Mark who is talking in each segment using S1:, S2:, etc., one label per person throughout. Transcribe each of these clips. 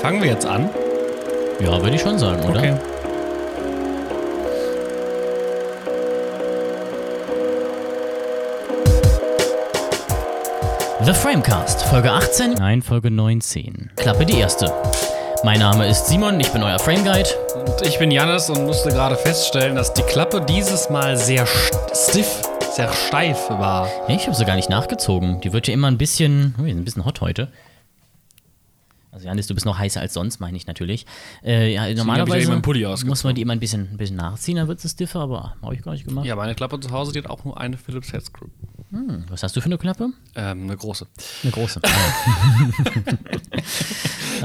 S1: Fangen wir jetzt an?
S2: Ja, würde ich schon sagen, oder?
S1: Okay.
S2: The Framecast, Folge 18. Nein, Folge 19. Klappe die erste. Mein Name ist Simon, ich bin euer Frame Guide.
S1: Und ich bin Janis und musste gerade feststellen, dass die Klappe dieses Mal sehr st- stiff, sehr steif war.
S2: Ja, ich habe sie gar nicht nachgezogen. Die wird hier immer ein bisschen, ui, ein bisschen hot heute. Also Janis, du bist noch heißer als sonst, meine ich natürlich. Äh, ja,
S1: hab ich
S2: normalerweise
S1: eben meinen Pulli
S2: muss man die immer ein bisschen, ein bisschen nachziehen, dann wird sie stiffer, aber habe ich gar nicht gemacht.
S1: Ja, meine Klappe zu Hause, die hat auch nur eine Philips Head Screw.
S2: Hm, was hast du für eine Klappe? Ah,
S1: Ähm, eine große.
S2: Eine große.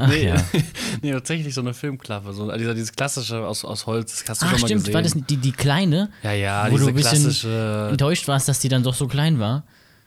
S1: nee,
S2: ja.
S1: nee, tatsächlich so eine Filmklappe. So, dieser, dieses klassische aus, aus Holz, das hast du
S2: Ah,
S1: schon mal
S2: stimmt,
S1: gesehen. Äh.
S2: war das die, die kleine?
S1: Ja, ja,
S2: wo du
S1: diese
S2: ein bisschen
S1: klassische. mm,
S2: enttäuscht warst, dass die dann doch so klein war.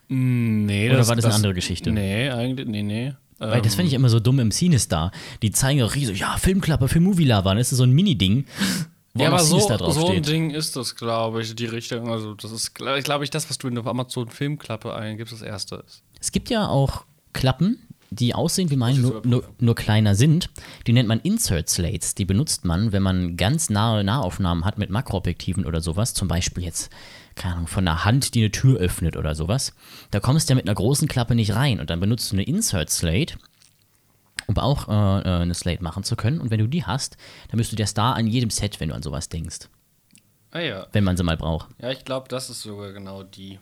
S1: Nee,
S2: Oder war das eine andere Geschichte?
S1: Nee, eigentlich, nee, nee.
S2: Weil das
S1: Ähm.
S2: finde ich immer so dumm im Cinestar. Die zeigen auch riesig, ja, Filmklappe für Movie Lava, das ist so ein Mini-Ding. Wo
S1: Ähm, Ja,
S2: noch
S1: aber so,
S2: Cinestar
S1: so ein
S2: draufsteht.
S1: Ding ist das, glaube ich, die Richtung. Also, das ist, glaube ich, glaub ich, das, was du in der Amazon-Filmklappe eingibst, das erste ist.
S2: Es gibt ja auch Klappen, die aussehen wie meine, nur, nur, nur kleiner sind. Die nennt man Insert Slates. Die benutzt man, wenn man ganz nahe Nahaufnahmen hat mit Makroobjektiven oder sowas. Zum Beispiel jetzt, keine Ahnung, von einer Hand, die eine Tür öffnet oder sowas. Da kommst du ja mit einer großen Klappe nicht rein. Und dann benutzt du eine Insert Slate, um auch äh, äh, eine Slate machen zu können. Und wenn du die hast, dann bist du der Star an jedem Set, wenn du an sowas denkst.
S1: Ah ja.
S2: Wenn man sie mal braucht.
S1: Ja, ich glaube, das ist sogar genau die.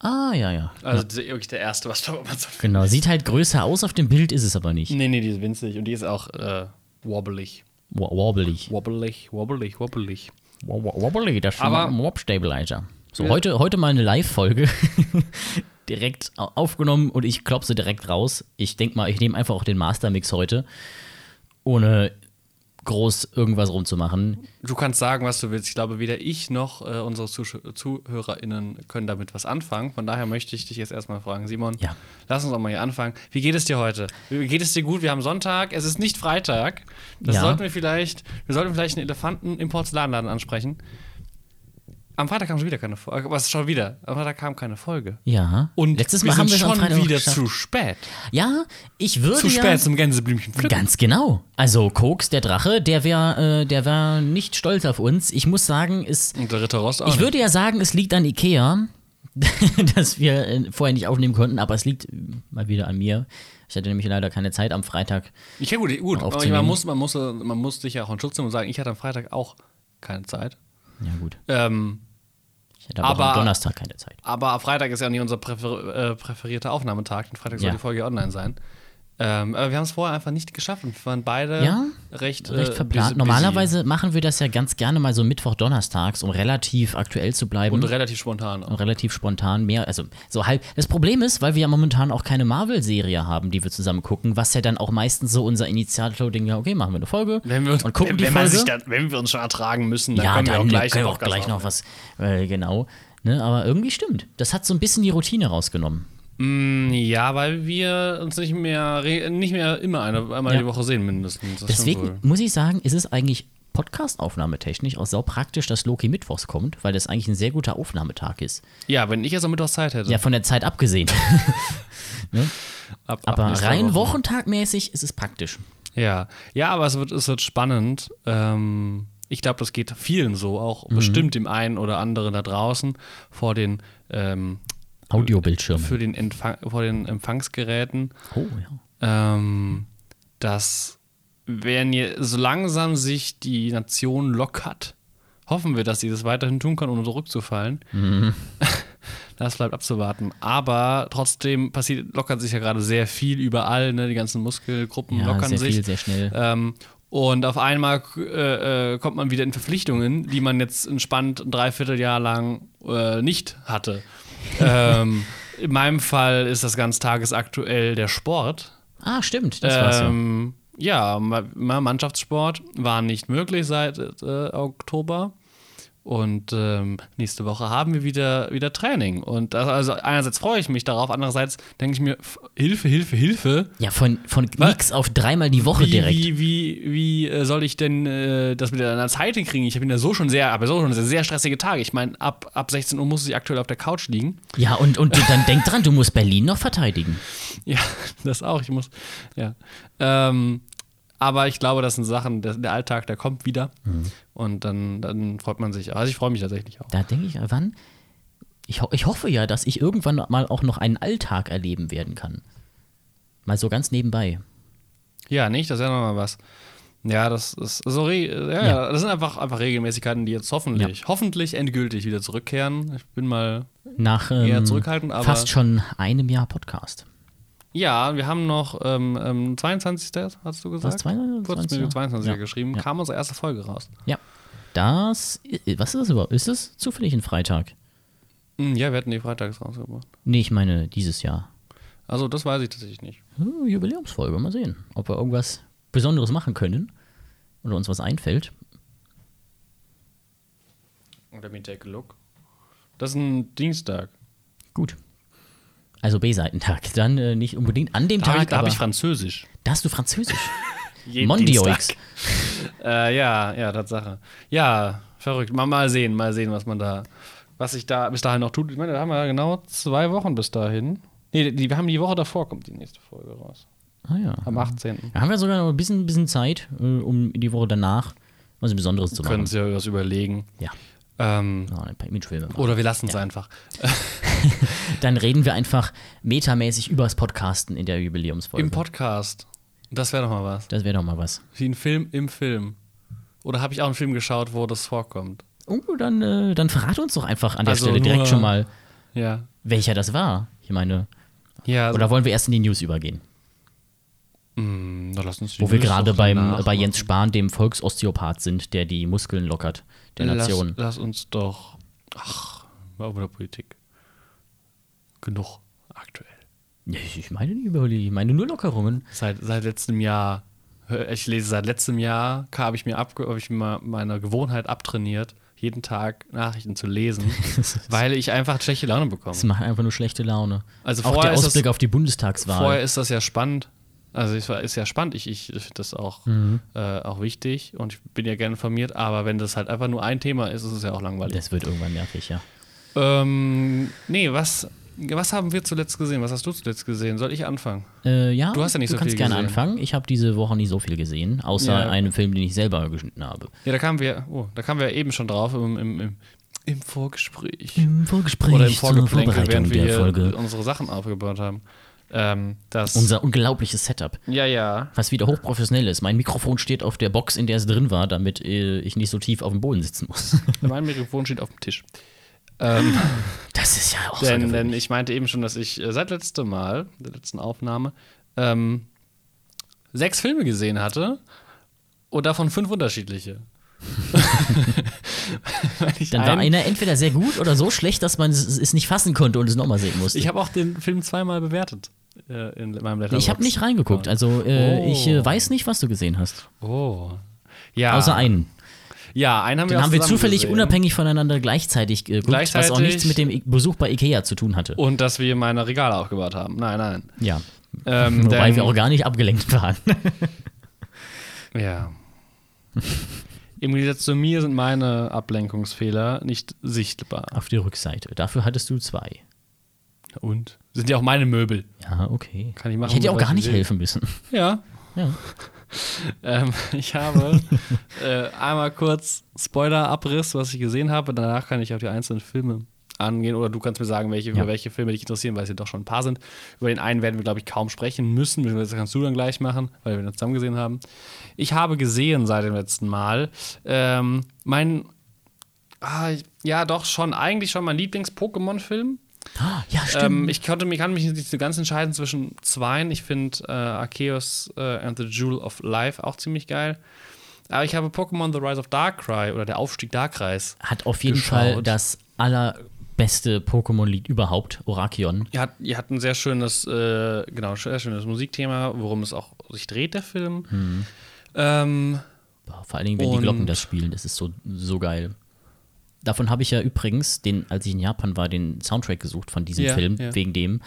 S2: Ah, ja, ja.
S1: Also diese, wirklich der erste, was da Amazon.
S2: Genau. Sieht halt größer aus auf dem Bild, ist es aber nicht.
S1: Nee, nee, die ist winzig und die ist auch äh, wobbelig.
S2: Wa- Wobbelig.
S1: Wobbelig, wobbelig, wobbelig.
S2: Wo- wo- Wobbly, das schon
S1: Aber-
S2: mal ein Wob Stabilizer. So,
S1: Ja.
S2: heute, heute mal eine Live-Folge. direkt au- aufgenommen und ich klopfe sie direkt raus. Ich denke mal, ich nehme einfach auch den Mastermix heute, ohne groß irgendwas rumzumachen.
S1: Du kannst sagen, was du willst. Ich glaube, weder ich noch äh, unsere Zuh- ZuhörerInnen können damit was anfangen. Von daher möchte ich dich jetzt erstmal fragen, Simon.
S2: Ja.
S1: Lass uns doch mal hier anfangen. Wie geht es dir heute? Wie geht es dir gut? Wir haben Sonntag, es ist nicht Freitag. Das
S2: Ja.
S1: sollten wir vielleicht, wir sollten vielleicht einen Elefanten im Porzellanladen ansprechen. Am Freitag kam schon wieder keine Folge. Was schon wieder? Am Freitag kam keine Folge.
S2: Ja.
S1: Und
S2: letztes
S1: wir
S2: Mal
S1: sind
S2: haben wir es am
S1: schon
S2: Freitag noch
S1: wieder
S2: geschafft.
S1: zu spät.
S2: Ja, ich würde
S1: Zu
S2: ja,
S1: spät zum Gänseblümchen. pflücken.
S2: Ganz genau. Also Koks, der Drache, der wäre äh, der wär nicht stolz auf uns. Ich muss sagen, es
S1: Und der Ritter Rost auch.
S2: Ich
S1: nicht.
S2: würde ja sagen, es liegt an Ikea, dass wir äh, vorher nicht aufnehmen konnten, aber es liegt äh, mal wieder an mir. Ich hatte nämlich leider keine Zeit am Freitag.
S1: Ich ja, gut, gut. Aber
S2: aufzunehmen.
S1: man muss, man muss, man muss sich ja auch in Schutz nehmen und sagen, ich hatte am Freitag auch keine Zeit.
S2: Ja gut,
S1: Ähm,
S2: ich hatte aber, auch am
S1: Aber-
S2: Donnerstag keine Zeit.
S1: aber Freitag ist ja nicht unser präfer äh, präferierter Aufnahmetag. Und Freitag soll
S2: Ja.
S1: die Folge online sein. Ähm, aber wir haben es vorher einfach nicht geschafft. und Wir waren beide
S2: Ja,
S1: recht, äh,
S2: Recht verplant.
S1: busy-
S2: Normalerweise machen wir das ja ganz gerne mal so Mittwoch, Donnerstags, um relativ aktuell zu bleiben.
S1: busy. und
S2: Und
S1: relativ spontan. auch.
S2: relativ spontan mehr, also so halb. Das Problem ist, weil wir ja momentan auch keine Marvel-Serie haben, die wir zusammen gucken, was ja dann auch meistens so unser Initiator-Ding ja, okay, machen wir eine Folge
S1: Wenn wir uns,
S2: und gucken
S1: wenn,
S2: die
S1: wenn, man
S2: Folge.
S1: sich dann- wenn wir uns schon ertragen müssen, dann
S2: ja,
S1: können wir auch
S2: dann
S1: gleich,
S2: können wir
S1: einen
S2: auch gleich
S1: Podcast
S2: noch was. Äh, genau. Ne, aber irgendwie stimmt. Das hat so ein bisschen die Routine rausgenommen.
S1: aufnehmen. Ja, weil wir uns nicht mehr, re- nicht mehr immer eine, einmal
S2: Ja.
S1: die Woche sehen, mindestens. Das stimmt
S2: Deswegen
S1: wohl.
S2: muss ich sagen, ist es eigentlich Podcast-Aufnahmetechnisch auch sau praktisch, dass Loki mittwochs kommt, weil das eigentlich ein sehr guter Aufnahmetag ist.
S1: Ja, wenn ich jetzt am Mittwoch Zeit hätte.
S2: Ja, von der Zeit abgesehen.
S1: Ab- ab
S2: Aber
S1: nächster
S2: rein
S1: Woche.
S2: wochentagmäßig ist es praktisch.
S1: Ja, ja, aber es wird, es wird spannend. Ähm, ich glaube, das geht vielen so, auch
S2: Mhm.
S1: bestimmt dem einen oder anderen da draußen vor den ähm,
S2: Audiobildschirm.
S1: für den Empfang, vor den Empfangsgeräten,
S2: Oh, ja.
S1: ähm, dass wenn je, so langsam sich die Nation lockert, hoffen wir, dass sie das weiterhin tun kann, ohne zurückzufallen.
S2: Mhm.
S1: Das bleibt abzuwarten. Aber trotzdem passiert, lockert sich ja gerade sehr viel überall. Ne? Die ganzen Muskelgruppen
S2: Ja,
S1: lockern
S2: sehr
S1: sich.
S2: viel, sehr schnell.
S1: Ähm, und auf einmal äh, äh, kommt man wieder in Verpflichtungen, die man jetzt entspannt ein Dreivierteljahr lang äh, nicht hatte. ähm, in meinem Fall ist das ganz tagesaktuell der Sport.
S2: Ah, stimmt. Das war's ja.
S1: Ähm, ja, Ma- Ma- Mannschaftssport war nicht möglich seit äh, Oktober. Und ähm, nächste Woche haben wir wieder, wieder Training. Und das, also einerseits freue ich mich darauf, andererseits denke ich mir, F- Hilfe, Hilfe, Hilfe.
S2: Ja, von, von
S1: Was?
S2: nix auf dreimal die Woche
S1: wie,
S2: direkt.
S1: Wie, wie, wie äh, soll ich denn äh, das mit einer Zeit hinkriegen? Ich bin ja so schon sehr, aber so schon sehr, sehr stressige Tage. Ich meine, ab, ab 16 Uhr muss ich aktuell auf der Couch liegen.
S2: Ja, und, und du, dann denk dran, du musst Berlin noch verteidigen.
S1: Ja, das auch. Ich muss, ja. Ähm, aber ich glaube, das sind Sachen, der, der Alltag, der kommt wieder.
S2: Mhm.
S1: Und dann, dann freut man sich. Also ich freue mich tatsächlich auch.
S2: Da denke ich, wann? Ich, ho ich hoffe ja, dass ich irgendwann mal auch noch einen Alltag erleben werden kann. Mal so ganz nebenbei.
S1: Ja, nicht? Das ist ja nochmal was. Ja, das ist so re- ja, ja. das sind einfach, einfach Regelmäßigkeiten, die jetzt hoffentlich, hoffentlich endgültig wieder zurückkehren. Ich bin mal
S2: Nach ähm,
S1: Eher zurückhaltend, aber-
S2: fast schon einem Jahr Podcast.
S1: Ja, wir haben noch ähm, ähm, 22. hast du gesagt?
S2: Was, 22?
S1: Kurz mit dem 22.
S2: Ja.
S1: geschrieben,
S2: Ja.
S1: kam unsere erste Folge raus.
S2: Ja. Das. i- Was ist das überhaupt? Ist das zufällig ein Freitag?
S1: Hm, ja, wir hatten die freitags rausgebracht.
S2: Nee, ich meine dieses Jahr.
S1: Also, das weiß ich tatsächlich nicht.
S2: Hm, Jubiläumsfolge, mal sehen, ob wir irgendwas Besonderes machen können oder uns was einfällt.
S1: Let me take a look. Das ist ein Dienstag.
S2: Gut. Also B-Seitentag. Dann äh, nicht unbedingt an dem
S1: Da habe ich,
S2: Tag,
S1: da hab
S2: aber
S1: ich Französisch.
S2: da hast du Französisch.
S1: Jeden
S2: Mondioix.
S1: Dienstag. Äh, ja, ja, Tatsache. Ja, verrückt. Mal, mal sehen, mal sehen, was man da, was sich da bis dahin noch tut. Ich meine, da haben wir genau zwei Wochen bis dahin. Nee, die, wir haben die Woche davor kommt die nächste Folge raus.
S2: Ah ja.
S1: Am 18.
S2: Da haben wir sogar noch ein bisschen, bisschen Zeit, äh, um die Woche danach was Besonderes zu
S1: Können
S2: machen. Ah,
S1: Sie ja was überlegen.
S2: Ja,
S1: Ähm,
S2: noch ein paar Imagefilme. machen.
S1: oder wir lassen es einfach.
S2: Dann reden wir einfach metamäßig übers Podcasten in der Jubiläumsfolge.
S1: Im Podcast. Das wäre doch mal was.
S2: das wäre doch mal was.
S1: Wie ein Film im Film. Oder habe ich auch einen Film geschaut, wo das vorkommt?
S2: Oh, dann, äh, dann verrate uns doch einfach an der
S1: Also
S2: Stelle
S1: nur-
S2: direkt schon mal,
S1: Ja.
S2: welcher das war. Ich meine,
S1: Ja, also,
S2: oder wollen wir erst in die News übergehen?
S1: mh, dann Hm, lass uns die
S2: Wo wir
S1: News
S2: gerade
S1: doch
S2: beim, äh,
S1: danach
S2: bei Jens Spahn, dem Volksosteopath sind, der die Muskeln lockert, der
S1: machen.
S2: Nation.
S1: Lass, lass uns doch. Ach, war über der Politik. Genug aktuell.
S2: Nee, Ich meine nicht über die, ich meine nur Lockerungen.
S1: Seit, seit letztem Jahr, hör- ich lese seit letztem Jahr, ka- habe ich mir abge habe ich mir meine Gewohnheit abtrainiert, jeden Tag Nachrichten zu lesen, weil ich einfach schlechte Laune bekomme.
S2: Das macht einfach nur schlechte Laune.
S1: Also
S2: Auch
S1: vorher
S2: der
S1: ist das-
S2: Ausblick auf die Bundestagswahl.
S1: Vorher ist das ja spannend. Also es war- ist ja spannend. Ich, ich finde das auch,
S2: Mhm.
S1: äh, auch wichtig und ich bin ja gerne informiert, aber wenn das halt einfach nur ein Thema ist, ist es ja auch langweilig.
S2: Das wird irgendwann nervig, ja.
S1: Ähm, nee, was, was haben wir zuletzt gesehen? Was hast du zuletzt gesehen? Soll ich anfangen?
S2: Äh, ja,
S1: Du hast ja nicht so
S2: kannst
S1: viel
S2: gerne
S1: gesehen.
S2: anfangen. Ich habe diese Woche nicht so viel gesehen, außer
S1: Ja.
S2: einem Film, den ich selber geschnitten habe.
S1: Ja, da kamen wir, oh, da kamen wir eben schon drauf im, im, im, im Vorgespräch.
S2: Im Vorgespräch
S1: Oder im
S2: zur
S1: Vorgeplänkel,
S2: Vorbereitung
S1: während wir
S2: der
S1: hier
S2: Folge.
S1: unsere Sachen aufgebaut haben. Ähm, das,
S2: Unser unglaubliches Setup,
S1: ja, ja.
S2: was wieder hochprofessionell ist. Mein Mikrofon steht auf der Box, in der es drin war, damit äh, ich nicht so tief auf dem Boden sitzen muss.
S1: Mein Mikrofon steht auf dem Tisch.
S2: Das ist ja auch
S1: Denn, denn ich meinte eben schon, dass ich äh, seit letztem Mal, der letzten Aufnahme, ähm, sechs Filme gesehen hatte und davon fünf unterschiedliche. Weil ich
S2: Dann war
S1: einen-
S2: einer entweder sehr gut oder so schlecht, dass man es, es nicht fassen konnte und es nochmal sehen musste.
S1: ich habe auch den Film zweimal bewertet äh, in meinem Letterboxd.
S2: Ich habe nicht reingeguckt, also äh,
S1: Oh.
S2: ich äh, weiß nicht, was du gesehen hast.
S1: Oh. Ja,
S2: Außer einen.
S1: ja, einen haben wir,
S2: Den
S1: auch
S2: haben wir
S1: zusammen
S2: zufällig
S1: gesehen.
S2: unabhängig voneinander gleichzeitig äh, geguckt,
S1: Gleichzeitig- Oh.
S2: was auch nichts mit dem I- Besuch bei Ikea zu tun hatte.
S1: Und dass wir meine Regale aufgebaut haben. Nein, nein.
S2: Ja.
S1: Ähm,
S2: Wobei
S1: denn-
S2: wir auch gar nicht abgelenkt waren.
S1: Ja. Im Gegensatz zu mir sind meine Ablenkungsfehler nicht sichtbar.
S2: Auf die Rückseite. Dafür hattest du zwei.
S1: Und? Sind ja auch meine Möbel.
S2: Ja, okay.
S1: Kann ich machen,
S2: hätte dir auch
S1: was
S2: gar
S1: ich
S2: nicht
S1: will.
S2: helfen müssen.
S1: Ja.
S2: Ja.
S1: Ähm, ich habe äh, einmal kurz Spoiler-Abriss, was ich gesehen habe. Danach kann ich auf die einzelnen Filme angehen. Oder du kannst mir sagen, welche, über welche Filme dich interessieren, weil es ja doch schon ein paar sind. Über den einen werden wir, glaube ich, kaum sprechen müssen. Das kannst du dann gleich machen, weil wir ihn zusammen gesehen haben. Ich habe gesehen seit dem letzten Mal ähm, mein. Ah, ich- ja, doch, schon, eigentlich schon mein Lieblings-Pokémon-Film.
S2: Ah, Ja, stimmt.
S1: Ähm, ich konnte, ich kann mich nicht so ganz entscheiden zwischen zweien. Ich finde äh, Arceus äh, and the Jewel of Life auch ziemlich geil. Aber ich habe Pokémon The Rise of Darkrai oder der Aufstieg Darkrais.
S2: Hat auf jeden
S1: geschaut.
S2: Fall das allerbeste Pokémon-Lied überhaupt, Orakion.
S1: Ihr habt, ihr habt ein sehr schönes, äh, genau, sehr schönes Musikthema, worum es auch sich dreht, der Film. Ähm,
S2: Boah, Vor allen Dingen, wenn die
S1: Und-
S2: Glocken das spielen, das ist so, so geil. Davon habe ich ja übrigens, den, als ich in Japan war, den Soundtrack gesucht von diesem
S1: Ja,
S2: Film,
S1: ja.
S2: wegen dem.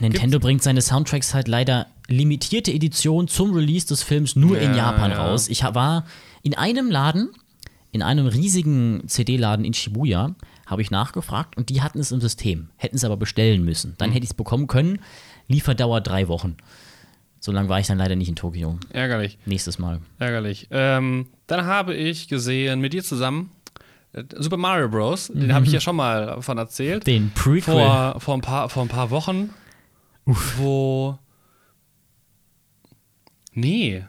S2: Nintendo bringt seine Soundtracks halt leider limitierte Edition zum Release des Films nur in
S1: Ja,
S2: Japan
S1: ja.
S2: raus. Ich ha- war in einem Laden, in einem riesigen CD-Laden in Shibuya, habe ich nachgefragt und die hatten es im System, hätten es aber bestellen müssen.
S1: Hm.
S2: Dann hätte ich es bekommen können. Lieferdauer drei Wochen. So lange war ich dann leider nicht in Tokio.
S1: Ärgerlich.
S2: Nächstes Mal.
S1: Ärgerlich. Ähm, dann habe ich gesehen, mit dir zusammen, äh, Super Mario Bros. Den habe ich ja schon mal von erzählt.
S2: Den Prequel.
S1: vor, vor, ein paar, vor ein paar Wochen, wo. Nee.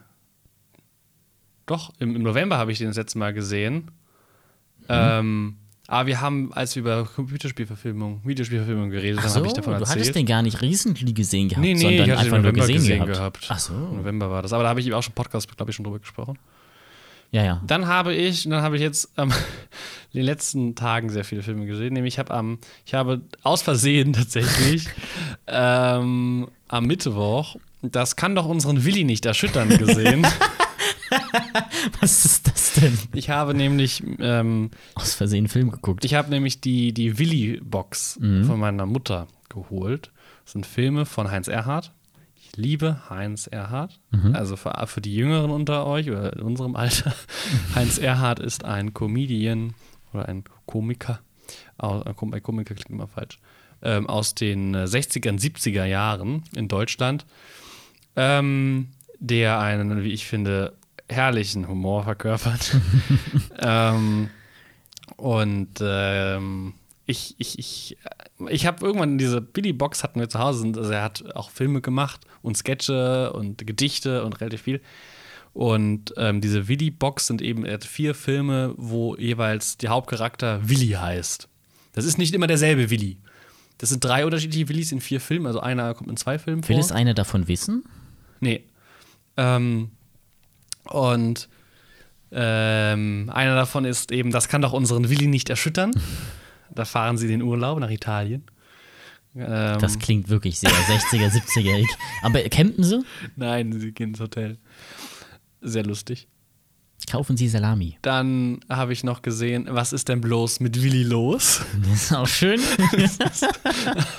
S1: Doch, im, im November habe ich den das letzte Mal gesehen.
S2: Mhm.
S1: Ähm, aber wir haben, als wir über Computerspielverfilmung, Videospielverfilmung geredet haben,
S2: Ach so,
S1: habe ich davon
S2: du
S1: erzählt.
S2: hattest den gar nicht recently gesehen gehabt,
S1: Nee, nee,
S2: sondern
S1: ich hatte
S2: einfach
S1: den
S2: nur
S1: November
S2: gesehen,
S1: gesehen
S2: gehabt.
S1: gehabt.
S2: Ach so,
S1: November war das. Aber da habe ich eben auch schon Podcast, glaube ich, schon drüber gesprochen.
S2: ja, ja.
S1: Dann habe ich, und dann habe ich jetzt ähm, in den letzten Tagen sehr viele Filme gesehen. Nämlich ich habe am, ich habe aus Versehen tatsächlich ähm, am Mittwoch, das kann doch unseren Willi nicht erschüttern gesehen.
S2: Was ist das denn?
S1: ich habe nämlich, ähm,
S2: Aus Versehen Film geguckt.
S1: ich habe nämlich die, die Willi-Box von meiner Mutter geholt. Das sind Filme von Heinz Erhardt. Ich liebe Heinz Erhardt. Also für, für die Jüngeren unter euch oder in unserem Alter. Heinz Erhardt ist ein Comedian oder ein Komiker. Au- äh, Kom- Bei Komiker klingt immer falsch. Ähm, aus den äh, 60er, 70er Jahren in Deutschland. Ähm, der einen, wie ich finde, herrlichen Humor verkörpert. ähm, und ähm, ich, ich, ich, ich habe irgendwann diese Billy Box hatten wir zu Hause. und Also er hat auch Filme gemacht und Sketche und Gedichte und relativ viel. Und ähm, diese Willy Box sind eben er hat vier Filme, wo jeweils der Hauptcharakter Willy heißt. Das ist nicht immer derselbe Willy. Das sind drei unterschiedliche Willys in vier Filmen, also einer kommt in zwei Filmen
S2: Will
S1: vor.
S2: es einer davon wissen?
S1: Nee. Ähm, und ähm, einer davon ist eben, das kann doch unseren Willi nicht erschüttern. Da fahren sie in den Urlaub nach Italien. Ähm,
S2: Das klingt wirklich sehr 60er, 70er. -ig. Aber campen Sie?
S1: nein, sie gehen ins Hotel. Sehr lustig.
S2: Kaufen Sie Salami.
S1: Dann habe ich noch gesehen, was ist denn bloß mit Willi los?
S2: Das ist auch schön.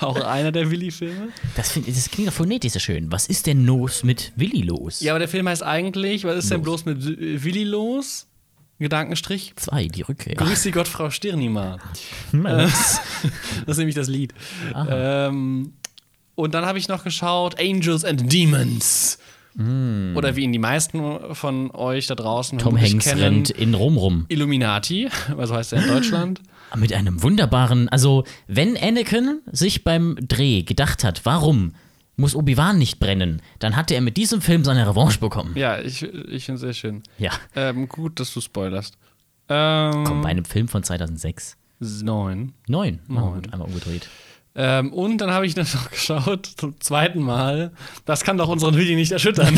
S1: Auch einer der Willi-Filme.
S2: Das, find, das klingt doch phonetisch so schön. Was ist denn los mit Willi los?
S1: Ja, aber der Film heißt eigentlich, was ist denn bloß mit äh, Willi los? Gedankenstrich.
S2: Zwei, die Rückkehr.
S1: Grüß Sie Gott, Frau Stirnima.
S2: Was?
S1: Das ist nämlich das Lied. Ähm, und dann habe ich noch geschaut Angels and Demons. Oder wie ihn die meisten von euch da draußen
S2: Hm. Tom
S1: vermutlich
S2: Hanks rennt in Rom rum.
S1: Illuminati, weil so heißt er in Deutschland.
S2: Mit einem wunderbaren, also wenn Anakin sich beim Dreh gedacht hat, warum muss Obi-Wan nicht brennen, dann hatte er mit diesem Film seine Revanche bekommen.
S1: ja, ich, ich finde es sehr schön.
S2: Ja,
S1: Ähm, gut, dass du spoilerst. Ähm,
S2: komm, bei einem Film von 2006.
S1: Neun.
S2: Neun. Oh, gut, einmal umgedreht.
S1: Ähm, und dann habe ich dann noch geschaut, zum zweiten Mal. Das kann doch unseren Willi nicht erschüttern.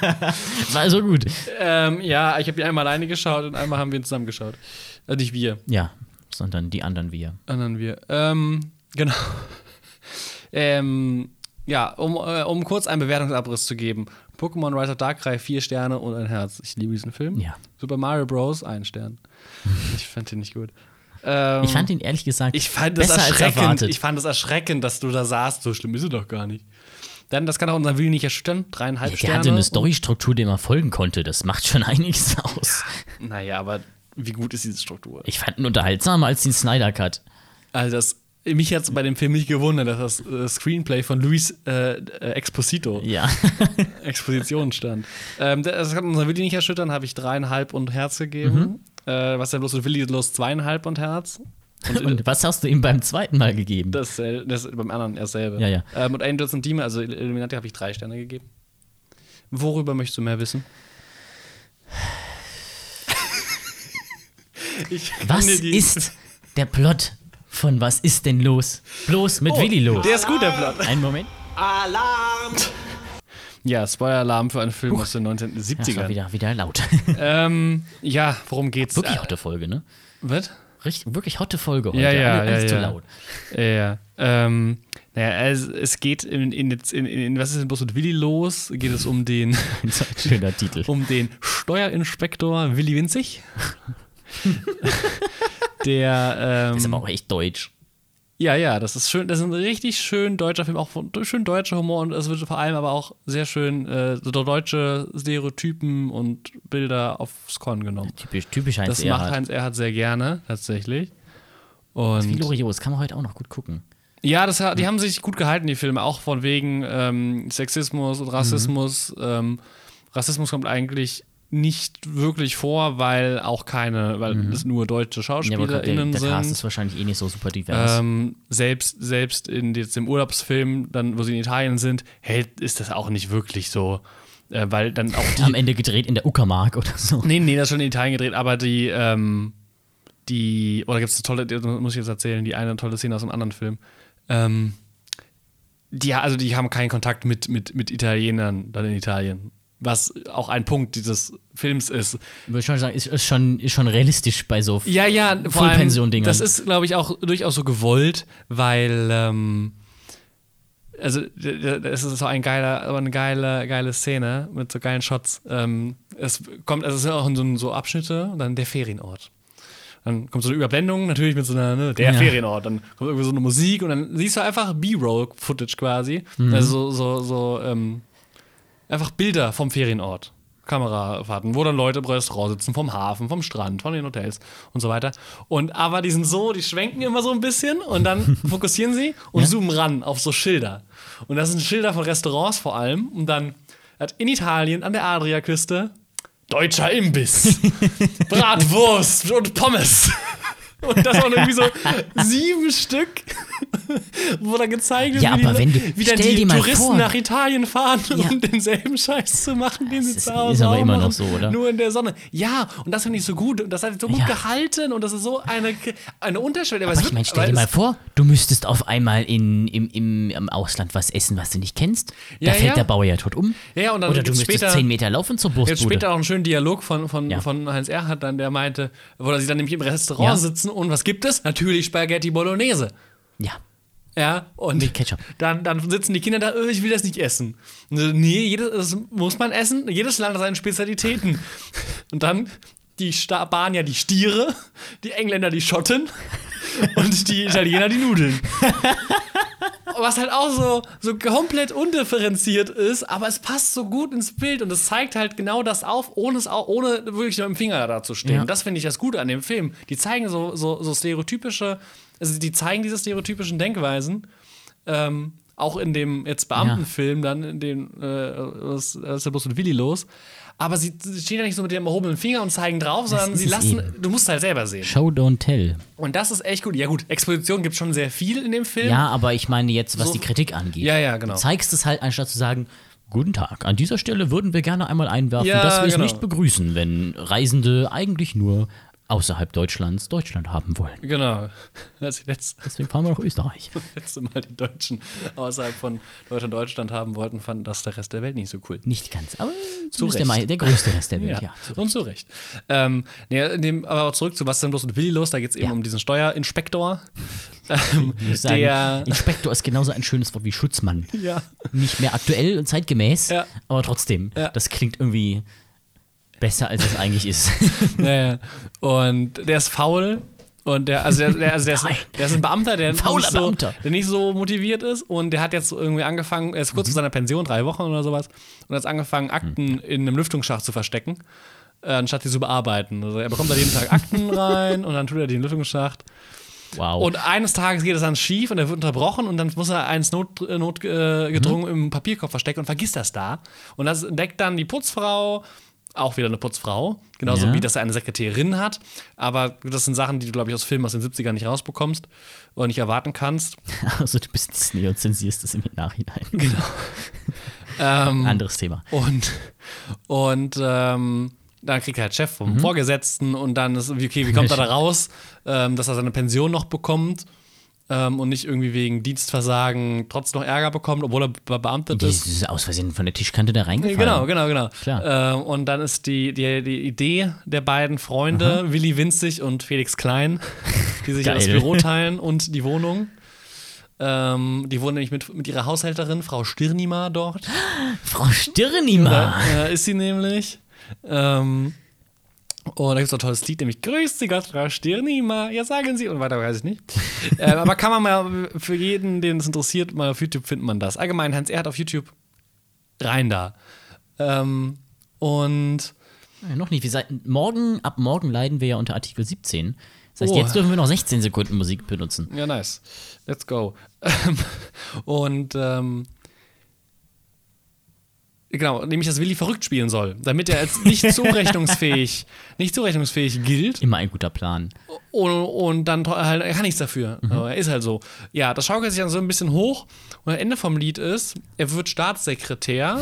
S2: Das war also gut.
S1: ähm, ja, ich habe ihn einmal alleine geschaut und einmal haben wir ihn zusammen geschaut. Äh, nicht wir.
S2: Ja, sondern die anderen wir.
S1: Anderen wir. Ähm, genau. ähm, ja, um, äh, um kurz einen Bewertungsabriss zu geben. Pokémon Rise of Darkrai, vier Sterne und ein Herz. Ich liebe diesen Film.
S2: Ja.
S1: Super Mario Bros, ein Stern. ich fand den nicht gut. Ähm,
S2: Ich fand ihn ehrlich gesagt
S1: ich fand das
S2: besser als
S1: erschreckend.
S2: erwartet.
S1: Ich fand es erschreckend, dass du da saßt. So schlimm ist es doch gar nicht. Dann, das kann auch unseren Willen nicht erschüttern. Dreieinhalb
S2: der
S1: Sterne.
S2: hatte eine
S1: Und-
S2: Storystruktur, der man folgen konnte. Das macht schon einiges aus.
S1: Naja, aber wie gut ist diese Struktur?
S2: Ich fand ihn unterhaltsamer als den Snyder Cut.
S1: Also das, mich hat es bei dem Film nicht gewundert, dass das äh, Screenplay von Luis äh, äh, Exposito
S2: Ja.
S1: Exposition stand. ähm, das kann unser Willi nicht erschüttern, habe ich dreieinhalb und Herz gegeben.
S2: Mhm.
S1: Äh, was ist denn bloß mit Willi los? Zweieinhalb und Herz.
S2: Und was hast du ihm beim zweiten Mal gegeben?
S1: Das, äh, das beim anderen er selber.
S2: Ja, ja.
S1: Ähm, und Angels and Demons, also Illuminati, habe ich drei Sterne gegeben. Worüber möchtest du mehr wissen? ich kann
S2: was
S1: dir die-
S2: ist der Plot von Was ist denn los? Bloß mit Oh. Willi los.
S1: Der ist gut, Oh, der Plan.
S2: Einen Moment.
S1: Ja, Spoiler-Alarm für einen Film aus den
S2: Das war
S1: 1970ern.
S2: wieder, wieder laut.
S1: ähm, ja, worum geht's? Äh,
S2: Wirklich hotte Folge, ne?
S1: was?
S2: Richtig, wirklich hotte Folge heute.
S1: Ja, ja,
S2: Alle- alles
S1: ja,
S2: zu
S1: ja.
S2: laut.
S1: Ja, ähm, naja, es, es geht in, in, in, in Was ist denn bloß mit Willi los? Geht es um den,
S2: So ein Schöner Titel.
S1: um den Steuerinspektor Willi Winzig? Der, ähm,
S2: Ist aber auch echt deutsch.
S1: ja, ja, das ist schön. Das ist ein richtig schön deutscher Film, auch von, schön deutscher Humor und es wird vor allem aber auch sehr schön äh, so deutsche Stereotypen und Bilder aufs Korn genommen.
S2: Typisch, typisch Heinz
S1: Das macht halt Heinz Erhardt sehr gerne, tatsächlich. Und
S2: Glorios, kann man heute auch noch gut gucken.
S1: Ja, das,
S2: Hm.
S1: hat- die haben sich gut gehalten, die Filme, auch von wegen ähm, Sexismus und Rassismus.
S2: Mhm.
S1: Ähm, Rassismus kommt eigentlich nicht wirklich vor, weil auch keine, weil es nur deutsche
S2: Mhm. Ja, aber der,
S1: SchauspielerInnen
S2: der Cast
S1: sind.
S2: ist wahrscheinlich eh nicht so super divers.
S1: Ähm, selbst selbst in jetzt im Urlaubsfilm, dann, wo sie in Italien sind, hey, ist das auch nicht wirklich so. Äh, weil dann auch die
S2: Am Ende gedreht in der Uckermark oder so.
S1: Nee, nee, das ist schon in Italien gedreht, aber die, ähm, die, oder gibt es eine tolle, die muss ich jetzt erzählen, die eine tolle Szene aus einem anderen Film. Ähm, die, also die haben keinen Kontakt mit, mit, mit Italienern dann in Italien. Was auch ein Punkt dieses Films ist.
S2: Würde ich schon sagen, ist, ist, schon, ist schon realistisch bei so.
S1: Ja, ja, vor allem,
S2: Vollpension-Dingern.
S1: das ist, glaube ich, auch durchaus so gewollt, weil, ähm, also, d- d- das ist so ein geiler, aber eine geile, geile Szene mit so geilen Shots. Ähm, es kommt, also es sind auch in so, so Abschnitte und dann der Ferienort. Dann kommt so eine Überblendung, natürlich mit so einer, ne, der
S2: Ja.
S1: Ferienort. Dann kommt irgendwie so eine Musik und dann siehst du einfach B-Roll-Footage quasi. Also so, so, so ähm, einfach Bilder vom Ferienort. Kamerafahrten, wo dann Leute im Restaurant sitzen, vom Hafen, vom Strand, von den Hotels und so weiter. Und aber die sind so, die schwenken immer so ein bisschen und dann fokussieren sie und zoomen ran auf so Schilder. Und das sind Schilder von Restaurants vor allem. Und dann hat in Italien an der Adriaküste deutscher Imbiss, Bratwurst und Pommes. Und das waren irgendwie so sieben Stück, wo da gezeigt wird,
S2: Ja,
S1: wie,
S2: aber
S1: die,
S2: wenn du-
S1: wie dann
S2: stell
S1: die
S2: dir mal
S1: Touristen
S2: vor.
S1: nach Italien fahren,
S2: Ja.
S1: um denselben Scheiß zu machen, den sie
S2: ist-
S1: zu Hause
S2: ist aber
S1: auch
S2: immer noch
S1: machen,
S2: so, oder?
S1: Nur in der Sonne. Ja, und das finde ich so gut. Und das hat so gut
S2: Ja.
S1: gehalten und das ist so eine, eine Unterschwelle. Aber es
S2: Aber ich
S1: wird-
S2: meine, stell
S1: weil
S2: dir mal
S1: es-
S2: vor, du müsstest auf einmal in, im, im, im Ausland was essen, was du nicht kennst. Da
S1: Ja,
S2: fällt
S1: ja.
S2: der Baujahr tot um.
S1: Ja, und dann
S2: Oder du
S1: gibt's
S2: müsstest
S1: später-
S2: 10 Meter laufen zur
S1: Jetzt
S2: Brustbude.
S1: später auch einen schönen Dialog von, von,
S2: Ja.
S1: von Heinz Erhardt dann, der meinte, wo sie dann nämlich im Restaurant
S2: Ja.
S1: sitzen und was gibt es? Natürlich Spaghetti Bolognese.
S2: Ja.
S1: Ja, und
S2: Mit Ketchup.
S1: Dann, dann sitzen die Kinder da, "Äh, ich will das nicht essen. Und so, Nee, jedes, das muss man essen. Jedes Land hat seine Spezialitäten. Und dann die Spanier die Stiere, die Engländer die Schotten und die Italiener die Nudeln. Was halt auch so, so komplett undifferenziert ist, aber es passt so gut ins Bild und es zeigt halt genau das auf, ohne, es auch, ohne wirklich nur im Finger dazustehen.
S2: Ja.
S1: Das finde ich das Gute an dem Film. Die zeigen so, so, so stereotypische, also die zeigen diese stereotypischen Denkweisen. Ähm, auch in dem jetzt Beamtenfilm, dann in dem, äh, das das ist ja bloß mit Willi los. Aber sie, sie stehen ja nicht so mit dem erhobenen Finger und zeigen drauf, sondern
S2: ist
S1: sie
S2: es
S1: lassen,
S2: eben.
S1: du musst halt selber sehen.
S2: Show, don't tell.
S1: Und das ist echt gut. Ja, gut, Exposition gibt schon sehr viel in dem Film.
S2: Ja, aber ich meine jetzt, was
S1: So-
S2: die Kritik angeht.
S1: Ja, ja, genau.
S2: Du zeigst es halt, anstatt zu sagen, guten Tag, an dieser Stelle würden wir gerne einmal einwerfen,
S1: Ja,
S2: dass wir
S1: genau.
S2: es nicht begrüßen, wenn Reisende eigentlich nur außerhalb Deutschlands Deutschland haben wollen.
S1: Genau. Als ich letzt,
S2: Deswegen fahren wir nach Österreich.
S1: letzte Mal die Deutschen außerhalb von Deutschland, Deutschland haben wollten, fanden das der Rest der Welt nicht so cool.
S2: Nicht ganz, aber
S1: Zu
S2: zumindest der,
S1: Recht.
S2: mei- der größte Rest der Welt, ja.
S1: Ja, und zu Recht. Ähm, nee, in dem, aber auch zurück zu Was ist denn bloß mit Willi los? Da geht es eben
S2: Ja.
S1: um diesen Steuerinspektor. ähm,
S2: Ich muss sagen,
S1: der.
S2: Inspektor ist genauso ein schönes Wort wie Schutzmann.
S1: Ja.
S2: Nicht mehr aktuell und zeitgemäß,
S1: Ja.
S2: aber trotzdem,
S1: Ja.
S2: das klingt irgendwie besser, als es eigentlich ist.
S1: Naja. Und der ist faul. Und der, also der, der, also der, ist,
S2: Nein.
S1: der ist ein Beamter, der,
S2: fauler
S1: nicht so,
S2: Beamter.
S1: der nicht so motiviert ist. Und der hat jetzt irgendwie angefangen, er ist
S2: Mhm.
S1: kurz vor seiner Pension, drei Wochen oder sowas, und hat angefangen, Akten in einem Lüftungsschacht zu verstecken, äh, anstatt sie zu bearbeiten. Also er bekommt da jeden Tag Akten rein und dann tut er die in den Lüftungsschacht.
S2: Wow.
S1: Und eines Tages geht es dann schief und er wird unterbrochen und dann muss er eins notgedrungen not, äh, gedrungen
S2: Mhm.
S1: im Papierkorb verstecken und vergisst das da. Und das entdeckt dann die Putzfrau, auch wieder eine Putzfrau, genauso
S2: Ja.
S1: wie dass er eine Sekretärin hat. Aber das sind Sachen, die du, glaube ich, aus Filmen aus den 70ern nicht rausbekommst oder nicht erwarten kannst.
S2: Also du bist Disney und zensierst es im Nachhinein. Genau.
S1: Ähm,
S2: Anderes Thema.
S1: Und, und ähm, dann kriegt er halt Chef
S2: Mhm.
S1: vom Vorgesetzten und dann ist irgendwie, okay, wie kommt er da raus, ähm, dass er seine Pension noch bekommt ähm, und nicht irgendwie wegen Dienstversagen trotzdem noch Ärger bekommt, obwohl er be beamtet
S2: Die
S1: ist.
S2: ist aus Versehen von der Tischkante da reingefallen.
S1: Genau, genau, genau.
S2: Klar.
S1: Ähm, und dann ist die, die, die Idee der beiden Freunde, Willi Winzig und Felix Klein, die sich
S2: Geil.
S1: das Büro teilen und die Wohnung. Ähm, die wohnen nämlich mit, mit ihrer Haushälterin, Frau Stirnima, dort.
S2: Frau Stirnima.
S1: Ja, äh, ist sie nämlich. Ähm, Und da gibt es ein tolles Lied, nämlich Grüß Sie Gott, Frau Stirnima, ja sagen Sie, und weiter weiß ich nicht. ähm, aber kann man mal für jeden, den es interessiert, mal auf YouTube findet man das. Allgemein, Hans Erhard auf YouTube, rein da. Ähm, und
S2: Ja, Äh, noch nicht. Wir seit, morgen, ab morgen leiden wir ja unter Artikel 17. Das heißt,
S1: Oh.
S2: jetzt dürfen wir noch 16 Sekunden Musik benutzen.
S1: Ja, nice. Let's go. Ähm, und ähm, genau, nämlich, dass Willi verrückt spielen soll, damit er als nicht zurechnungsfähig, nicht zurechnungsfähig gilt
S2: Immer ein guter Plan.
S1: und, und dann to- halt, er kann nichts dafür.
S2: Mhm.
S1: Aber Er ist halt so. Ja, das schaukelt sich dann so ein bisschen hoch und am Ende vom Lied ist, er wird Staatssekretär.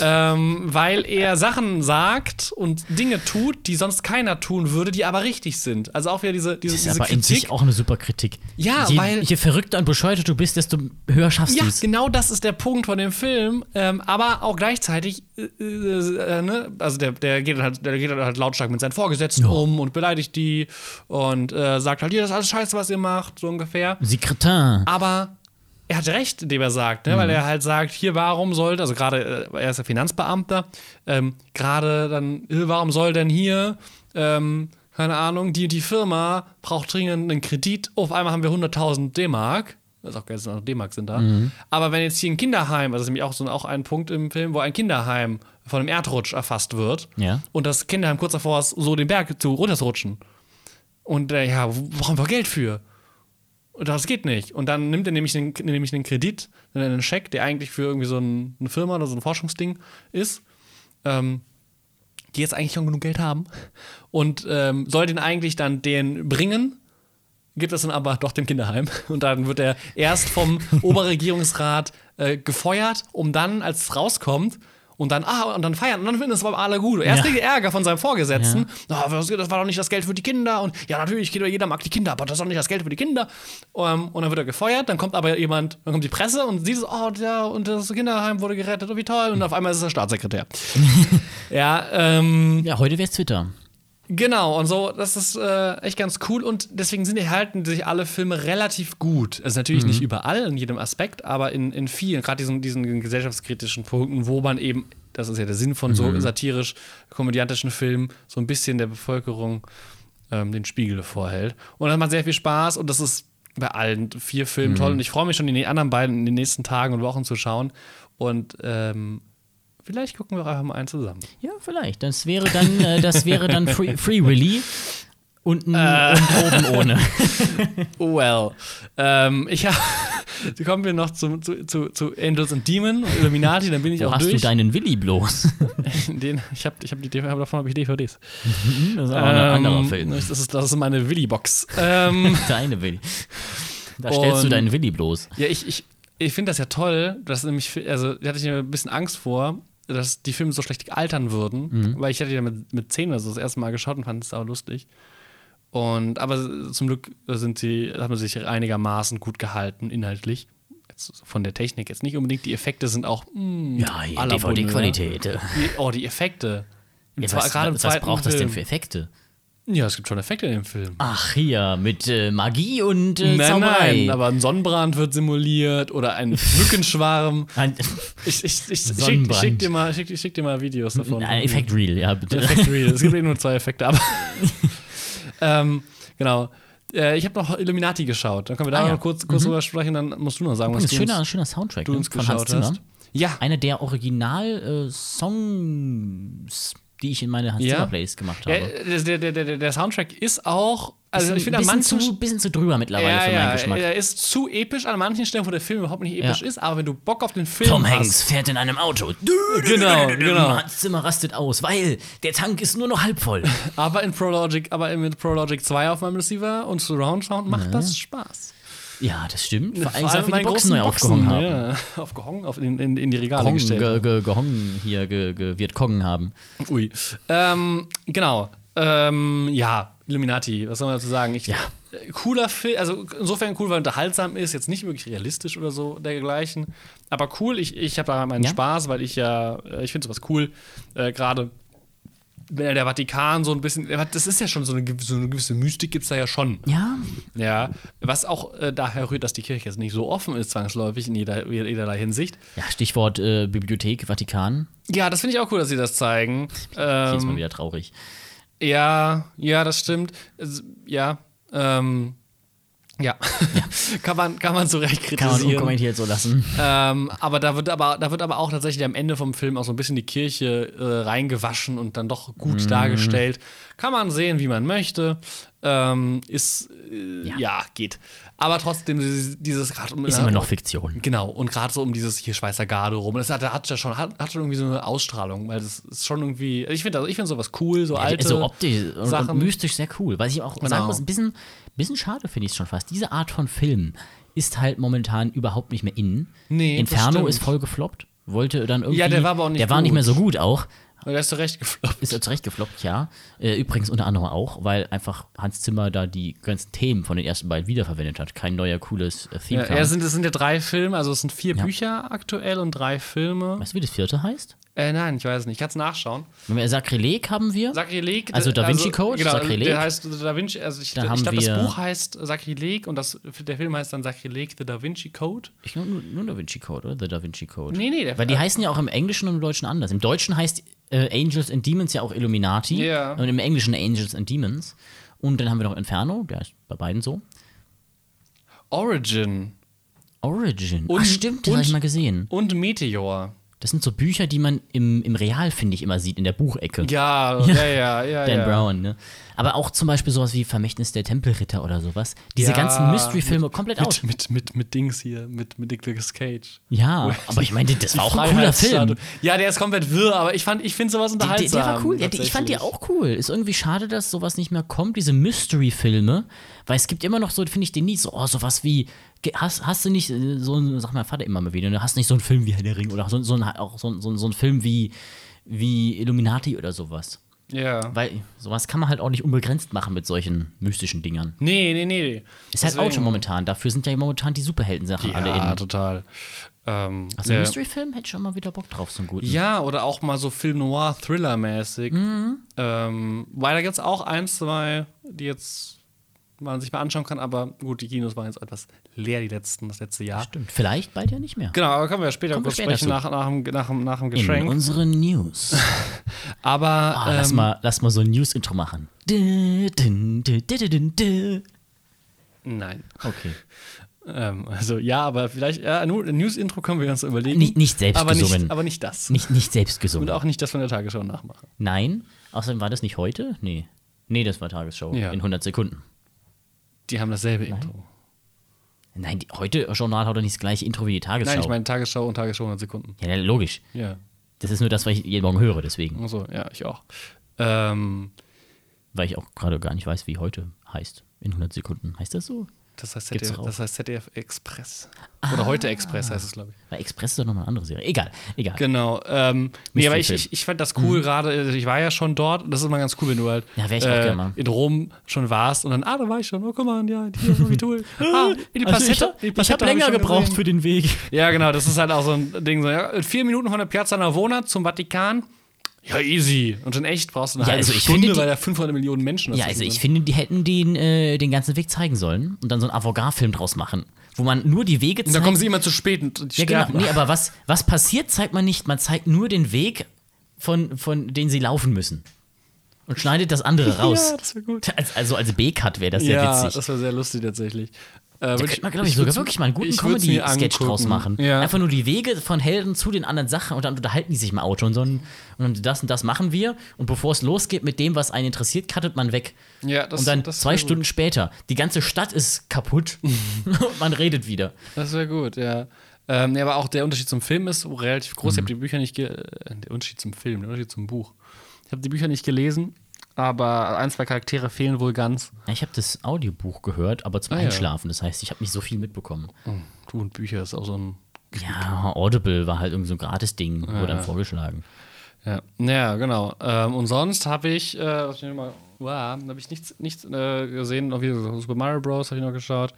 S1: Ähm, weil er Sachen sagt und Dinge tut, die sonst keiner tun würde, die aber richtig sind. Also auch wieder diese, diese,
S2: Das ist
S1: diese
S2: aber in sich auch eine super Kritik.
S1: Ja,
S2: je,
S1: weil-
S2: Je verrückter und bescheuerter du bist, desto höher schaffst
S1: Ja,
S2: du es.
S1: genau das ist der Punkt von dem Film. Ähm, aber auch gleichzeitig, äh, äh, äh, ne? also der, der, geht halt, der geht halt lautstark mit seinen Vorgesetzten um und beleidigt die und äh, sagt halt, hier, das ist alles scheiße, was ihr macht, so ungefähr.
S2: Sekretär.
S1: Aber er hat recht, indem er sagt, ne? weil er halt sagt, hier, warum sollte, also gerade, äh, er ist ja Finanzbeamter, ähm, gerade dann, äh, warum soll denn hier, ähm, keine Ahnung, die und die Firma braucht dringend einen Kredit, auf einmal haben wir 100.000 D-Mark, das ist auch geil, dass noch D-Mark sind da, aber wenn jetzt hier ein Kinderheim, also das ist nämlich auch so ein, auch ein Punkt im Film, wo ein Kinderheim von einem Erdrutsch erfasst wird
S2: Ja.
S1: und das Kinderheim kurz davor ist, so den Berg zu runterzurutschen und äh, ja, wo brauchen wir Geld für? Und das geht nicht. Und dann nimmt er nämlich einen, nämlich einen Kredit, einen Scheck, der eigentlich für irgendwie so ein, eine Firma oder so ein Forschungsding ist, ähm, die jetzt eigentlich schon genug Geld haben. Und ähm, soll den eigentlich dann den bringen, gibt es dann aber doch dem Kinderheim. Und dann wird er erst vom Oberregierungsrat äh, gefeuert, um dann, als es rauskommt, und dann, ah, und dann feiern, und dann finden es aber alle gut. Erst
S2: Ja.
S1: kriegt er Ärger von seinem Vorgesetzten. Ah, was- das war doch nicht das Geld für die Kinder. Und ja, natürlich, jeder, jeder mag die Kinder, aber das ist doch nicht das Geld für die Kinder. Ähm, und dann wird er gefeuert, dann kommt aber jemand, dann kommt die Presse und sieht es, oh, ja, und das Kinderheim wurde gerettet, oh, wie toll. Und auf einmal ist er Staatssekretär. ja, ähm,
S2: Ja, heute wär's Twitter.
S1: Genau, und so, das ist äh, echt ganz cool und deswegen sind, erhalten sich alle Filme relativ gut. Also natürlich nicht überall, in jedem Aspekt, aber in, in vielen, gerade diesen, diesen gesellschaftskritischen Punkten, wo man eben, das ist ja der Sinn von so satirisch-komödiantischen Filmen, so ein bisschen der Bevölkerung ähm, den Spiegel vorhält. Und das macht sehr viel Spaß und das ist bei allen vier Filmen toll und ich freue mich schon, in den anderen beiden in den nächsten Tagen und Wochen zu schauen und ähm, vielleicht gucken wir auch einfach mal einen zusammen.
S2: Ja, vielleicht. Das wäre dann, äh, das wäre dann Free, free Willy. Unten
S1: Äh.
S2: und oben ohne.
S1: Well, ähm, ich habe. Kommen wir noch zum, zu, zu, zu Angels and Demon und Illuminati, dann bin ich
S2: Wo
S1: auch
S2: hast du
S1: durch.
S2: deinen Willy bloß?
S1: Den, ich habe ich hab die DVD, aber davon habe ich DVDs.
S2: Das ist aber ein anderer
S1: Ähm,
S2: Film.
S1: Das ist, das ist meine Willy-Box. ähm,
S2: Deine Willy. Da stellst du
S1: Und-
S2: deinen Willy bloß.
S1: ja, ich, ich, ich finde das ja toll, dass nämlich, also da hatte ich mir ein bisschen Angst vor, dass die Filme so schlecht altern würden,
S2: Mhm.
S1: weil ich hatte ja mit, mit 10 oder so das erste Mal geschaut und fand es auch lustig. Und, aber zum Glück sind sie, haben sie sich einigermaßen gut gehalten, inhaltlich. Jetzt von der Technik jetzt nicht unbedingt. Die Effekte sind auch. mm,
S2: Ja,
S1: à
S2: ja
S1: la bonne
S2: DVD-Qualität.
S1: heure. Die- Oh, die Effekte.
S2: Ja,
S1: Zwar
S2: Äh, was
S1: gerade im
S2: was, was
S1: zweiten
S2: braucht das denn
S1: Film.
S2: für Effekte?
S1: Ja, es gibt schon Effekte in dem Film.
S2: Ach, hier, mit äh, Magie und äh,
S1: nein,
S2: Zauberei.
S1: nein, aber ein Sonnenbrand wird simuliert oder ein Mückenschwarm.
S2: Ein-
S1: Ich, ich, ich schick,
S2: Sonnenbrand.
S1: schick, dir mal, schick, ich schick dir mal Videos davon.
S2: Ein Effekt Real, ja, bitte.
S1: Effekt Real. Es gibt eh nur zwei Effekte, aber. ähm, genau. Äh, ich habe noch Illuminati geschaut. Dann können wir da
S2: Ah, ja.
S1: noch kurz, kurz drüber sprechen, dann musst du noch sagen, was
S2: Übrigens,
S1: du uns,
S2: schöner, schöner Soundtrack
S1: du
S2: ne,
S1: uns
S2: von Hans
S1: geschaut
S2: Zimmer.
S1: hast. Ja,
S2: Einer der Original-Songs, die ich in meine Hans
S1: Ja.
S2: Zimmer-Playlist gemacht habe.
S1: ja der, der, der, der, der Soundtrack ist auch. Also,
S2: Bisschen-
S1: ich finde, an
S2: bisschen,
S1: manchen
S2: zu, bisschen zu drüber mittlerweile
S1: Ja,
S2: für meinen
S1: ja,
S2: Geschmack.
S1: er ist zu episch an manchen Stellen, wo der Film überhaupt nicht episch
S2: Ja.
S1: ist, aber wenn du Bock auf den Film
S2: Tom
S1: hast.
S2: Hanks fährt in einem Auto.
S1: Genau, genau.
S2: Hans Zimmer rastet aus, weil der Tank ist nur noch halb voll.
S1: Aber in Prologic, aber mit Prologic 2 auf meinem Receiver und Surround Sound macht das Spaß.
S2: Ja, das stimmt. Vor allem,
S1: Vor
S2: seit wir die
S1: meinen großen
S2: Boxen
S1: ne,
S2: neu aufgehangen haben.
S1: Ja, aufgehongen, auf in, in, in die Regale
S2: Kong,
S1: gestellt.
S2: ge, ge, gehongen hier, ge, ge, wird Kongen haben.
S1: Ui. Ähm, genau. Ähm, ja, Illuminati, was soll man dazu sagen? Ich,
S2: Ja.
S1: äh, Cooler Film, also insofern cool, weil er unterhaltsam ist, jetzt nicht wirklich realistisch oder so dergleichen. Aber cool, ich, ich habe da meinen
S2: Ja.
S1: Spaß, weil ich ja, äh, ich finde sowas cool. Äh, Gerade wenn der Vatikan so ein bisschen, der hat- das ist ja schon so eine, gew- so eine gewisse Mystik, gibt es da ja schon.
S2: Ja,
S1: Ja, was auch äh, daher rührt, dass die Kirche jetzt nicht so offen ist, zwangsläufig in jeder, jederlei Hinsicht.
S2: ja Stichwort äh, Bibliothek, Vatikan.
S1: Ja, das finde ich auch cool, dass sie das zeigen.
S2: Hier ist
S1: Ähm,
S2: mal wieder traurig.
S1: Ja, ja, das stimmt. Es- Ja, ähm, ja. kann, man, kann man so recht
S2: Kann man
S1: kritisieren.
S2: unkommentiert so lassen.
S1: ähm, aber da wird aber da wird aber auch tatsächlich am Ende vom Film auch so ein bisschen die Kirche äh, reingewaschen und dann doch gut
S2: Mhm.
S1: dargestellt. Kann man sehen, wie man möchte. Ähm, ist äh, ja. geht. Aber trotzdem dieses, dieses gerade um
S2: Ist immer noch Fiktion.
S1: Genau, und gerade so um dieses hier Schweizer Garde rum. Das hat, hat ja schon, hat, hat schon irgendwie so eine Ausstrahlung, weil das ist schon irgendwie. Ich finde also, ich find sowas cool, so alte.
S2: so optisch und, und
S1: Sachen.
S2: mystisch sehr cool. Was ich auch sagen
S1: Genau.
S2: muss, ein bisschen, bisschen schade finde ich es schon fast. Diese Art von Film ist halt momentan überhaupt nicht mehr in.
S1: Nee, das
S2: Inferno
S1: stimmt.
S2: ist voll gefloppt. Wollte dann irgendwie.
S1: Ja, der war aber auch nicht
S2: Der war nicht
S1: gut.
S2: mehr so gut auch.
S1: da hast du recht gefloppt.
S2: Ist ja zurecht gefloppt, ja. Äh, übrigens unter anderem auch, weil einfach Hans Zimmer da die ganzen Themen von den ersten beiden wiederverwendet hat. Kein neuer, cooles äh, Theme.
S1: Ja,
S2: kam.
S1: ja, es, sind, es sind ja drei Filme, also es sind vier Bücher aktuell und drei Filme.
S2: weißt du, wie das vierte heißt?
S1: Äh, nein, ich weiß es nicht. Ich kann es nachschauen.
S2: Wenn wir Sakrileg haben wir.
S1: Sakrileg.
S2: Also Da Vinci Code,
S1: genau,
S2: Sakrileg.
S1: Der heißt Da Vinci, also ich, ich
S2: Dann haben
S1: glaube, das
S2: wir-
S1: Buch heißt Sakrileg und das, der Film heißt dann Sakrileg, The Da Vinci Code.
S2: Ich glaube nur, nur Da Vinci Code, oder? The Da Vinci Code.
S1: Nee, nee, der-
S2: Weil die heißen ja auch im Englischen und im Deutschen anders. Im Deutschen heißt äh, Angels and Demons ja auch Illuminati.
S1: Ja.
S2: Und im Englischen Angels and Demons. Und dann haben wir noch Inferno, der ist bei beiden so.
S1: Origin
S2: Origin.
S1: Und-
S2: Ach, stimmt, das
S1: und-
S2: habe ich mal gesehen.
S1: und Meteor.
S2: Das sind so Bücher, die man im, im Real, finde ich, immer sieht, in der Buchecke.
S1: Ja, ja, ja, ja.
S2: Dan
S1: ja.
S2: Brown, ne? Aber auch zum Beispiel sowas wie Vermächtnis der Tempelritter oder sowas. Diese
S1: Ja.
S2: ganzen Mystery-Filme komplett out.
S1: Mit, mit, mit, mit Dings hier, mit, mit Nicolas Cage.
S2: Ja, aber ich meine, das war auch ein cooler Film.
S1: Freiheitsstatue. Ja, der ist komplett wirr, aber ich, fand- ich finde sowas
S2: Der, der,
S1: unterhaltsam.
S2: der war cool. Ja, die- ich fand die
S1: tatsächlich.
S2: auch cool. Ist irgendwie schade, dass sowas nicht mehr kommt, diese Mystery-Filme. Weil es gibt immer noch so, finde ich, den nie so, oh, sowas wie, ge- hast, hast du nicht äh, so einen, sag mein Vater immer mal wieder, ne? hast du nicht so einen Film wie Herr der Ring oder so, so, einen, auch so, einen- so, einen- so einen Film wie, wie Illuminati oder sowas.
S1: Ja.
S2: Weil sowas kann man halt auch nicht unbegrenzt machen mit solchen mystischen Dingern.
S1: Nee, nee, nee.
S2: Ist halt
S1: Deswegen-
S2: auch schon momentan. Dafür sind ja momentan die Superhelden-Sachen alle
S1: Ja,
S2: in.
S1: total. Ähm,
S2: Also
S1: ja.
S2: ein Mystery-Film hätte ich schon mal wieder Bock drauf, so einen guten.
S1: ja, oder auch mal so Film Noir Thriller-mäßig.
S2: Mhm.
S1: Ähm, weil da gibt es auch ein, zwei, die jetzt man sich mal anschauen kann, aber gut, die Kinos waren jetzt etwas leer die letzten, das letzte Jahr.
S2: Stimmt. Vielleicht bald ja nicht mehr.
S1: Genau, aber können wir ja später
S2: Kommen wir
S1: kurz
S2: später
S1: sprechen
S2: zu.
S1: nach, nach, dem- nach, dem- nach dem
S2: In
S1: Geschenk.
S2: unseren News.
S1: aber
S2: Ah, lass,
S1: ähm,
S2: mal, lass mal so ein News-Intro machen. Dü, dün, dü, dü, dü, dün, dü.
S1: nein.
S2: Okay.
S1: Ähm, also ja, aber vielleicht, ja, ein News-Intro können wir uns überlegen.
S2: Nicht- nicht selbst
S1: aber
S2: gesungen.
S1: Nicht, aber nicht das.
S2: Nicht, nicht selbst
S1: Und
S2: gesungen.
S1: auch nicht das von der Tagesschau nachmachen.
S2: Nein. Außerdem war das nicht heute? Nee. Nee, das war Tagesschau.
S1: Ja.
S2: In 100 Sekunden.
S1: Die haben dasselbe Intro.
S2: Nein, die, heute Journal hat doch nicht das gleiche Intro wie die Tagesschau.
S1: Nein, ich meine Tagesschau und Tagesschau 100 Sekunden.
S2: ja, logisch.
S1: Ja.
S2: Das ist nur das, was ich jeden Morgen höre, deswegen.
S1: Achso, ja, ich auch. Ähm,
S2: Weil ich auch gerade gar nicht weiß, wie heute heißt. In 100 Sekunden. Heißt das so?
S1: das, heißt
S2: Gibt's
S1: ZDF,
S2: doch auch. Ah.
S1: das heißt ZDF Express. Oder heute Express heißt es, glaube ich.
S2: Weil Express ist doch nochmal eine andere Serie. Egal, egal.
S1: Genau. Ähm, nee, aber ich,
S2: Mystery-Film.
S1: ich, ich fand das cool gerade. also Ich war ja schon dort. und Das ist immer ganz cool, wenn du halt
S2: Mhm. Ja, wär ich auch
S1: äh,
S2: gerne mal.
S1: in Rom schon warst und dann, ah, da war ich schon. Oh, guck mal, ja, hier, wie toll. Ah, die Passette. die
S2: Also ich
S1: Passette
S2: habe länger
S1: schon
S2: gebraucht
S1: gesehen.
S2: für den Weg.
S1: Ja, genau, das ist halt auch so ein Ding. So, ja, vier Minuten von der Piazza Navona zum Vatikan. Ja, easy. Und in echt brauchst du eine
S2: Ja,
S1: halbe
S2: also ich
S1: Stunde,
S2: finde die-
S1: weil da 500 Millionen Menschen
S2: Ja,
S1: dazwischen
S2: also ich
S1: sind.
S2: finde, die hätten den, äh, den ganzen Weg zeigen sollen und dann so einen Avogadro-Film draus machen, wo man nur die Wege
S1: Und da
S2: zeigt.
S1: kommen sie immer zu spät und die
S2: halt ja, genau.
S1: sterben.
S2: Nee, aber was, was passiert, zeigt man nicht. Man zeigt nur den Weg, von, von den sie laufen müssen. Und schneidet das andere raus.
S1: Ja, das wäre gut.
S2: Als- Also als B-Cut wäre das ja,
S1: Ja,
S2: witzig.
S1: das war sehr lustig tatsächlich. Äh,
S2: Da
S1: würd
S2: könnte man, glaube ich,
S1: würd's-
S2: sogar wirklich mal einen guten
S1: ich würd's mir
S2: Comedy-Sketch draus
S1: angucken.
S2: machen.
S1: Ja.
S2: Einfach nur die Wege von Helden zu den anderen Sachen und dann unterhalten die sich im Auto und, so und dann das und das machen wir. Und bevor es losgeht mit dem, was einen interessiert, cuttet man weg.
S1: Ja, das-
S2: und dann
S1: das wär
S2: zwei
S1: gut.
S2: Stunden später, die ganze Stadt ist kaputt und man redet wieder.
S1: Das wäre gut, ja. Ähm, nee, aber auch der Unterschied zum Film ist oh, relativ groß.
S2: Mhm.
S1: Ich habe die Bücher nicht ge äh, Der Unterschied zum Film, der Unterschied zum Buch. Ich habe die Bücher nicht gelesen, aber ein, zwei Charaktere fehlen wohl ganz.
S2: Ja, Ich habe das Audiobuch gehört, aber zum
S1: Ah, ja.
S2: Einschlafen. Das heißt, ich habe nicht so viel mitbekommen.
S1: Du Hm, und Bücher ist auch so ein
S2: Ja, Audible war halt irgendwie so ein Gratis-Ding,
S1: Ah,
S2: wurde dann vorgeschlagen.
S1: Ja, ja genau. Ähm, und sonst habe ich, äh, was ich noch mal, wow, habe ich nichts, nichts äh, gesehen. Auch wieder so Super Mario Bros. habe ich noch geschaut.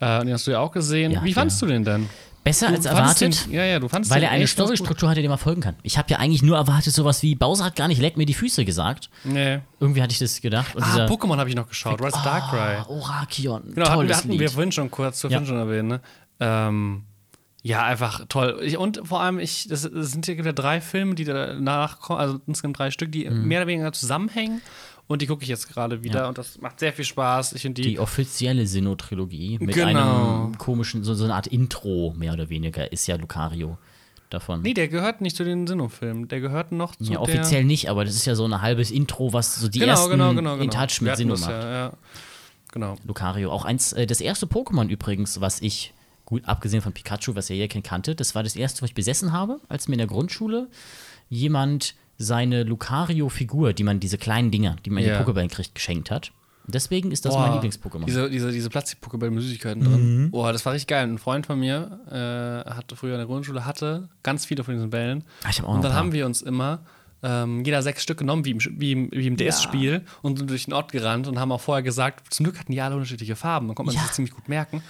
S1: Äh, den hast du ja auch gesehen.
S2: Ja,
S1: Wie fandst du den denn?
S2: Besser
S1: Du
S2: als
S1: fandest
S2: erwartet.
S1: Den, ja, ja, du fandest
S2: Weil
S1: den
S2: er eine
S1: echt ganz gut.
S2: Storystruktur hatte, der man folgen kann. Ich habe ja eigentlich nur erwartet, sowas wie Bowser hat gar nicht leck mir die Füße gesagt.
S1: Nee.
S2: Irgendwie hatte ich das gedacht. Und
S1: Ah,
S2: dieser Ah,
S1: Pokémon habe ich noch geschaut. Rise of Darkrai.
S2: Orakion.
S1: Genau, hatten, wir,
S2: tolles
S1: hatten wir
S2: Lied.
S1: vorhin schon kurz,
S2: Ja.
S1: vorhin schon erwähnt, ne? Ähm, ja, einfach toll. Ich, und vor allem, ich, das,
S2: Mhm.
S1: das sind hier gibt ja drei Filme, die danach kommen, also insgesamt drei Stück, die mehr oder weniger zusammenhängen Und die gucke ich jetzt gerade wieder und das macht sehr viel Spaß. Ich finde die,
S2: Die offizielle Sinnoh-Trilogie mit
S1: Genau.
S2: einem komischen, so, so eine Art Intro mehr oder weniger ist ja Lucario davon.
S1: Nee, der gehört nicht zu den Sinnoh-Filmen. Der gehört noch zu
S2: ja,
S1: der
S2: offiziell nicht, aber das ist ja so ein halbes Intro, was so die
S1: genau,
S2: ersten
S1: genau, genau, genau.
S2: in Touch
S1: Wir
S2: mit
S1: hatten
S2: Sinnoh
S1: das
S2: macht.
S1: Ja, ja. Genau.
S2: Lucario. Auch eins, äh, das erste Pokémon übrigens, was ich, gut, abgesehen von Pikachu, was ja jeder kennt, kannte, das war das erste, was ich besessen habe, als mir in der Grundschule jemand seine Lucario-Figur, die man, diese kleinen Dinger, die man
S1: Ja.
S2: in die Pokéball kriegt, geschenkt hat. Deswegen ist das
S1: Boah,
S2: mein Lieblings-Pokémon. Mhm.
S1: Diese, diese, diese Plastik-Pokéball mit Süßigkeiten drin. Boah, das war richtig geil. Ein Freund von mir äh, hatte früher in der Grundschule hatte ganz viele von diesen Bällen.
S2: Ah, ich hab auch noch
S1: und dann
S2: ein paar.
S1: haben wir uns immer ähm, jeder sechs Stück genommen, wie im, Sch- wie im, wie im DS-Spiel, und sind durch den Ort gerannt und haben auch vorher gesagt, zum Glück hatten die alle unterschiedliche Farben, dann konnte man
S2: Ja.
S1: sich das ziemlich gut merken.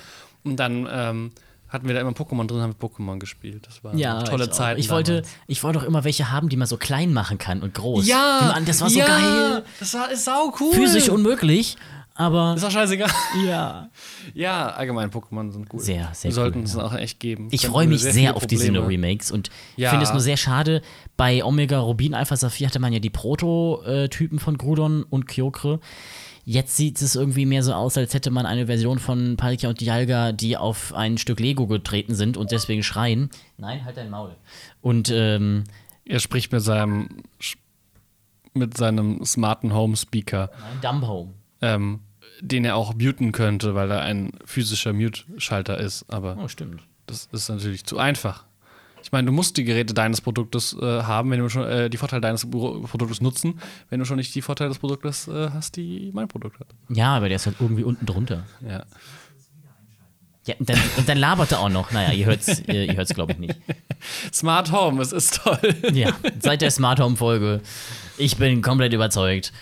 S1: Und dann ähm, hatten wir da immer Pokémon drin, haben wir Pokémon gespielt. Das war
S2: Ja,
S1: tolle
S2: ich auch.
S1: Zeit.
S2: Ich wollte, ich wollte auch immer welche haben, die man so klein machen kann und groß. Die
S1: Ja,
S2: man, das war so
S1: ja,
S2: geil.
S1: Das war ist sau cool.
S2: Physisch unmöglich, aber
S1: ist auch scheißegal.
S2: ja.
S1: Ja, allgemein Pokémon sind cool.
S2: Sehr, sehr
S1: Wir sollten
S2: cool,
S1: es auch echt geben.
S2: Ich
S1: Dann
S2: freue
S1: würden
S2: mich
S1: wir
S2: sehr,
S1: viele
S2: auf die
S1: Probleme-
S2: Sinnoh-Remakes und
S1: Ja.
S2: finde es nur sehr schade. Bei Omega Rubin Alpha Saphir hatte man ja die Prototypen von Grudon und Kyokre. Jetzt sieht es irgendwie mehr so aus, als hätte man eine Version von Palkia und Dialga, die auf ein Stück Lego getreten sind und deswegen schreien. Nein, halt dein Maul. Und ähm,
S1: Er spricht mit seinem sch- mit seinem smarten Home Speaker,
S2: nein, Dumbhome.
S1: ähm, den er auch muten könnte, weil er ein physischer Mute-Schalter ist. Aber
S2: Oh, stimmt.
S1: das ist natürlich zu einfach. Ich meine, du musst die Geräte deines Produktes äh, haben, wenn du schon äh, die Vorteile deines Pro- Produktes nutzen, wenn du schon nicht die Vorteile des Produktes äh, hast, die mein Produkt hat.
S2: Ja, aber der ist halt irgendwie unten drunter.
S1: Ja.
S2: Ja, und dann, und dann labert er auch noch. Naja, ihr hört es, ihr, ihr hört's, glaube ich, nicht.
S1: Smart Home, es ist toll.
S2: Ja, seit der Smart Home Folge. Ich bin komplett überzeugt.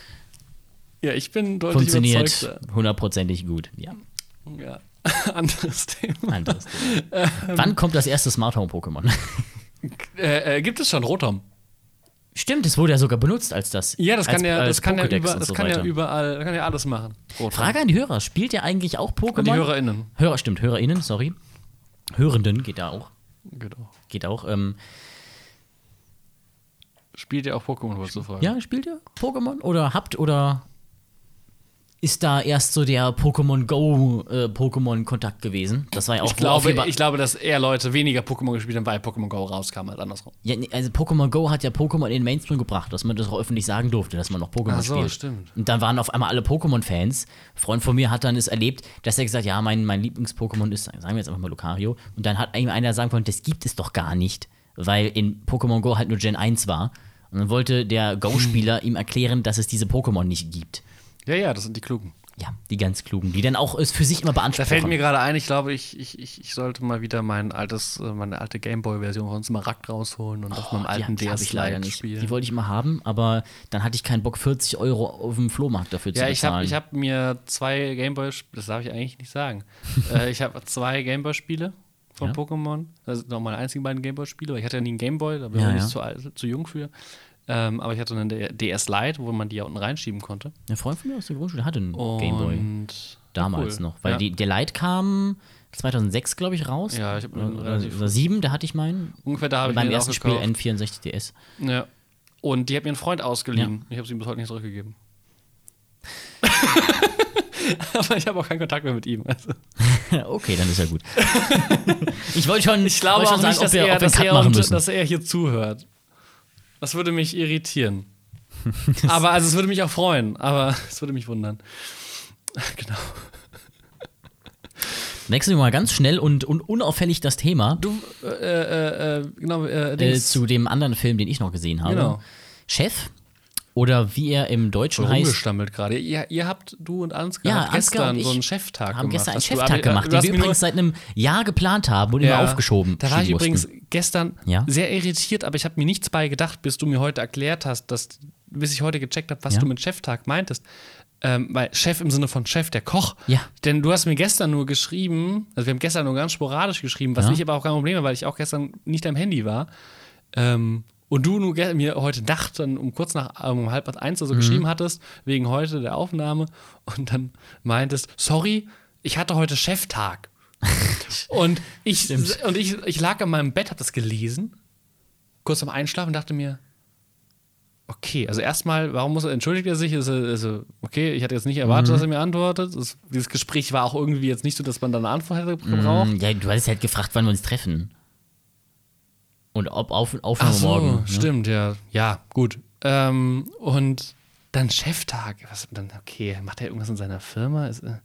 S1: ja, ich bin deutlich
S2: funktioniert
S1: überzeugter.
S2: hundertprozentig gut. Ja,
S1: Ja. Anderes Thema.
S2: anderes
S1: Ähm.
S2: Thema. Wann kommt das erste Smart Home Pokémon?
S1: Äh, äh, gibt es schon Rotom?
S2: Stimmt, es wurde ja sogar benutzt als das.
S1: Ja, das
S2: als,
S1: kann ja,
S2: als
S1: das kann ja,
S2: Pokédex
S1: über,
S2: und
S1: das
S2: so
S1: kann
S2: weiter.
S1: ja überall, das kann ja alles machen. Rotom.
S2: Frage an die Hörer: Spielt ihr eigentlich auch Pokémon?
S1: An die HörerInnen.
S2: Hörer, stimmt, HörerInnen, sorry. Hörenden geht da auch.
S1: Genau.
S2: Geht auch. Ähm,
S1: Spielt ihr auch Pokémon, wolltest du fragen?
S2: ja, spielt ihr Pokémon oder habt oder ist da erst so der Pokémon Go äh, Pokémon Kontakt gewesen? Das war ja auch
S1: Ich glaube,
S2: worauf ihr-
S1: ich glaube, dass eher Leute weniger Pokémon gespielt haben, weil Pokémon Go rauskam, als andersrum.
S2: Ja, nee, also Pokémon Go hat ja Pokémon in den Mainstream gebracht, dass man das auch öffentlich sagen durfte, dass man noch Pokémon
S1: Ach so,
S2: spielt.
S1: stimmt.
S2: Und dann waren auf einmal alle Pokémon-Fans. Ein Freund von mir hat dann es erlebt, dass er gesagt hat, ja, mein, mein Lieblings-Pokémon ist, sagen wir jetzt einfach mal Lucario. Und dann hat ihm einer sagen wollen, das gibt es doch gar nicht, weil in Pokémon Go halt nur Gen 1 war. Und dann wollte der Go-Spieler
S1: Hm.
S2: ihm erklären, dass es diese Pokémon nicht gibt.
S1: Ja, ja, das sind die Klugen.
S2: Ja, die ganz klugen, die dann auch es für sich immer
S1: Da
S2: beanspruchen.
S1: fällt mir gerade ein, ich glaube, ich, ich, ich, ich sollte mal wieder mein altes, äh, meine alte Gameboy-Version von Smaragd rausholen und auf meinem
S2: die
S1: alten
S2: hab- Oh, die hab
S1: DS
S2: ich leider
S1: Lite
S2: nicht. Die
S1: spielen.
S2: wollte ich mal haben, aber dann hatte ich keinen Bock, 40 Euro auf dem Flohmarkt dafür zu
S1: Ja, ich habe
S2: bezahlen.
S1: ich hab mir zwei Gameboy-Spiele, das darf ich eigentlich nicht sagen. äh, ich habe zwei Gameboy-Spiele von
S2: Ja.
S1: Pokémon. Das sind noch meine einzigen beiden Gameboy-Spiele, weil ich hatte ja nie einen Gameboy, da bin ich
S2: Ja,
S1: noch nicht
S2: ja.
S1: zu, alt, zu jung für. Ähm, aber ich hatte einen D- DS Lite, wo man die ja unten reinschieben konnte.
S2: Ein Freund von mir aus der Grundschule hatte einen
S1: Und
S2: Gameboy. Damals
S1: cool.
S2: noch. Weil
S1: ja.
S2: die, der Light kam 2006, glaube ich, raus.
S1: Ja, ich hab einen
S2: Oder-
S1: relativ-
S2: Oder 7, da hatte ich meinen.
S1: Ungefähr da habe ich
S2: Mit
S1: mir
S2: meinem
S1: den
S2: ersten
S1: auch
S2: Spiel
S1: gekauft.
S2: N64 DS.
S1: Ja. Und die hat mir ein Freund ausgeliehen. Ich habe sie ihm bis heute nicht zurückgegeben. Aber ich habe auch keinen Kontakt mehr mit ihm. Also.
S2: okay, dann ist ja gut. ich wollte schon,
S1: Ich glaube
S2: wollte schon
S1: auch
S2: sagen,
S1: nicht,
S2: ob
S1: dass
S2: wir,
S1: er,
S2: ob wir einen
S1: dass,
S2: Cut
S1: er
S2: machen
S1: uns-
S2: müssen.
S1: dass er hier zuhört. Das würde mich irritieren. aber also es würde mich auch freuen, aber es würde mich wundern. Genau.
S2: Wechseln wir mal ganz schnell und, und unauffällig das Thema
S1: Du, äh, äh, äh, genau, äh,
S2: äh,
S1: Dings.
S2: zu dem anderen Film, den ich noch gesehen habe.
S1: Genau.
S2: Chef oder wie er im Deutschen heißt,
S1: rumgestammelt gerade. Ihr, ihr habt, du und Ansgar,
S2: Ja,
S1: habt gestern
S2: Ansgar und ich
S1: so einen Cheftag gemacht.
S2: haben gestern einen
S1: Hast du- äh,
S2: Cheftag gemacht,
S1: du
S2: den
S1: hast
S2: wir
S1: mir nur-
S2: übrigens seit einem Jahr geplant haben und immer aufgeschoben
S1: Da war ich
S2: schieben mussten.
S1: übrigens gestern
S2: Ja?
S1: sehr irritiert, aber ich habe mir nichts bei gedacht, bis du mir heute erklärt hast, dass, bis ich heute gecheckt habe, was
S2: Ja?
S1: du mit Cheftag meintest. Ähm, weil Chef im Sinne von Chef, der Koch.
S2: Ja.
S1: Denn du hast mir gestern nur geschrieben, also wir haben gestern nur ganz sporadisch geschrieben, was
S2: Ja.
S1: ich aber auch kein Problem war, weil ich auch gestern nicht am Handy war. Ähm, und du nur ge- mir heute Nacht dann um kurz nach um halb eins
S2: Mhm.
S1: oder so geschrieben hattest, wegen heute der Aufnahme, und dann meintest, sorry, ich hatte heute Cheftag. und ich, und ich, ich lag an meinem Bett, habe das gelesen, kurz am Einschlafen dachte mir, Okay, also erstmal, warum muss er, entschuldigt er sich? Ist er, ist er, okay, ich hatte jetzt nicht
S2: Mhm.
S1: erwartet, dass er mir antwortet. Es, dieses Gespräch war auch irgendwie jetzt nicht so, dass man da eine Antwort hätte
S2: Mhm.
S1: gebraucht.
S2: Ja, du hattest halt gefragt, wann wir uns treffen. Und ob auf,
S1: Ach
S2: Aufnahme
S1: so,
S2: morgen. ne?
S1: stimmt, ja. Ja, gut. Ähm, und dann Cheftag. Was, dann, okay, macht er irgendwas in seiner Firma? Ist, äh,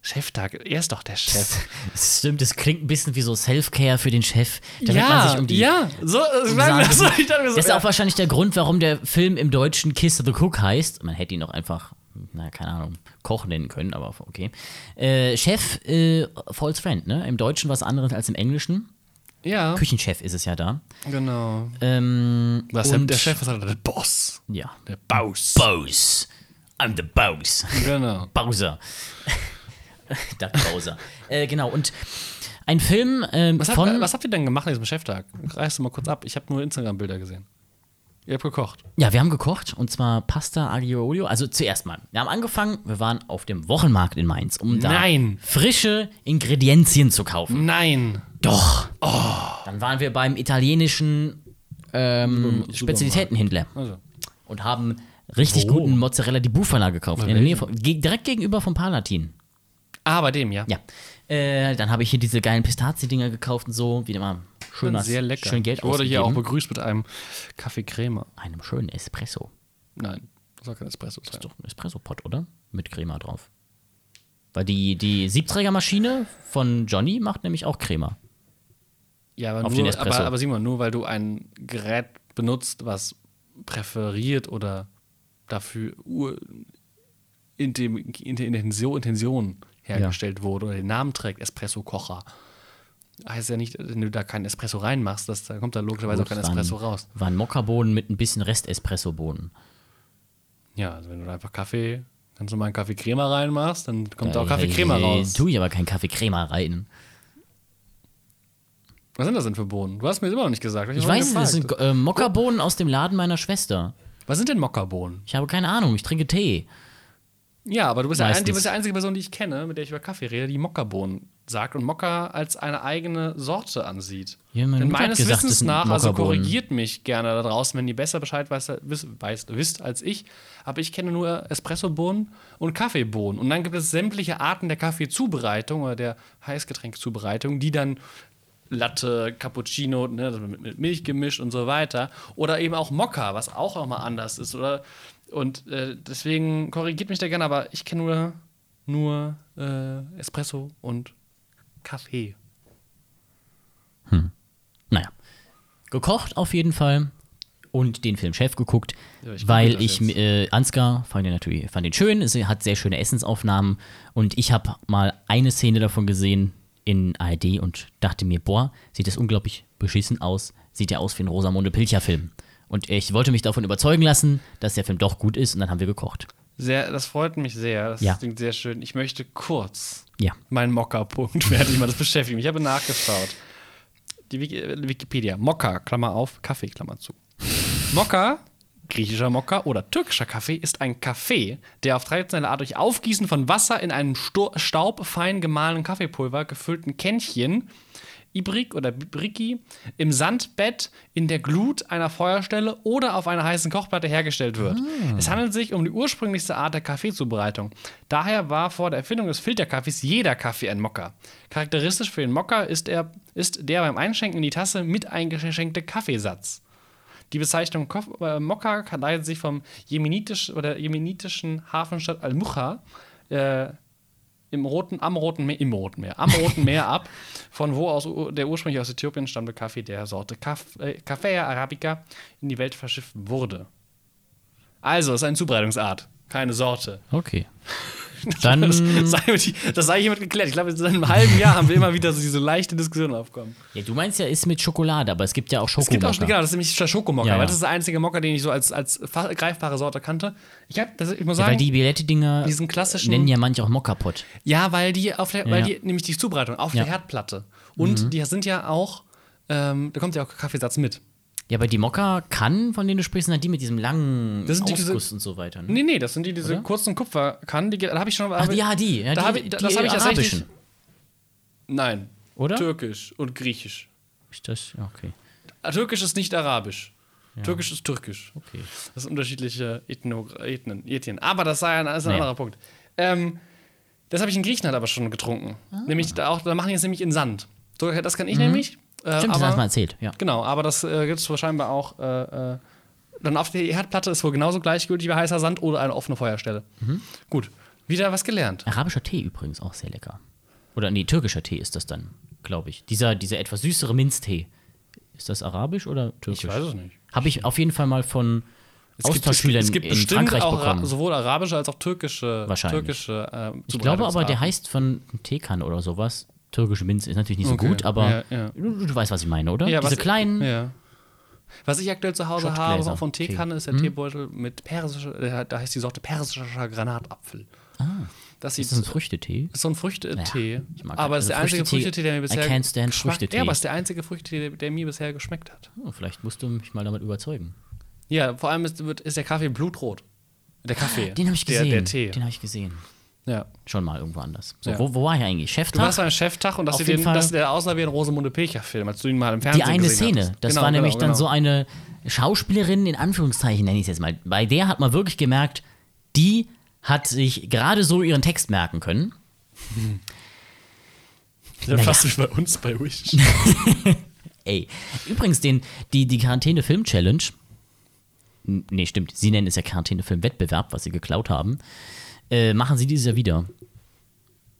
S1: Cheftag, er ist doch der Chef.
S2: Das stimmt, das klingt ein bisschen wie so Self-Care für den Chef. Damit man
S1: ja,
S2: sich um die
S1: ja, so, das
S2: sagen,
S1: war, das
S2: das-
S1: war, ich dachte mir so,
S2: Das ist
S1: ja.
S2: auch wahrscheinlich der Grund, warum der Film im Deutschen Kiss the Cook heißt. Man hätte ihn doch einfach, na, keine Ahnung, Koch nennen können, aber okay. Äh, Chef, äh, False Friend, ne? Im Deutschen was anderes als im Englischen.
S1: ja,
S2: Küchenchef ist es ja da.
S1: genau.
S2: Ähm,
S1: Was
S2: und-
S1: hat der Chef, was hat er? Der Boss.
S2: Ja.
S1: Der Baus.
S2: Bows. I'm the Bows.
S1: Genau.
S2: Bowser. Duck Bowser. äh, genau, und ein Film ähm,
S1: Was,
S2: von.
S1: habt, was habt ihr denn gemacht an diesem Cheftag? Reißt du mal kurz ab. Ich habe nur Instagram-Bilder gesehen. Ihr habt gekocht.
S2: Ja, wir haben gekocht und zwar Pasta Aglio Olio. Also zuerst mal, wir haben angefangen, wir waren auf dem Wochenmarkt in Mainz, um da
S1: Nein.
S2: frische Ingredienzien zu kaufen.
S1: Nein.
S2: Doch. Dann waren wir beim italienischen ähm, Spezialitätenhändler
S1: Also.
S2: und haben richtig
S1: Wo?
S2: guten Mozzarella di Bufala gekauft. In der Nähe von, ge direkt gegenüber vom Palatin.
S1: Ah, bei dem, ja.
S2: Ja. Äh, dann habe ich hier diese geilen Pistazien-Dinger gekauft und so. Wieder mal schön was,
S1: sehr lecker.
S2: schön Geld
S1: ich wurde hier auch
S2: ausgegeben.
S1: begrüßt mit einem Kaffee Crema.
S2: Einem schönen Espresso.
S1: Nein, das soll kein Espresso sein.
S2: Ist doch ein Espresso-Pot, oder? Mit Crema drauf. Weil die, die Siebträgermaschine von Johnny macht nämlich auch Crema.
S1: Ja, aber,
S2: Auf den
S1: nur,
S2: Espresso.
S1: aber, aber Simon, nur weil du ein Gerät benutzt, was präferiert oder dafür ur in, dem, in der Intention, Intention hergestellt wurde oder den Namen trägt, Espresso-Kocher, heißt ja nicht, wenn du da keinen Espresso reinmachst, dass, da kommt da logischerweise auch
S2: Gut,
S1: kein
S2: war ein-
S1: Espresso raus.
S2: War ein Mokkabohnen mit ein bisschen Rest-Espresso-Bohnen.
S1: Ja, also wenn du da einfach Kaffee, ganz normalen Kaffee Crema reinmachst, dann kommt da auch Kaffee
S2: Äh,
S1: Crema raus.
S2: Tue ich aber keinen Kaffee Crema rein.
S1: Was sind das denn für Bohnen? Du hast mir immer noch nicht gesagt. hab
S2: Ich
S1: immer
S2: weiß nicht, das
S1: gefragt.
S2: sind äh, Mokkabohnen aus dem Laden meiner Schwester.
S1: Was sind denn Mokkabohnen?
S2: Ich habe keine Ahnung, ich trinke Tee.
S1: Ja, aber du bist, ja ein,
S2: Meistens.
S1: du bist die einzige Person, die ich kenne, mit der ich über Kaffee rede, die Mokkabohnen sagt und Mokka als eine eigene Sorte ansieht.
S2: Ja, meine
S1: Denn
S2: Mutter hat
S1: meines
S2: gesagt, das
S1: Wissens
S2: sind
S1: nach, also
S2: Mokkabohnen.
S1: korrigiert mich gerne da draußen, wenn ihr besser Bescheid weißt, wisst, weißt, wisst als ich, aber ich kenne nur Espressobohnen und Kaffeebohnen. Und dann gibt es sämtliche Arten der Kaffeezubereitung oder der Heißgetränkzubereitung, die dann Latte, Cappuccino, ne, das mit, mit Milch gemischt und so weiter. Oder eben auch Mokka, was auch nochmal anders ist. Oder? Und äh, deswegen korrigiert mich da gerne, aber ich kenne nur, nur äh, Espresso und Kaffee.
S2: Naja. Gekocht auf jeden Fall und den Film Chef geguckt,
S1: Ja, ich
S2: weil
S1: google das
S2: ich,
S1: jetzt.
S2: äh, Ansgar fand den natürlich fand den schön, es hat sehr schöne Essensaufnahmen und ich habe mal eine Szene davon gesehen in ARD und dachte mir, boah, sieht das unglaublich beschissen aus, sieht ja aus wie ein Rosamunde Pilcher Film. Und ich wollte mich davon überzeugen lassen, dass der Film doch gut ist und dann haben wir gekocht.
S1: Sehr, das freut mich sehr. Das
S2: Ja.
S1: klingt sehr schön. Ich möchte kurz
S2: Ja.
S1: meinen Mokka-Punkt, werde ich mal das beschäftigen. Ich habe nachgeschaut. Die Wiki äh, Wikipedia. Mokka, Klammer auf, Kaffee, Klammer zu. Mokka, griechischer Mokka oder türkischer Kaffee, ist ein Kaffee, der auf traditionelle Art durch Aufgießen von Wasser in einem Sto staubfein gemahlenen Kaffeepulver gefüllten Kännchen Ibrik oder Briki im Sandbett, in der Glut einer Feuerstelle oder auf einer heißen Kochplatte hergestellt wird. Es handelt sich um die ursprünglichste Art der Kaffeezubereitung. Daher war vor der Erfindung des Filterkaffees jeder Kaffee ein Mokka. Charakteristisch für den Mokka ist, er, ist der beim Einschenken in die Tasse mit eingeschenkte Kaffeesatz. Die Bezeichnung Kof äh, Mokka leitet sich vom jemenitisch, oder jemenitischen Hafenstadt Al-Mucha äh, im roten, am roten Meer, im roten Meer, am roten Meer ab, von wo aus u- der ursprünglich aus Äthiopien stammende Kaffee der Sorte Kaf- äh, Kaffea arabica in die Welt verschifft wurde. Also, es ist eine Zubereitungsart, keine Sorte.
S2: Okay. Dann
S1: Das sei, hiermit- das sei hiermit geklärt. Ich glaube, seit einem halben Jahr haben wir immer wieder so diese leichte Diskussion aufkommen.
S2: ja, du meinst ja ist mit Schokolade, aber es gibt ja auch
S1: Es gibt auch
S2: Schokomokka.
S1: genau, das ist nämlich der Schokomokka,
S2: Ja, ja.
S1: weil das ist der einzige Mokka, den ich so als, als fa- greifbare Sorte kannte. Ich, hab, das, ich muss
S2: Ja,
S1: sagen,
S2: weil die Bilette-Dinger
S1: diesen klassischen-
S2: nennen ja manche auch Mokkapott.
S1: Ja, weil die auf der, weil
S2: Ja.
S1: die nämlich die Zubereitung auf
S2: Ja. Mhm.
S1: der Herdplatte. Und die sind ja auch, ähm, da kommt ja auch Kaffeesatz mit.
S2: Ja, aber die Mokka kann, von denen du sprichst, sind halt die mit diesem langen
S1: Das sind die-
S2: Ausguss und so weiter. Ne?
S1: Nee, nee, das sind die, diese kurzen Kupferkannen, die da habe ich schon hab
S2: Ach,
S1: ich-
S2: ja, die. Ja,
S1: da
S2: die,
S1: hab ich- da-
S2: die
S1: das hab ich tatsächlich-
S2: arabischen.
S1: Nein.
S2: Oder?
S1: Türkisch und Griechisch. Ah,
S2: Ist das? ja, Okay.
S1: Türkisch ist nicht arabisch. Türkisch ist türkisch.
S2: Okay.
S1: Das sind unterschiedliche Ethno Ethnen, Ethien. Aber das sei ein, das ist ein
S2: Nee.
S1: anderer Punkt. Ähm, das habe ich in Griechenland aber schon getrunken.
S2: Ah.
S1: Nämlich da auch, da machen die es nämlich in Sand. So, das kann ich nämlich. Äh,
S2: Mhm. Stimmt, das hast du mal
S1: aber,
S2: erzählt, ja.
S1: genau, aber das äh, gibt es scheinbar auch. Äh, äh, dann auf der Erdplatte ist wohl genauso gleichgültig wie heißer Sand oder eine offene Feuerstelle.
S2: Mhm.
S1: Gut, wieder was gelernt.
S2: Arabischer Tee übrigens auch sehr lecker. Oder nee, türkischer Tee ist das dann, glaube ich. Dieser, dieser etwas süßere Minztee. Ist das arabisch oder türkisch?
S1: Ich weiß es nicht.
S2: Habe ich auf jeden Fall mal von Austauschschülern
S1: es gibt
S2: in
S1: bestimmt
S2: Frankreich
S1: auch
S2: bekommen.
S1: Ara- sowohl arabische als auch türkische.
S2: Wahrscheinlich.
S1: türkische ähm,
S2: ich glaube aber, der heißt von Teekanne oder sowas. Türkische Minze ist natürlich nicht so
S1: Okay.
S2: gut, aber
S1: Ja, ja.
S2: Du, du weißt, was ich meine, oder?
S1: Ja,
S2: Diese
S1: was-
S2: kleinen.
S1: Ja. Was ich aktuell zu Hause
S2: Schottgläser.
S1: habe auch von Teekanne ist der
S2: Hm.
S1: Teebeutel mit persischer, äh, da heißt die Sorte persischer Granatapfel.
S2: Ah,
S1: Das sieht
S2: ist das ein Früchtetee?
S1: ist so ein Früchtetee,
S2: ich mag-
S1: aber es ist der
S2: also
S1: einzige
S2: Früchtetee-
S1: Früchtetee, der mir
S2: I
S1: bisher
S2: can't stand
S1: geschmack-
S2: Früchtetee.
S1: Ja, aber es ist der einzige Früchtetee, der, der mir bisher geschmeckt hat.
S2: Oh, vielleicht musst du mich mal damit überzeugen.
S1: Ja, vor allem ist, wird, ist der Kaffee blutrot. Der Kaffee.
S2: Den habe ich
S1: der,
S2: gesehen.
S1: Der Tee.
S2: Den habe ich gesehen.
S1: Ja.
S2: Schon mal irgendwo anders. So,
S1: Ja.
S2: wo, wo war ich eigentlich?
S1: Du warst
S2: Cheftag?
S1: beim Cheftag und das
S2: Auf
S1: sieht
S2: jeden
S1: den-
S2: Fall-
S1: das sieht der aussah wie ein Rosamunde Pilcher-Film, als du ihn mal im Fernsehen
S2: Die eine
S1: gesehen
S2: Szene.
S1: hattest.
S2: Das
S1: Genau,
S2: war nämlich
S1: genau,
S2: dann
S1: genau.
S2: so eine Schauspielerin, in Anführungszeichen nenne ich es jetzt mal. Bei der hat man wirklich gemerkt, die hat sich gerade so ihren Text merken können.
S1: Ja,
S2: Naja.
S1: fast wie bei uns bei Wish.
S2: Ey. Übrigens, den, die, die Quarantäne-Film-Challenge. N- Nee, stimmt. Sie nennen es ja Quarantäne-Film-Wettbewerb, was sie geklaut haben. Äh, machen sie dieses Jahr wieder.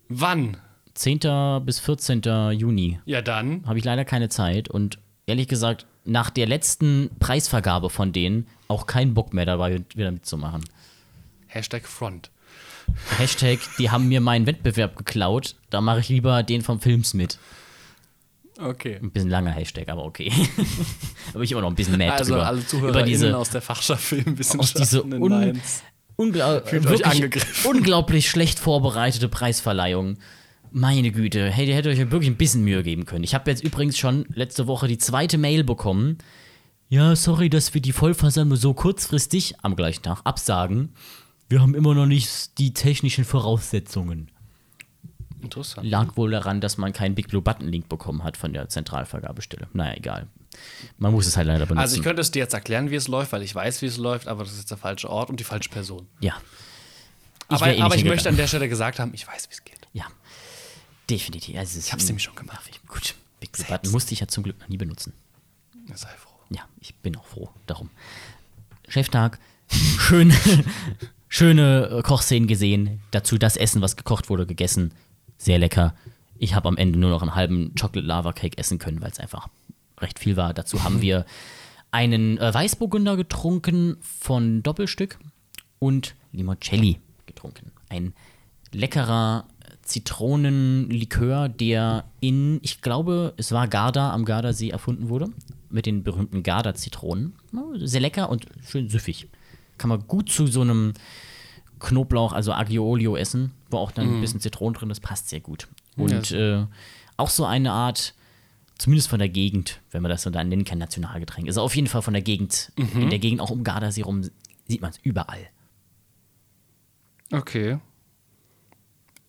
S1: Wann?
S2: 10. bis 14. Juni.
S1: Ja, dann.
S2: Habe ich leider keine Zeit und ehrlich gesagt, nach der letzten Preisvergabe von denen auch keinen Bock mehr dabei, wieder mitzumachen.
S1: Hashtag Front.
S2: Hashtag, die haben mir meinen Wettbewerb geklaut, da mache ich lieber den vom Films mit.
S1: Okay.
S2: Ein bisschen langer Hashtag, aber okay. aber ich immer noch ein bisschen mad
S1: Also
S2: drüber.
S1: alle Zuhörer
S2: über diese
S1: aus der Fachschaft
S2: aus diese
S1: Filmwissenschaften in
S2: un
S1: Mainz.
S2: ungla
S1: Fühlt euch
S2: wirklich
S1: angegriffen.
S2: unglaublich schlecht vorbereitete Preisverleihung. Meine Güte, hey, ihr hättet euch ja wirklich ein bisschen Mühe geben können. Ich habe jetzt übrigens schon letzte Woche die zweite Mail bekommen. Ja, sorry, dass wir die Vollversammlung so kurzfristig am gleichen Tag absagen. Wir haben immer noch nicht die technischen Voraussetzungen.
S1: Interessant.
S2: Lag wohl daran, dass man keinen Big Blue Button Link bekommen hat von der Zentralvergabestelle. Naja, egal. Man muss es halt leider benutzen.
S1: Also ich könnte es dir jetzt erklären, wie es läuft, weil ich weiß, wie es läuft, aber das ist jetzt der falsche Ort und die falsche Person.
S2: ja.
S1: Aber
S2: wär eh
S1: ich,
S2: nicht
S1: aber ich
S2: hingegangen.
S1: möchte an der Stelle gesagt haben, ich weiß, wie es geht.
S2: Ja, definitiv. Also ich
S1: hab's nämlich schon gemacht.
S2: Gut, Big Blue Button musste ich ja zum Glück noch nie benutzen.
S1: Sei froh.
S2: Ja, ich bin auch froh darum. Cheftag, schön, schöne äh, Kochszenen gesehen, dazu das Essen, was gekocht wurde, gegessen. Sehr lecker. Ich habe am Ende nur noch einen halben Chocolate Lava Cake essen können, weil es einfach recht viel war. Dazu haben wir einen äh, Weißburgunder getrunken von Doppelstück und Limoncelli getrunken. Ein leckerer äh, Zitronenlikör, der in, ich glaube, es war Garda am Gardasee erfunden wurde, mit den berühmten Garda-Zitronen. Oh, Sehr lecker und schön süffig. Kann man gut zu so einem Knoblauch, also Aglio-Olio essen, wo auch dann ein bisschen Zitronen drin ist, passt sehr gut. Und äh, auch so eine Art, zumindest von der Gegend, wenn man das so dann nennen kann, Nationalgetränk. Also auf jeden Fall von der Gegend, in der Gegend auch um Gardasee rum, sieht man es überall.
S1: Okay.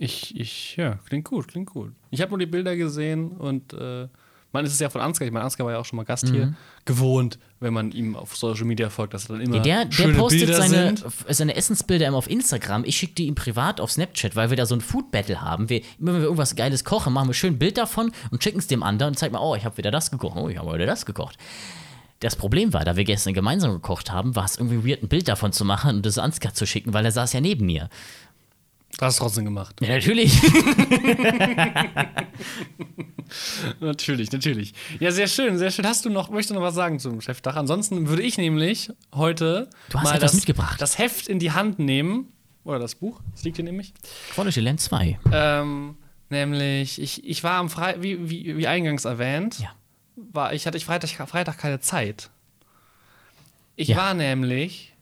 S1: Ich, ich, ja, klingt gut, klingt gut. Ich habe nur die Bilder gesehen und äh, man ist es ja von Ansgar, ich meine, Ansgar war ja auch schon mal Gast
S2: Mhm.
S1: hier, gewohnt, wenn man ihm auf Social Media folgt, dass er dann immer
S2: Der, der
S1: schöne
S2: postet
S1: Bilder
S2: seine,
S1: sind.
S2: f- seine Essensbilder immer auf Instagram. Ich schicke die ihm privat auf Snapchat, weil wir da so ein Food Battle haben. Wir, immer wenn wir irgendwas Geiles kochen, machen wir schön ein Bild davon und schicken es dem anderen und zeigen mal, oh, ich habe wieder das gekocht, oh, ich habe heute das gekocht. Das Problem war, da wir gestern gemeinsam gekocht haben, war es irgendwie weird, ein Bild davon zu machen und das Ansgar zu schicken, weil er saß ja neben mir.
S1: Das hast du trotzdem gemacht.
S2: Ja, natürlich.
S1: Natürlich, natürlich. Ja, sehr schön, sehr schön. Hast du noch, möchtest du noch was sagen zum Chefdach? Ansonsten würde ich nämlich heute
S2: Du hast
S1: mal
S2: etwas
S1: das,
S2: mitgebracht.
S1: das Heft in die Hand nehmen. Oder das Buch, das liegt hier nämlich.
S2: Quality Land 2.
S1: Ähm, nämlich, ich, ich war am Freitag, wie, wie, wie eingangs erwähnt,
S2: Ja.
S1: war, ich hatte ich Freitag, Freitag keine Zeit. Ich
S2: Ja.
S1: war nämlich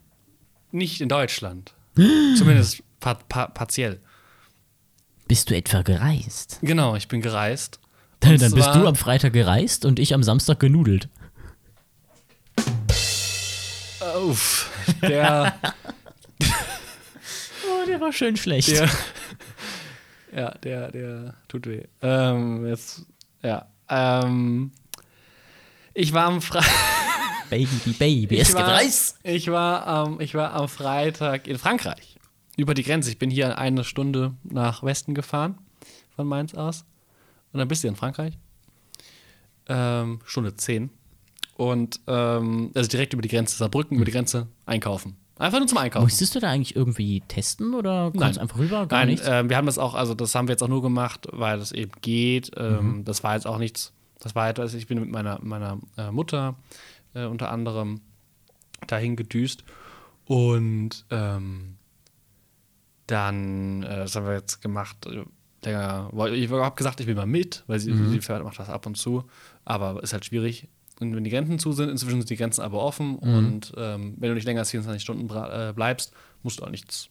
S1: nicht in Deutschland. Zumindest pa pa partiell.
S2: Bist du etwa gereist?
S1: Genau, ich bin gereist.
S2: Dann
S1: Und
S2: bist
S1: zwar-
S2: du am Freitag gereist und ich am Samstag genudelt.
S1: Uff, der.
S2: Oh, der war schön schlecht.
S1: Der, ja, der, der tut weh. Ähm, jetzt, ja. Ähm, ich war am Freitag.
S2: Baby, Baby, es
S1: ich
S2: gibt
S1: war,
S2: Reis.
S1: Ich war, ähm, ich war am Freitag in Frankreich. Über die Grenze. Ich bin hier eine Stunde nach Westen gefahren, von Mainz aus. Und dann bist du in Frankreich. Ähm, Stunde 10. Und ähm, also direkt über die Grenze, Saarbrücken, über die Grenze, einkaufen. Einfach nur zum Einkaufen.
S2: Musstest du da eigentlich irgendwie testen oder kommst einfach rüber? Gar
S1: Mhm. Nein,
S2: nichts?
S1: ähm, wir haben das auch, also das haben wir jetzt auch nur gemacht, weil das eben geht.
S2: Mhm.
S1: Ähm, Das war jetzt auch nichts. Das war etwas, ich bin mit meiner, meiner äh, Mutter äh, unter anderem dahin gedüst. Und ähm, dann, äh, das haben wir jetzt gemacht. äh, Der, weil ich habe gesagt, ich will mal mit, weil sie,
S2: Mhm.
S1: sie fährt- macht das ab und zu. Aber ist halt schwierig. Und wenn die Grenzen zu sind, inzwischen sind die Grenzen aber offen.
S2: Mhm.
S1: Und ähm, wenn du nicht länger als 24 Stunden bra- äh, bleibst, musst du auch nichts.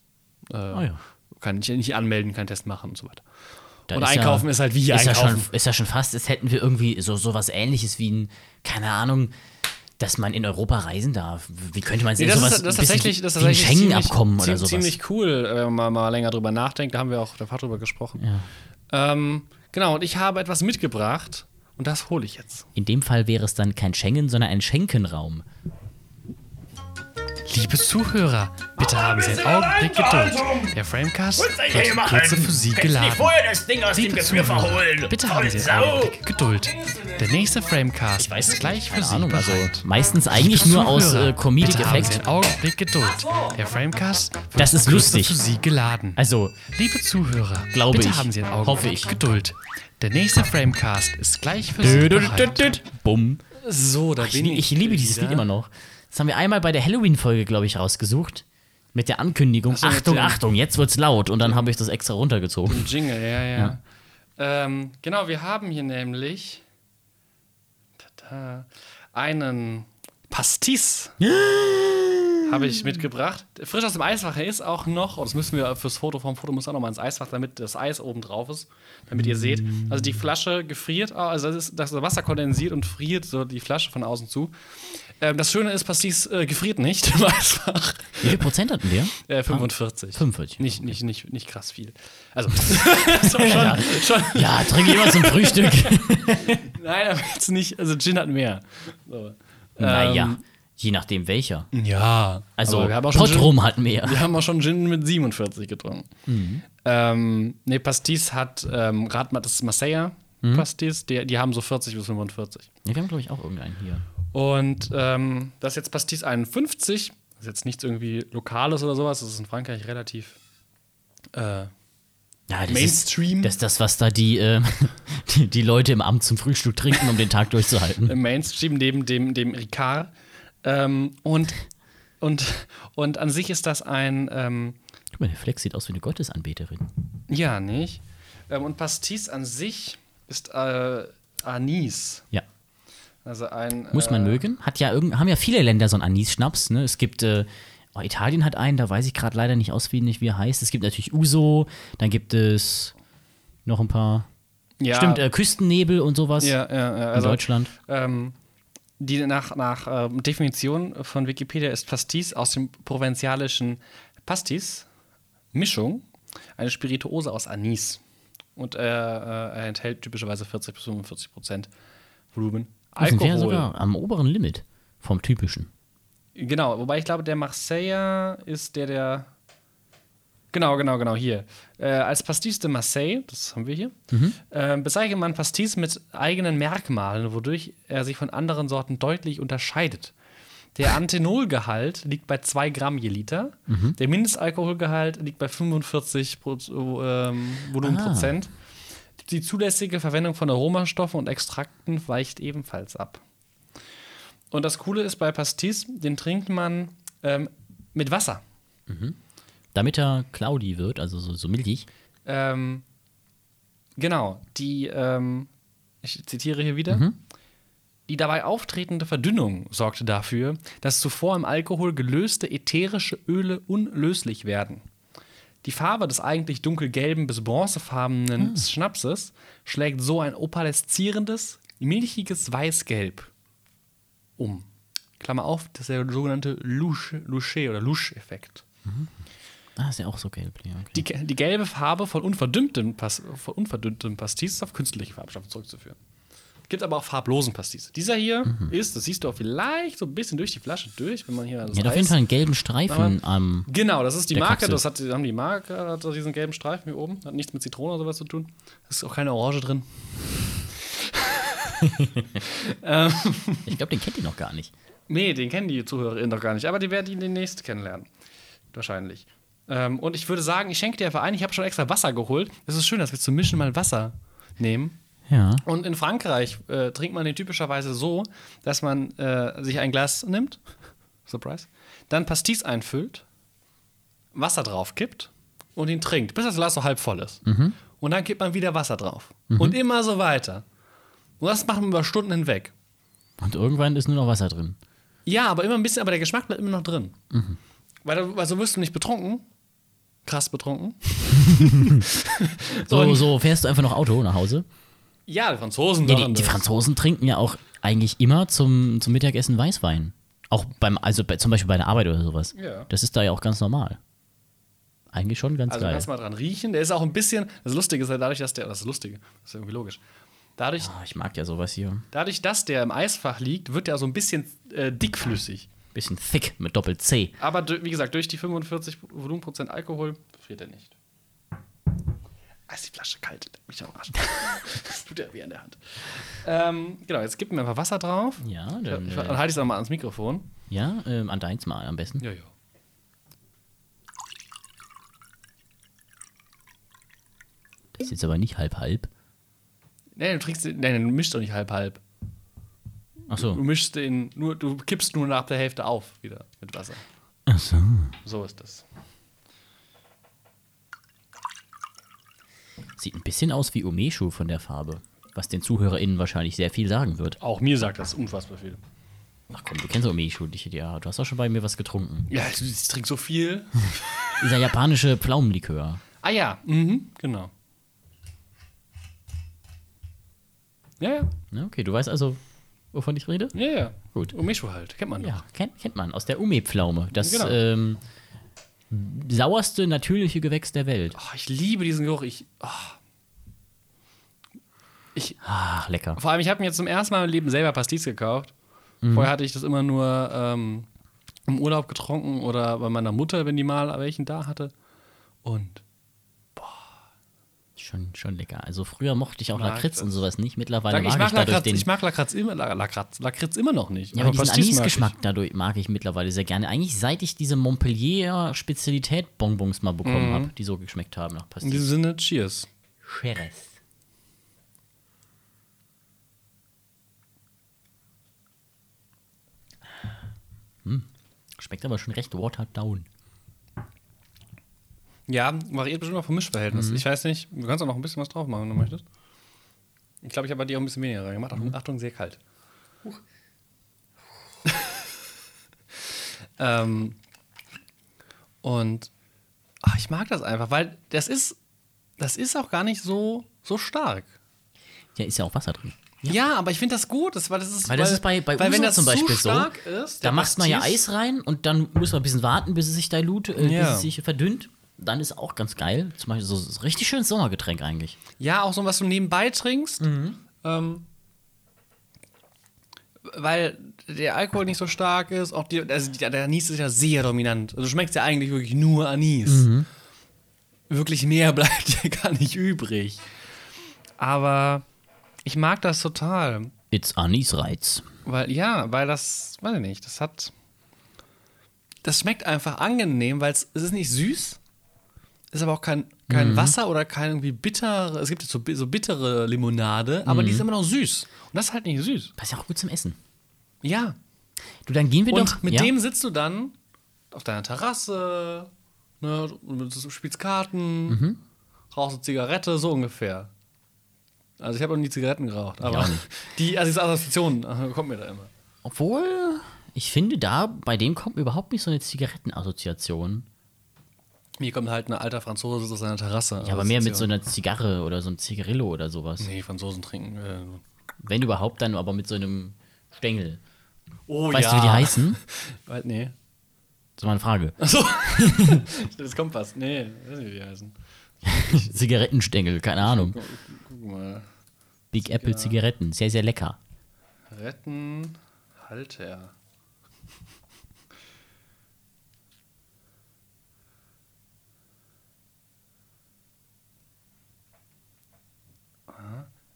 S1: Äh,
S2: Ah, ja.
S1: Kann dich nicht anmelden, keinen Test machen und so weiter.
S2: Da
S1: und
S2: ist ja-
S1: einkaufen ist halt wie
S2: ist ja,
S1: einkaufen.
S2: schon, ist ja schon fast, als hätten wir irgendwie so, so was ähnliches wie ein, keine Ahnung, dass man in Europa reisen darf. Wie könnte man es
S1: Nee,
S2: in
S1: das,
S2: sowas
S1: ist, das ist
S2: ein bisschen
S1: tatsächlich, das ist
S2: wie ein
S1: tatsächlich ziemlich-
S2: Schengen-Abkommen oder
S1: ziem-
S2: sowas?
S1: Ziemlich cool, äh, wenn man mal länger drüber nachdenkt. Da haben wir auch der Fahrt drüber gesprochen. Ähm, genau, und ich habe etwas mitgebracht und das hole ich jetzt.
S2: In dem Fall wäre es dann kein Schengen, sondern ein Schenkenraum.
S1: Liebe Zuhörer, bitte haben Sie einen Augenblick Geduld. Der Framecast wird kurz für Sie geladen.
S3: das Ding aus
S1: Liebe Zuhörer, bitte haben Sie einen Augenblick Geduld. Der nächste Framecast ist gleich für
S2: Keine
S1: Sie
S2: Ahnung, also
S1: bereit.
S2: meistens eigentlich nur aus äh,
S1: Bitte haben Sie einen
S2: Comedic-Effekt.
S1: Augenblick Geduld. Der Framecast wird
S2: Das ist
S1: kurz
S2: lustig.
S1: für Sie geladen.
S2: Also,
S1: Liebe Zuhörer,
S2: Glaube
S1: bitte
S2: ich.
S1: haben Sie einen Augenblick
S2: Hoffe ich.
S1: Geduld. Der nächste Framecast ist gleich für Sie bereit.
S2: bumm.
S1: So, da
S2: Ich, ich liebe dieses Lied immer noch. Das haben wir einmal bei der Halloween-Folge, glaube ich, rausgesucht. Mit der Ankündigung,
S1: so, mit
S2: Achtung,
S1: dem-
S2: Achtung, jetzt wird's laut. Und dann habe ich das extra runtergezogen.
S1: Jingle, ja, ja. Ähm, genau, wir haben hier nämlich tada, einen Pastis. Habe ich mitgebracht. Frisch aus dem Eisfach. Er ist auch noch, oh, das müssen wir fürs Foto vom Foto, muss auch noch mal ins Eisfach, damit das Eis oben drauf ist. Damit ihr seht. Also die Flasche gefriert, also das, ist, das Wasser kondensiert und friert so die Flasche von außen zu. Ähm, das Schöne ist, Pastis äh, gefriert nicht im Eisfach.
S2: Wie viel Prozent hatten wir?
S1: Äh, 45.
S2: 45,
S1: Nicht, nicht, nicht, nicht krass viel. Also, so schon, schon.
S2: Ja, trinke ich immer zum Frühstück.
S1: Ähm. Nein, aber jetzt nicht. Also, Gin hat mehr. So.
S2: naja, je nachdem welcher.
S1: Ja.
S2: Also,
S1: aber wir haben auch schon Gin,
S2: Potrum hat mehr.
S1: Wir haben auch schon Gin mit 47 getrunken.
S2: Mhm.
S1: Ähm, nee, Pastis hat, ähm, rat mal, das ist Marseilla
S2: Mhm.
S1: Pastis. Die, die haben so 40 bis 45.
S2: Ja, wir haben, glaube ich, auch irgendeinen hier.
S1: Und ähm, das ist jetzt Pastis 51. Das ist jetzt nichts irgendwie Lokales oder sowas. Das ist in Frankreich relativ. Äh,
S2: Ja, das
S1: Mainstream?
S2: Ist, das ist das, was da die, äh, die, die Leute im Amt zum Frühstück trinken, um den Tag durchzuhalten.
S1: im Mainstream neben dem, dem Ricard. Ähm, und, und, und an sich ist das ein, ähm,
S2: Guck mal, der Flex sieht aus wie eine Gottesanbeterin.
S1: ja, nicht? Ähm, und Pastis an sich ist äh, Anis.
S2: Ja,
S1: Also ein.
S2: muss man
S1: äh,
S2: mögen. Hat ja irgend, haben ja viele Länder so einen Anis-Schnaps. Ne? Es gibt, äh, oh, Italien hat einen, da weiß ich gerade leider nicht auswendig, wie er heißt. Es gibt natürlich Uso, dann gibt es noch ein paar.
S1: Ja,
S2: Stimmt, äh, Küstennebel und sowas
S1: ja, ja, ja,
S2: in
S1: also,
S2: Deutschland.
S1: ähm, die nach, nach ähm, Definition von Wikipedia ist Pastis aus dem provenzialischen Pastis, Mischung, eine Spirituose aus Anis. Und äh, äh, er enthält typischerweise 40 bis 45 Prozent Volumen.
S2: Da sind wir ja
S1: Alkohol.
S2: sogar am oberen Limit vom typischen.
S1: Genau, wobei ich glaube, der Marseilla ist der, der. Genau, genau, genau, hier. Äh, als Pastis de Marseille, das haben wir hier, äh, bezeichnet man Pastis mit eigenen Merkmalen, wodurch er sich von anderen Sorten deutlich unterscheidet. Der Antenolgehalt liegt bei 2 Gramm je Liter. Der Mindestalkoholgehalt liegt bei 45 Pro ähm, Volumenprozent. Die zulässige Verwendung von Aromastoffen und Extrakten weicht ebenfalls ab. Und das Coole ist bei Pastis, den trinkt man ähm, mit Wasser.
S2: Damit er Claudi wird, also so, so milchig.
S1: Ähm, genau, die, ähm, ich zitiere hier wieder, die dabei auftretende Verdünnung sorgte dafür, dass zuvor im Alkohol gelöste ätherische Öle unlöslich werden. Die Farbe des eigentlich dunkelgelben bis bronzefarbenen Schnapses schlägt so ein opaleszierendes, milchiges Weißgelb um. Klammer auf, das ist der sogenannte Louche, Louche oder Louche-Effekt.
S2: Ah, ist ja auch so gelb. Ja, okay.
S1: Die, die gelbe Farbe von unverdünnten, Pas, von unverdünnten Pastis auf künstliche Farbstoffe zurückzuführen. Gibt aber auch farblosen Pastis. Dieser hier
S2: Mhm.
S1: ist, das siehst du auch vielleicht so ein bisschen durch die Flasche durch, wenn man hier das
S2: Ja, hat auf jeden
S1: Eis-
S2: Fall einen gelben Streifen am.
S1: Genau, das ist die
S2: Der
S1: Marke,
S2: Kapsel.
S1: das hat, haben die Marke, hat so diesen gelben Streifen hier oben, hat nichts mit Zitrone oder sowas zu tun. Da ist auch keine Orange drin.
S2: Ich glaube, den kennt ihr noch gar nicht.
S1: Nee, den kennen die ZuhörerInnen doch gar nicht, aber die werden ihn demnächst kennenlernen. Wahrscheinlich. Ähm, und ich würde sagen, ich schenke dir einfach ein, ich habe schon extra Wasser geholt. Es ist schön, dass wir zum Mischen mal Wasser nehmen.
S2: Ja.
S1: Und in Frankreich äh, trinkt man den typischerweise so, dass man äh, sich ein Glas nimmt, Surprise, dann Pastis einfüllt, Wasser drauf kippt und ihn trinkt, bis das Glas so halb voll ist.
S2: Mhm.
S1: Und dann kippt man wieder Wasser drauf. Und immer so weiter. Und das macht man über Stunden hinweg.
S2: Und irgendwann ist nur noch Wasser drin.
S1: Ja, aber immer ein bisschen, aber der Geschmack bleibt immer noch drin.
S2: Mhm.
S1: Weil, da- weil so wirst du nicht betrunken. Krass betrunken.
S2: So,
S1: Und-
S2: so fährst du einfach noch Auto nach Hause.
S1: Ja, die Franzosen
S2: Ja,
S1: machen
S2: die, die
S1: das.
S2: Franzosen trinken ja auch eigentlich immer zum, zum Mittagessen Weißwein. Auch beim, also bei, zum Beispiel bei der Arbeit oder sowas.
S1: Ja.
S2: Das ist da ja auch ganz normal. Eigentlich schon ganz
S1: Also du
S2: geil.
S1: kannst mal dran riechen. Der ist auch ein bisschen. Das Lustige ist ja dadurch, dass der. Das Lustige, das ist irgendwie logisch. Dadurch,
S2: Ah, ich mag ja sowas hier.
S1: dadurch, dass der im Eisfach liegt, wird der so ein bisschen äh, dickflüssig.
S2: Bisschen thick mit Doppel-C.
S1: Aber du- wie gesagt, durch die 45 Volumenprozent Alkohol friert er nicht. Ah, ist die Flasche kalt. Leck Mich am Arsch. das tut er wie an der Hand. Ähm, genau, jetzt gib mir einfach Wasser drauf.
S2: Ja,
S1: Dann,
S2: dann,
S1: ich,
S2: äh,
S1: dann halt halte ich es nochmal ans Mikrofon.
S2: Ja, ähm, an deins mal am besten.
S1: Ja, ja.
S2: Ist jetzt aber nicht halb-halb.
S1: Nee, du trinkst den, nee, du mischst doch nicht halb halb. Du
S2: Achso.
S1: mischst den nur, du kippst nur nach der Hälfte auf wieder mit Wasser.
S2: Achso.
S1: So ist das.
S2: Sieht ein bisschen aus wie Umeshu von der Farbe. Was den ZuhörerInnen wahrscheinlich sehr viel sagen wird.
S1: Auch mir sagt das unfassbar viel.
S2: Ach komm, du kennst Umeshu, dich, ja. Du hast auch schon bei mir was getrunken.
S1: Ja, du ich trink so viel.
S2: Dieser japanische Pflaumenlikör.
S1: ah ja, mhm, genau. Ja, ja,
S2: Na, okay, du weißt also, wovon ich rede?
S1: ja, ja.
S2: Gut.
S1: Umeshu halt, kennt man doch.
S2: Ja, kennt, kennt man. Aus der Ume-Pflaume. Das
S1: Genau.
S2: ähm, sauerste natürliche Gewächs der Welt.
S1: Oh, ich liebe diesen Geruch. Ich, oh. ich,
S2: Ah, lecker.
S1: vor allem, ich habe mir jetzt zum ersten Mal im Leben selber Pastis gekauft.
S2: Mhm.
S1: Vorher hatte ich das immer nur ähm, im Urlaub getrunken oder bei meiner Mutter, wenn die mal welchen da hatte. Und
S2: Schon, schon lecker. Also früher mochte ich auch
S1: Mag
S2: Lakritz
S1: das.
S2: und sowas nicht. Mittlerweile
S1: Sag,
S2: mag
S1: ich, mag
S2: ich dadurch
S1: Lakratz,
S2: den...
S1: ich mag Lakratz immer, La- Lakratz, Lakritz immer noch nicht.
S2: ja, aber diesen
S1: Pastis mag ich.
S2: Anisgeschmack dadurch mag ich mittlerweile sehr gerne. Eigentlich seit ich diese Montpellier-Spezialität-Bonbons mal bekommen
S1: Mhm.
S2: habe, die so geschmeckt haben nach
S1: In
S2: Pastis.
S1: diesem Sinne, cheers.
S2: Cheres. Hm. Schmeckt aber schon recht watered down.
S1: Ja, variiert bestimmt auch vom
S2: Mhm.
S1: Mischverhältnis. Ich weiß nicht, du kannst auch noch ein bisschen was drauf machen, wenn du möchtest. Ich glaube, ich habe bei dir auch ein bisschen weniger reingemacht.
S2: Mhm.
S1: Achtung, Achtung, sehr kalt. ähm, und ach, ich mag das einfach, weil das ist, das ist auch gar nicht so, so stark.
S2: Ja, ist ja auch Wasser drin.
S1: Ja, aber ich finde das gut, das, weil das ist,
S2: Weil das ist bei, bei
S1: weil wenn
S2: Uso
S1: das
S2: zum
S1: zu
S2: Beispiel
S1: stark
S2: so.
S1: ist,
S2: da
S1: der
S2: macht man ja
S1: Pastis-
S2: Eis rein und dann muss man ein bisschen warten, bis es sich dilute, äh,
S1: Ja.
S2: bis es sich verdünnt. Dann ist auch ganz geil. Zum Beispiel so so ein richtig schönes Sommergetränk eigentlich.
S1: Ja, auch so was du nebenbei trinkst. Ähm, weil der Alkohol nicht so stark ist, auch die, also die, der Anis ist ja sehr dominant. Also du schmeckst ja eigentlich wirklich nur Anis. Wirklich mehr bleibt ja gar nicht übrig. Aber ich mag das total.
S2: It's Anisreiz.
S1: Weil, ja, weil das, weiß ich nicht, das hat. Das schmeckt einfach angenehm, weil es es ist nicht süß, ist aber auch kein, kein Wasser oder kein irgendwie bittere. Es gibt jetzt so, bi- so bittere Limonade, aber die ist immer noch süß. Mhm. Und das ist halt nicht süß.
S2: Passt ja auch gut zum Essen.
S1: Ja.
S2: Du, dann gehen wir
S1: Und
S2: doch.
S1: mit
S2: ja?
S1: dem sitzt du dann auf deiner Terrasse, ne, du du spielst Karten, rauchst eine Zigarette, so ungefähr. Also ich habe noch nie Zigaretten geraucht, aber
S2: auch nicht.
S1: die, also diese Assoziation äh, kommt mir da immer.
S2: Obwohl, ich finde, da bei dem kommt mir überhaupt nicht so eine Zigarettenassoziation.
S1: Mir kommt halt ein alter Franzose sitzt auf seiner Terrasse. Also
S2: Ja, aber mehr mit so einer Zigarre oder so einem Zigarillo oder sowas.
S1: Nee, Franzosen trinken. Äh.
S2: Wenn überhaupt, dann aber mit so einem Stängel.
S1: Oh
S2: weißt du, wie die heißen?
S1: Weit- Nee.
S2: Das war eine Frage.
S1: Achso. das kommt was. Nee, weiß nicht, wie die heißen.
S2: Zigarettenstängel, keine Ahnung.
S1: Guck mal.
S2: Big Apple Zigaretten. Sehr, sehr lecker.
S1: Retten, Halter.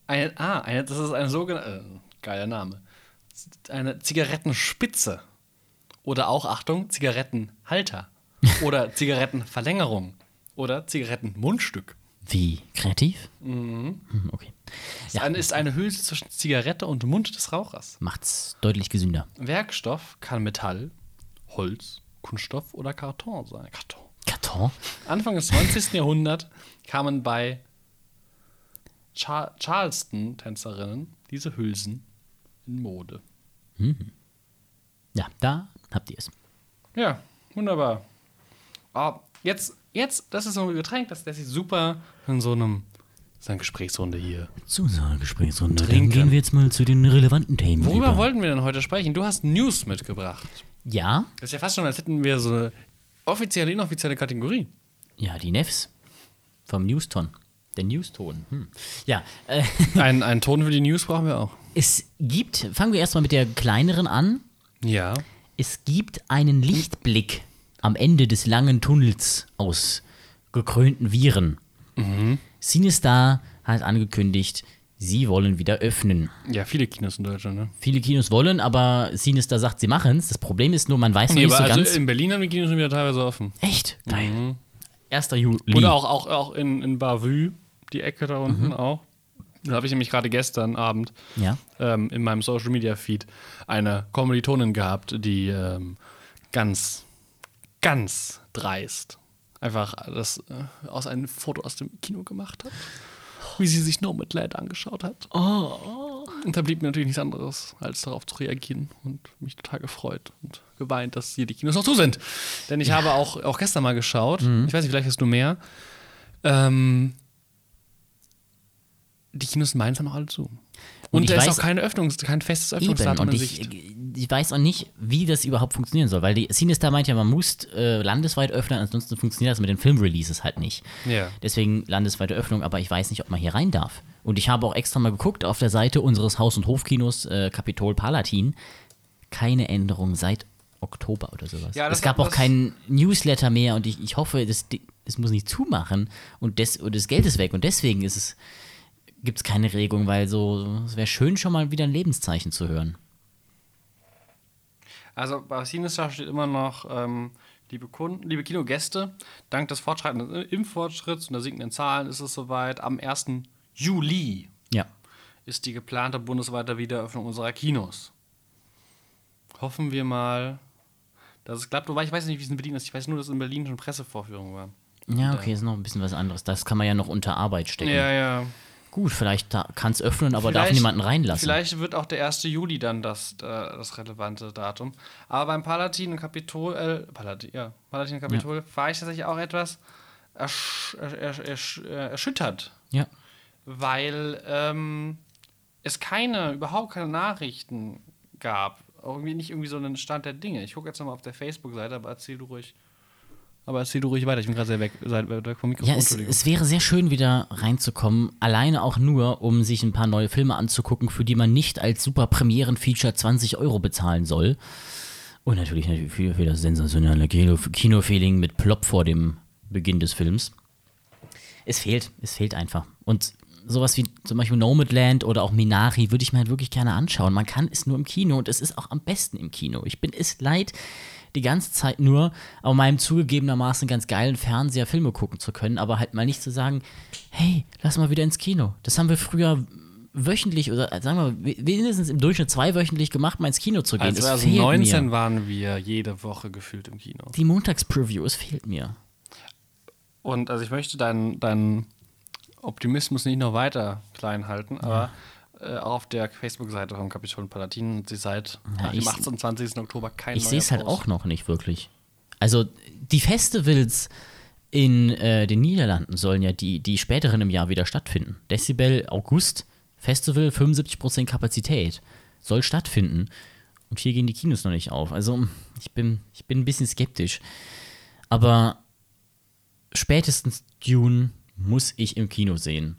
S1: Ein, ah, eine, das ist ein sogenannter, äh, geiler Name. Eine Zigarettenspitze. Oder auch, Achtung, Zigarettenhalter. Oder Zigarettenverlängerung. Oder Zigarettenmundstück.
S2: Wie? Kreativ?
S1: Mhm.
S2: Hm, Okay.
S1: Ist,
S2: Ja,
S1: eine, ist eine Hülse zwischen Zigarette und Mund des Rauchers.
S2: macht's deutlich gesünder.
S1: Werkstoff kann Metall, Holz, Kunststoff oder Karton sein. Karton.
S2: Karton?
S1: Anfang des 20. Jahrhunderts kamen bei Char Charleston-Tänzerinnen diese Hülsen in Mode.
S2: Ja, da habt ihr es.
S1: Ja, wunderbar. Ah, jetzt, jetzt, das ist so ein Getränk, das, das ist super in so einem so einer Gesprächsrunde hier.
S2: Zu unserer Gesprächsrunde.
S1: Trinken. gehen wir
S2: jetzt mal zu den relevanten Themen.
S1: Worüber wollten wir denn heute sprechen? Du hast News mitgebracht.
S2: Ja,
S1: Das ist ja fast schon, als hätten wir so eine offizielle, inoffizielle Kategorie.
S2: ja, die Nefs. Vom Newston. Der Newston. Hm. Ja, äh,
S1: Ein, einen Ton für die News brauchen wir auch.
S2: es gibt, fangen wir erstmal mit der kleineren an.
S1: Ja.
S2: Es gibt einen Lichtblick am Ende des langen Tunnels aus gekrönten Viren.
S1: Mhm.
S2: Sinistar hat angekündigt, sie wollen wieder öffnen.
S1: Ja, viele Kinos in Deutschland, ne?
S2: Viele Kinos wollen, aber Sinistar sagt, sie machen es. Das Problem ist nur, man weiß noch nicht so
S1: aber
S2: ganz.
S1: also in Berlin haben die Kinos schon wieder teilweise offen.
S2: Echt? Geil. 1. Juli.
S1: Oder auch, auch, auch in, in Bavü, die Ecke da unten
S2: Mhm.
S1: auch. Da habe ich nämlich gerade gestern Abend
S2: Ja.
S1: ähm, in meinem Social Media Feed eine Kommilitonin gehabt, die ähm, ganz, ganz dreist einfach das äh, aus einem Foto aus dem Kino gemacht hat, wie sie sich No Mitleid angeschaut hat. Und da blieb mir natürlich nichts anderes, als darauf zu reagieren und mich total gefreut und geweint, dass hier die Kinos noch zu sind. Denn ich habe auch, auch gestern mal geschaut,
S2: Mhm.
S1: ich weiß nicht, vielleicht hast du mehr. Ähm, die Kinos in Mainz haben auch alle zu. Und,
S2: ich
S1: da ist
S2: weiß-
S1: auch keine Öffnungs-, kein festes
S2: Eben.
S1: Öffnungsdatum
S2: Und
S1: in
S2: ich, äh,
S1: Sicht.
S2: ich weiß auch nicht, wie das überhaupt funktionieren soll, weil die Sinistar meint ja, man muss äh, landesweit öffnen, ansonsten funktioniert das mit den Filmreleases halt nicht.
S1: Ja.
S2: Deswegen landesweite Öffnung, aber ich weiß nicht, ob man hier rein darf. Und ich habe auch extra mal geguckt auf der Seite unseres Haus- und Hofkinos äh, Kapitol Palatin. Keine Änderung seit Oktober oder sowas.
S1: Ja, das
S2: es gab
S1: hat
S2: auch
S1: was-
S2: keinen Newsletter mehr und ich, ich hoffe, das, Di- es muss nicht zumachen und, des, und das Geld ist weg und deswegen ist es gibt es keine Regung, weil so, es wäre schön, schon mal wieder ein Lebenszeichen zu hören.
S1: Also bei Sinistar steht immer noch, ähm, liebe Kunden, liebe Kinogäste, dank des fortschreitenden Impffortschritts und der sinkenden Zahlen ist es soweit. Am 1. Juli
S2: Ja.
S1: ist die geplante bundesweite Wiedereröffnung unserer Kinos. Hoffen wir mal, dass es klappt. Wobei ich weiß nicht, wie es in Berlin ist. Ich weiß nur, dass in Berlin schon Pressevorführungen waren.
S2: Ja, okay, ist noch ein bisschen was anderes. Das kann man ja noch unter Arbeit stecken.
S1: ja.
S2: Gut, vielleicht kann es öffnen, aber darf
S1: Vielleicht-
S2: niemanden reinlassen.
S1: Vielleicht wird auch der 1. Juli dann das, äh, das relevante Datum. Aber beim Palatin und Kapitol, äh, Palatin, ja, Palatin und Kapitol war ich tatsächlich auch etwas ersch ersch ersch äh, erschüttert,
S2: Ja.
S1: weil ähm, es keine, überhaupt keine Nachrichten gab. Auch irgendwie nicht irgendwie so einen Stand der Dinge. Ich gucke jetzt nochmal auf der Facebook-Seite, aber erzähl du ruhig. Aber erzähl du ruhig weiter. Ich bin gerade sehr weg, seit- weg vom Mikrofon.
S2: Ja, es,
S1: Entschuldigung.
S2: es wäre sehr schön, wieder reinzukommen. Alleine auch nur, um sich ein paar neue Filme anzugucken, für die man nicht als super Premieren-Feature 20 Euro bezahlen soll. Und natürlich natürlich für, für das sensationelle Kino- Kino-Feeling mit Plop vor dem Beginn des Films. Es fehlt, es fehlt einfach. Und sowas wie zum Beispiel Nomadland oder auch Minari würde ich mir halt wirklich gerne anschauen. Man kann es nur im Kino und es ist auch am besten im Kino. Ich bin es leid, die ganze Zeit nur auf meinem zugegebenermaßen ganz geilen Fernseher Filme gucken zu können, aber halt mal nicht zu sagen, hey, lass mal wieder ins Kino. Das haben wir früher wöchentlich oder äh, sagen wir we- wenigstens im Durchschnitt zweiwöchentlich gemacht, mal ins Kino zu gehen.
S1: Als
S2: Es fehlt mir.
S1: 2019 Also, waren wir jede Woche gefühlt im Kino.
S2: Die Montagspreview, es fehlt mir.
S1: Und also ich möchte deinen deinen Optimismus nicht noch weiter klein halten, aber äh, auch auf der Facebook-Seite vom Kapitol Palatin hat sich seit
S2: Ja,
S1: dem
S2: ich-
S1: 28. Oktober kein
S2: Ich
S1: neuer
S2: sehe es halt
S1: Post.
S2: auch noch nicht wirklich. Also die Festivals in äh, den Niederlanden sollen ja die, die späteren im Jahr wieder stattfinden. Decibel August, Festival 75% Kapazität soll stattfinden. Und hier gehen die Kinos noch nicht auf. Also ich bin, ich bin ein bisschen skeptisch. Aber spätestens Dune muss ich im Kino sehen.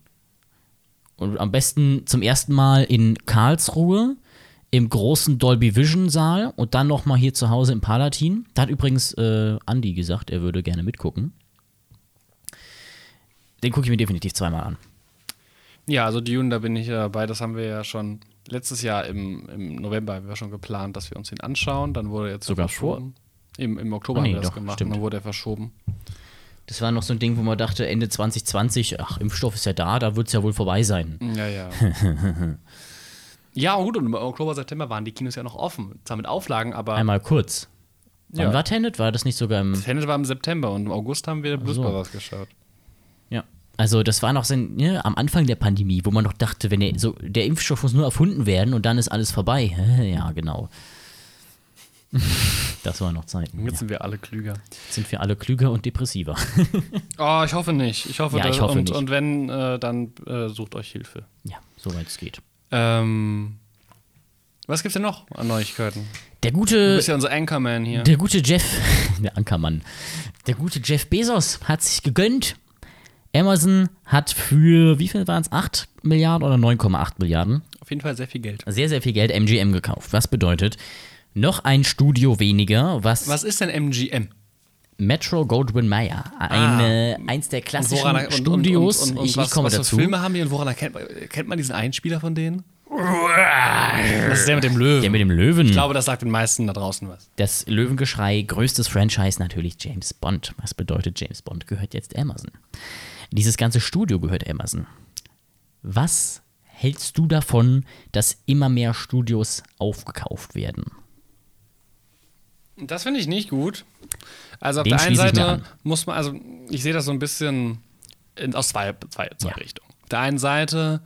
S2: Und am besten zum ersten Mal in Karlsruhe im großen Dolby Vision Saal und dann nochmal hier zu Hause im Palatin. Da hat übrigens äh, Andy gesagt, er würde gerne mitgucken. Den gucke ich mir definitiv zweimal an.
S1: Ja, also Dune, da bin ich ja dabei. Das haben wir ja schon letztes Jahr im, im November haben wir schon geplant, dass wir uns den anschauen. Dann wurde er jetzt
S2: Sogar
S1: verschoben. Im, Im Oktober
S2: Ah, nee,
S1: haben wir das
S2: doch,
S1: gemacht
S2: stimmt.
S1: und dann wurde er verschoben.
S2: Das war noch so ein Ding, wo man dachte, Ende 2020, ach, Impfstoff ist ja da, da wird es ja wohl vorbei sein.
S1: Ja, ja. ja, gut, und im Oktober, September waren die Kinos ja noch offen. Zwar mit Auflagen, aber
S2: Einmal kurz. Wann
S1: Ja.
S2: war Tenet? War das nicht sogar im.
S1: Tenet war im September und im August haben wir Blues
S2: so.
S1: Brothers geschaut.
S2: Ja. Also, das war noch so, ein- ne, am Anfang der Pandemie, wo man noch dachte, wenn der, so, der Impfstoff muss nur erfunden werden und dann ist alles vorbei. Ja, genau. Das waren noch Zeiten.
S1: Jetzt
S2: Ja.
S1: sind wir alle klüger.
S2: Jetzt sind wir alle klüger und depressiver.
S1: Oh, ich hoffe nicht. Ich hoffe,
S2: Ja, ich
S1: dass-
S2: hoffe
S1: und,
S2: nicht.
S1: und wenn, äh, dann äh, sucht euch Hilfe.
S2: Ja, soweit es geht.
S1: Ähm, was gibt's denn noch an Neuigkeiten?
S2: Der
S1: Du
S2: gute
S1: bist ja unser Anchorman hier.
S2: Der gute Jeff, der Ankermann, der gute Jeff Bezos hat sich gegönnt. Amazon hat für, wie viel waren es, 8 Milliarden oder 9,8 Milliarden?
S1: Auf jeden Fall sehr viel Geld.
S2: Sehr, sehr viel Geld MGM gekauft. Was bedeutet, noch ein Studio weniger, was,
S1: Was ist denn MGM?
S2: Metro Goldwyn Mayer, eine,
S1: Ah,
S2: eins der klassischen Studios, ich,
S1: was,
S2: ich komme
S1: was
S2: dazu.
S1: für Filme haben die und woran erkennt man, kennt man diesen Einspieler von denen? Das ist der mit dem Löwen.
S2: Der mit dem Löwen.
S1: ich glaube, das sagt den meisten da draußen was.
S2: Das Löwengeschrei, größtes Franchise natürlich James Bond. Was bedeutet James Bond gehört jetzt Amazon? Dieses ganze Studio gehört Amazon. Was hältst du davon, dass immer mehr Studios aufgekauft werden?
S1: Das finde ich nicht gut. Also auf
S2: Den
S1: der einen
S2: schließe ich mir
S1: Seite
S2: an.
S1: muss man, also ich sehe das so ein bisschen in, aus zwei, zwei, zwei
S2: Ja.
S1: Richtungen. Auf der einen Seite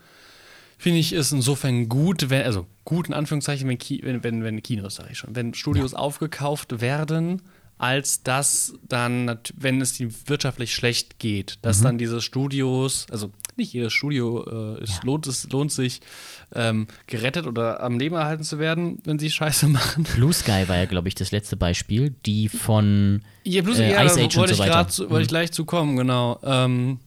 S1: finde ich es insofern gut, wenn, also gut in Anführungszeichen, wenn, Ki wenn, wenn, wenn Kinos, sage ich schon, wenn Studios aufgekauft werden, als dass dann, nat- wenn es ihm wirtschaftlich schlecht geht,
S2: Mhm.
S1: dass dann diese Studios, also nicht jedes Studio äh, ist, lohnt, es, lohnt sich, ähm, gerettet oder am Leben erhalten zu werden, wenn sie Scheiße machen.
S2: Blue Sky war ja, glaube ich, das letzte Beispiel, die von
S1: Ja, bloß,
S2: äh,
S1: ja,
S2: Ice
S1: da
S2: Age und
S1: wollte
S2: so
S1: ich, grad
S2: weiter. Mhm.
S1: zu, wollte ich gleich zu kommen, genau. Ähm,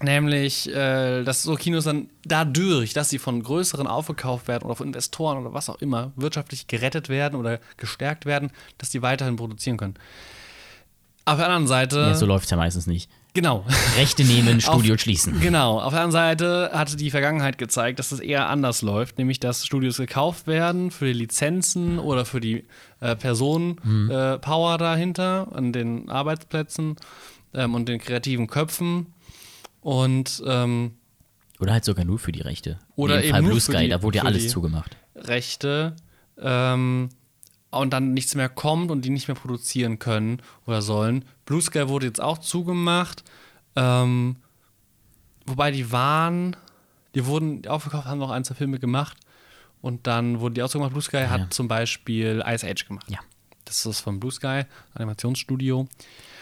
S1: nämlich, äh, dass so Kinos dann dadurch, dass sie von größeren aufgekauft werden oder von Investoren oder was auch immer, wirtschaftlich gerettet werden oder gestärkt werden, dass die weiterhin produzieren können. Auf der anderen Seite,
S2: ja, so läuft es ja meistens nicht.
S1: genau.
S2: Rechte nehmen, Studio
S1: Äh. Auf-
S2: schließen.
S1: Genau. Auf der anderen Seite hatte die Vergangenheit gezeigt, dass es eher anders läuft, nämlich dass Studios gekauft werden für die Lizenzen oder für die äh, Personenpower äh, Power dahinter, an den Arbeitsplätzen ähm, und den kreativen Köpfen. Und ähm,
S2: Oder halt sogar nur für die Rechte.
S1: Oder
S2: In dem
S1: eben
S2: Fall
S1: nur
S2: Blue
S1: für
S2: Sky,
S1: die-
S2: da wurde ja
S1: für
S2: alles
S1: die-
S2: zugemacht.
S1: Rechte ähm, und dann nichts mehr kommt und die nicht mehr produzieren können oder sollen. Blue Sky wurde jetzt auch zugemacht. Ähm, wobei die waren, die wurden aufgekauft, haben noch ein, zwei Filme gemacht und dann wurden die auch zugemacht. Blue Sky
S2: Ah, ja.
S1: hat zum Beispiel Ice Age gemacht.
S2: Ja.
S1: Das ist von Blue Sky, Animationsstudio.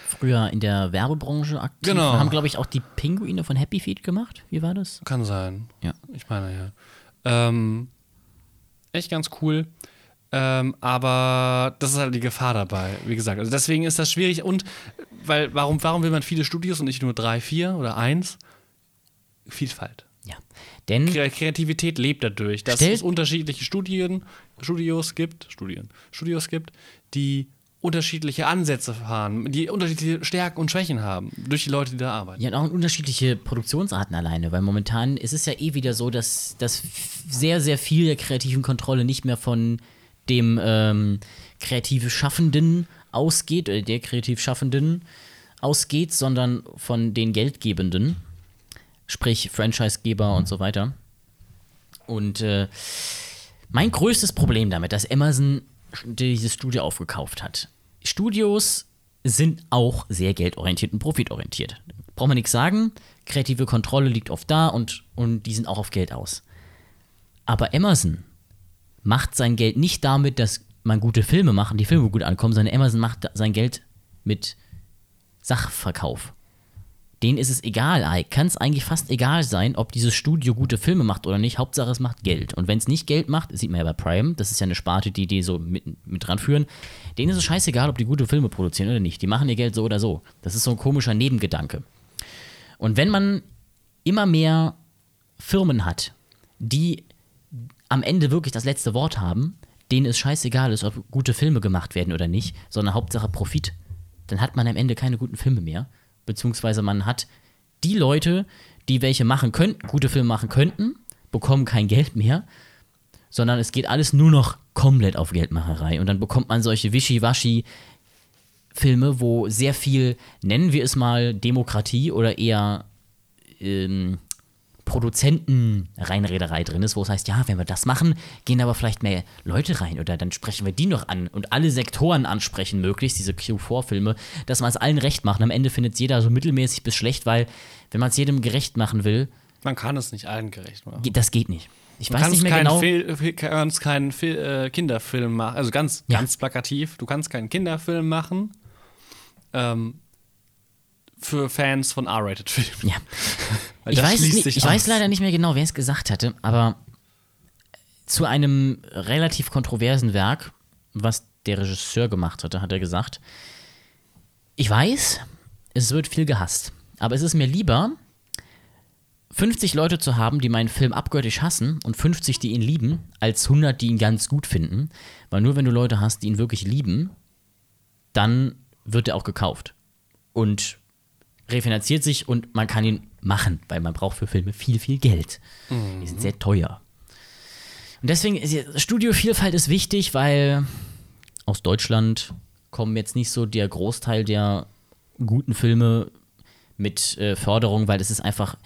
S2: Früher in der Werbebranche aktiv.
S1: Genau.
S2: Haben, glaube ich, auch die Pinguine von Happy Feet gemacht. Wie war das?
S1: Kann sein.
S2: Ja.
S1: Ich meine, ja. Ähm, echt ganz cool. Ähm, aber das ist halt die Gefahr dabei, wie gesagt. Also deswegen ist das schwierig. Und weil, warum, warum will man viele Studios und nicht nur drei, vier oder eins? Vielfalt.
S2: Ja. Denn
S1: Kre- Kreativität lebt dadurch, dass
S2: Stellt-
S1: es unterschiedliche Studien, Studios gibt, Studien, Studios gibt, die unterschiedliche Ansätze fahren, die unterschiedliche Stärken und Schwächen haben, durch die Leute, die da arbeiten.
S2: ja, und auch unterschiedliche Produktionsarten alleine, weil momentan ist es ja eh wieder so, dass, dass f- sehr, sehr viel der kreativen Kontrolle nicht mehr von dem ähm, kreativ Schaffenden ausgeht, oder der kreativ Schaffenden ausgeht, sondern von den Geldgebenden, sprich Franchisegeber und so weiter. Und äh, Mein größtes Problem damit, dass Amazon dieses Studio aufgekauft hat. Studios sind auch sehr geldorientiert und profitorientiert. Braucht man nichts sagen. Kreative Kontrolle liegt oft da und, und die sind auch auf Geld aus. Aber Amazon macht sein Geld nicht damit, dass man gute Filme macht und die Filme gut ankommen, sondern Amazon macht da- sein Geld mit Sachverkauf. Denen ist es egal, kann es eigentlich fast egal sein, ob dieses Studio gute Filme macht oder nicht. Hauptsache, es macht Geld. Und wenn es nicht Geld macht, das sieht man ja bei Prime, das ist ja eine Sparte, die die so mit, mit ranführen, denen ist es scheißegal, ob die gute Filme produzieren oder nicht. Die machen ihr Geld so oder so. Das ist so ein komischer Nebengedanke. Und wenn man immer mehr Firmen hat, die am Ende wirklich das letzte Wort haben, denen es scheißegal ist, ob gute Filme gemacht werden oder nicht, sondern Hauptsache Profit, dann hat man am Ende keine guten Filme mehr. Beziehungsweise man hat die Leute, die welche machen könnten, gute Filme machen könnten, bekommen kein Geld mehr, sondern es geht alles nur noch komplett auf Geldmacherei. Und dann bekommt man solche Wischiwaschi, Filme, wo sehr viel, nennen wir es mal, Demokratie oder eher ähm, Produzenten-Reinrederei drin ist, wo es heißt, ja, wenn wir das machen, gehen aber vielleicht mehr Leute rein oder dann sprechen wir die noch an und alle Sektoren ansprechen, möglichst diese Q4-Filme, dass man es allen recht macht. Und am Ende findet es jeder so mittelmäßig bis schlecht, weil wenn man es jedem gerecht machen will,
S1: Man kann es nicht allen gerecht machen.
S2: ge- das geht nicht. Ich
S1: Du
S2: weiß
S1: kannst
S2: nicht mehr
S1: keinen,
S2: genau.
S1: Fil- Fil- kannst keinen Fil äh, Kinderfilm machen, also ganz,
S2: Ja.
S1: ganz plakativ, du kannst keinen Kinderfilm machen ähm, für Fans von R-Rated-Filmen.
S2: Ja.
S1: Weil
S2: Ich
S1: das
S2: weiß, es
S1: schließt
S2: nicht,
S1: sich
S2: ich
S1: aus.
S2: weiß leider nicht mehr genau, wer es gesagt hatte, aber zu einem relativ kontroversen Werk, was der Regisseur gemacht hatte, hat er gesagt, ich weiß, es wird viel gehasst, aber es ist mir lieber, 50 Leute zu haben, die meinen Film abgöttisch hassen und 50, die ihn lieben, als 100, die ihn ganz gut finden, weil nur wenn du Leute hast, die ihn wirklich lieben, dann wird er auch gekauft. Und refinanziert sich und man kann ihn machen, weil man braucht für Filme viel, viel Geld. Die
S1: Mhm.
S2: sind sehr teuer. Und deswegen, ist- Studiovielfalt ist wichtig, weil aus Deutschland kommen jetzt nicht so der Großteil der guten Filme mit äh, Förderung, weil es ist einfach,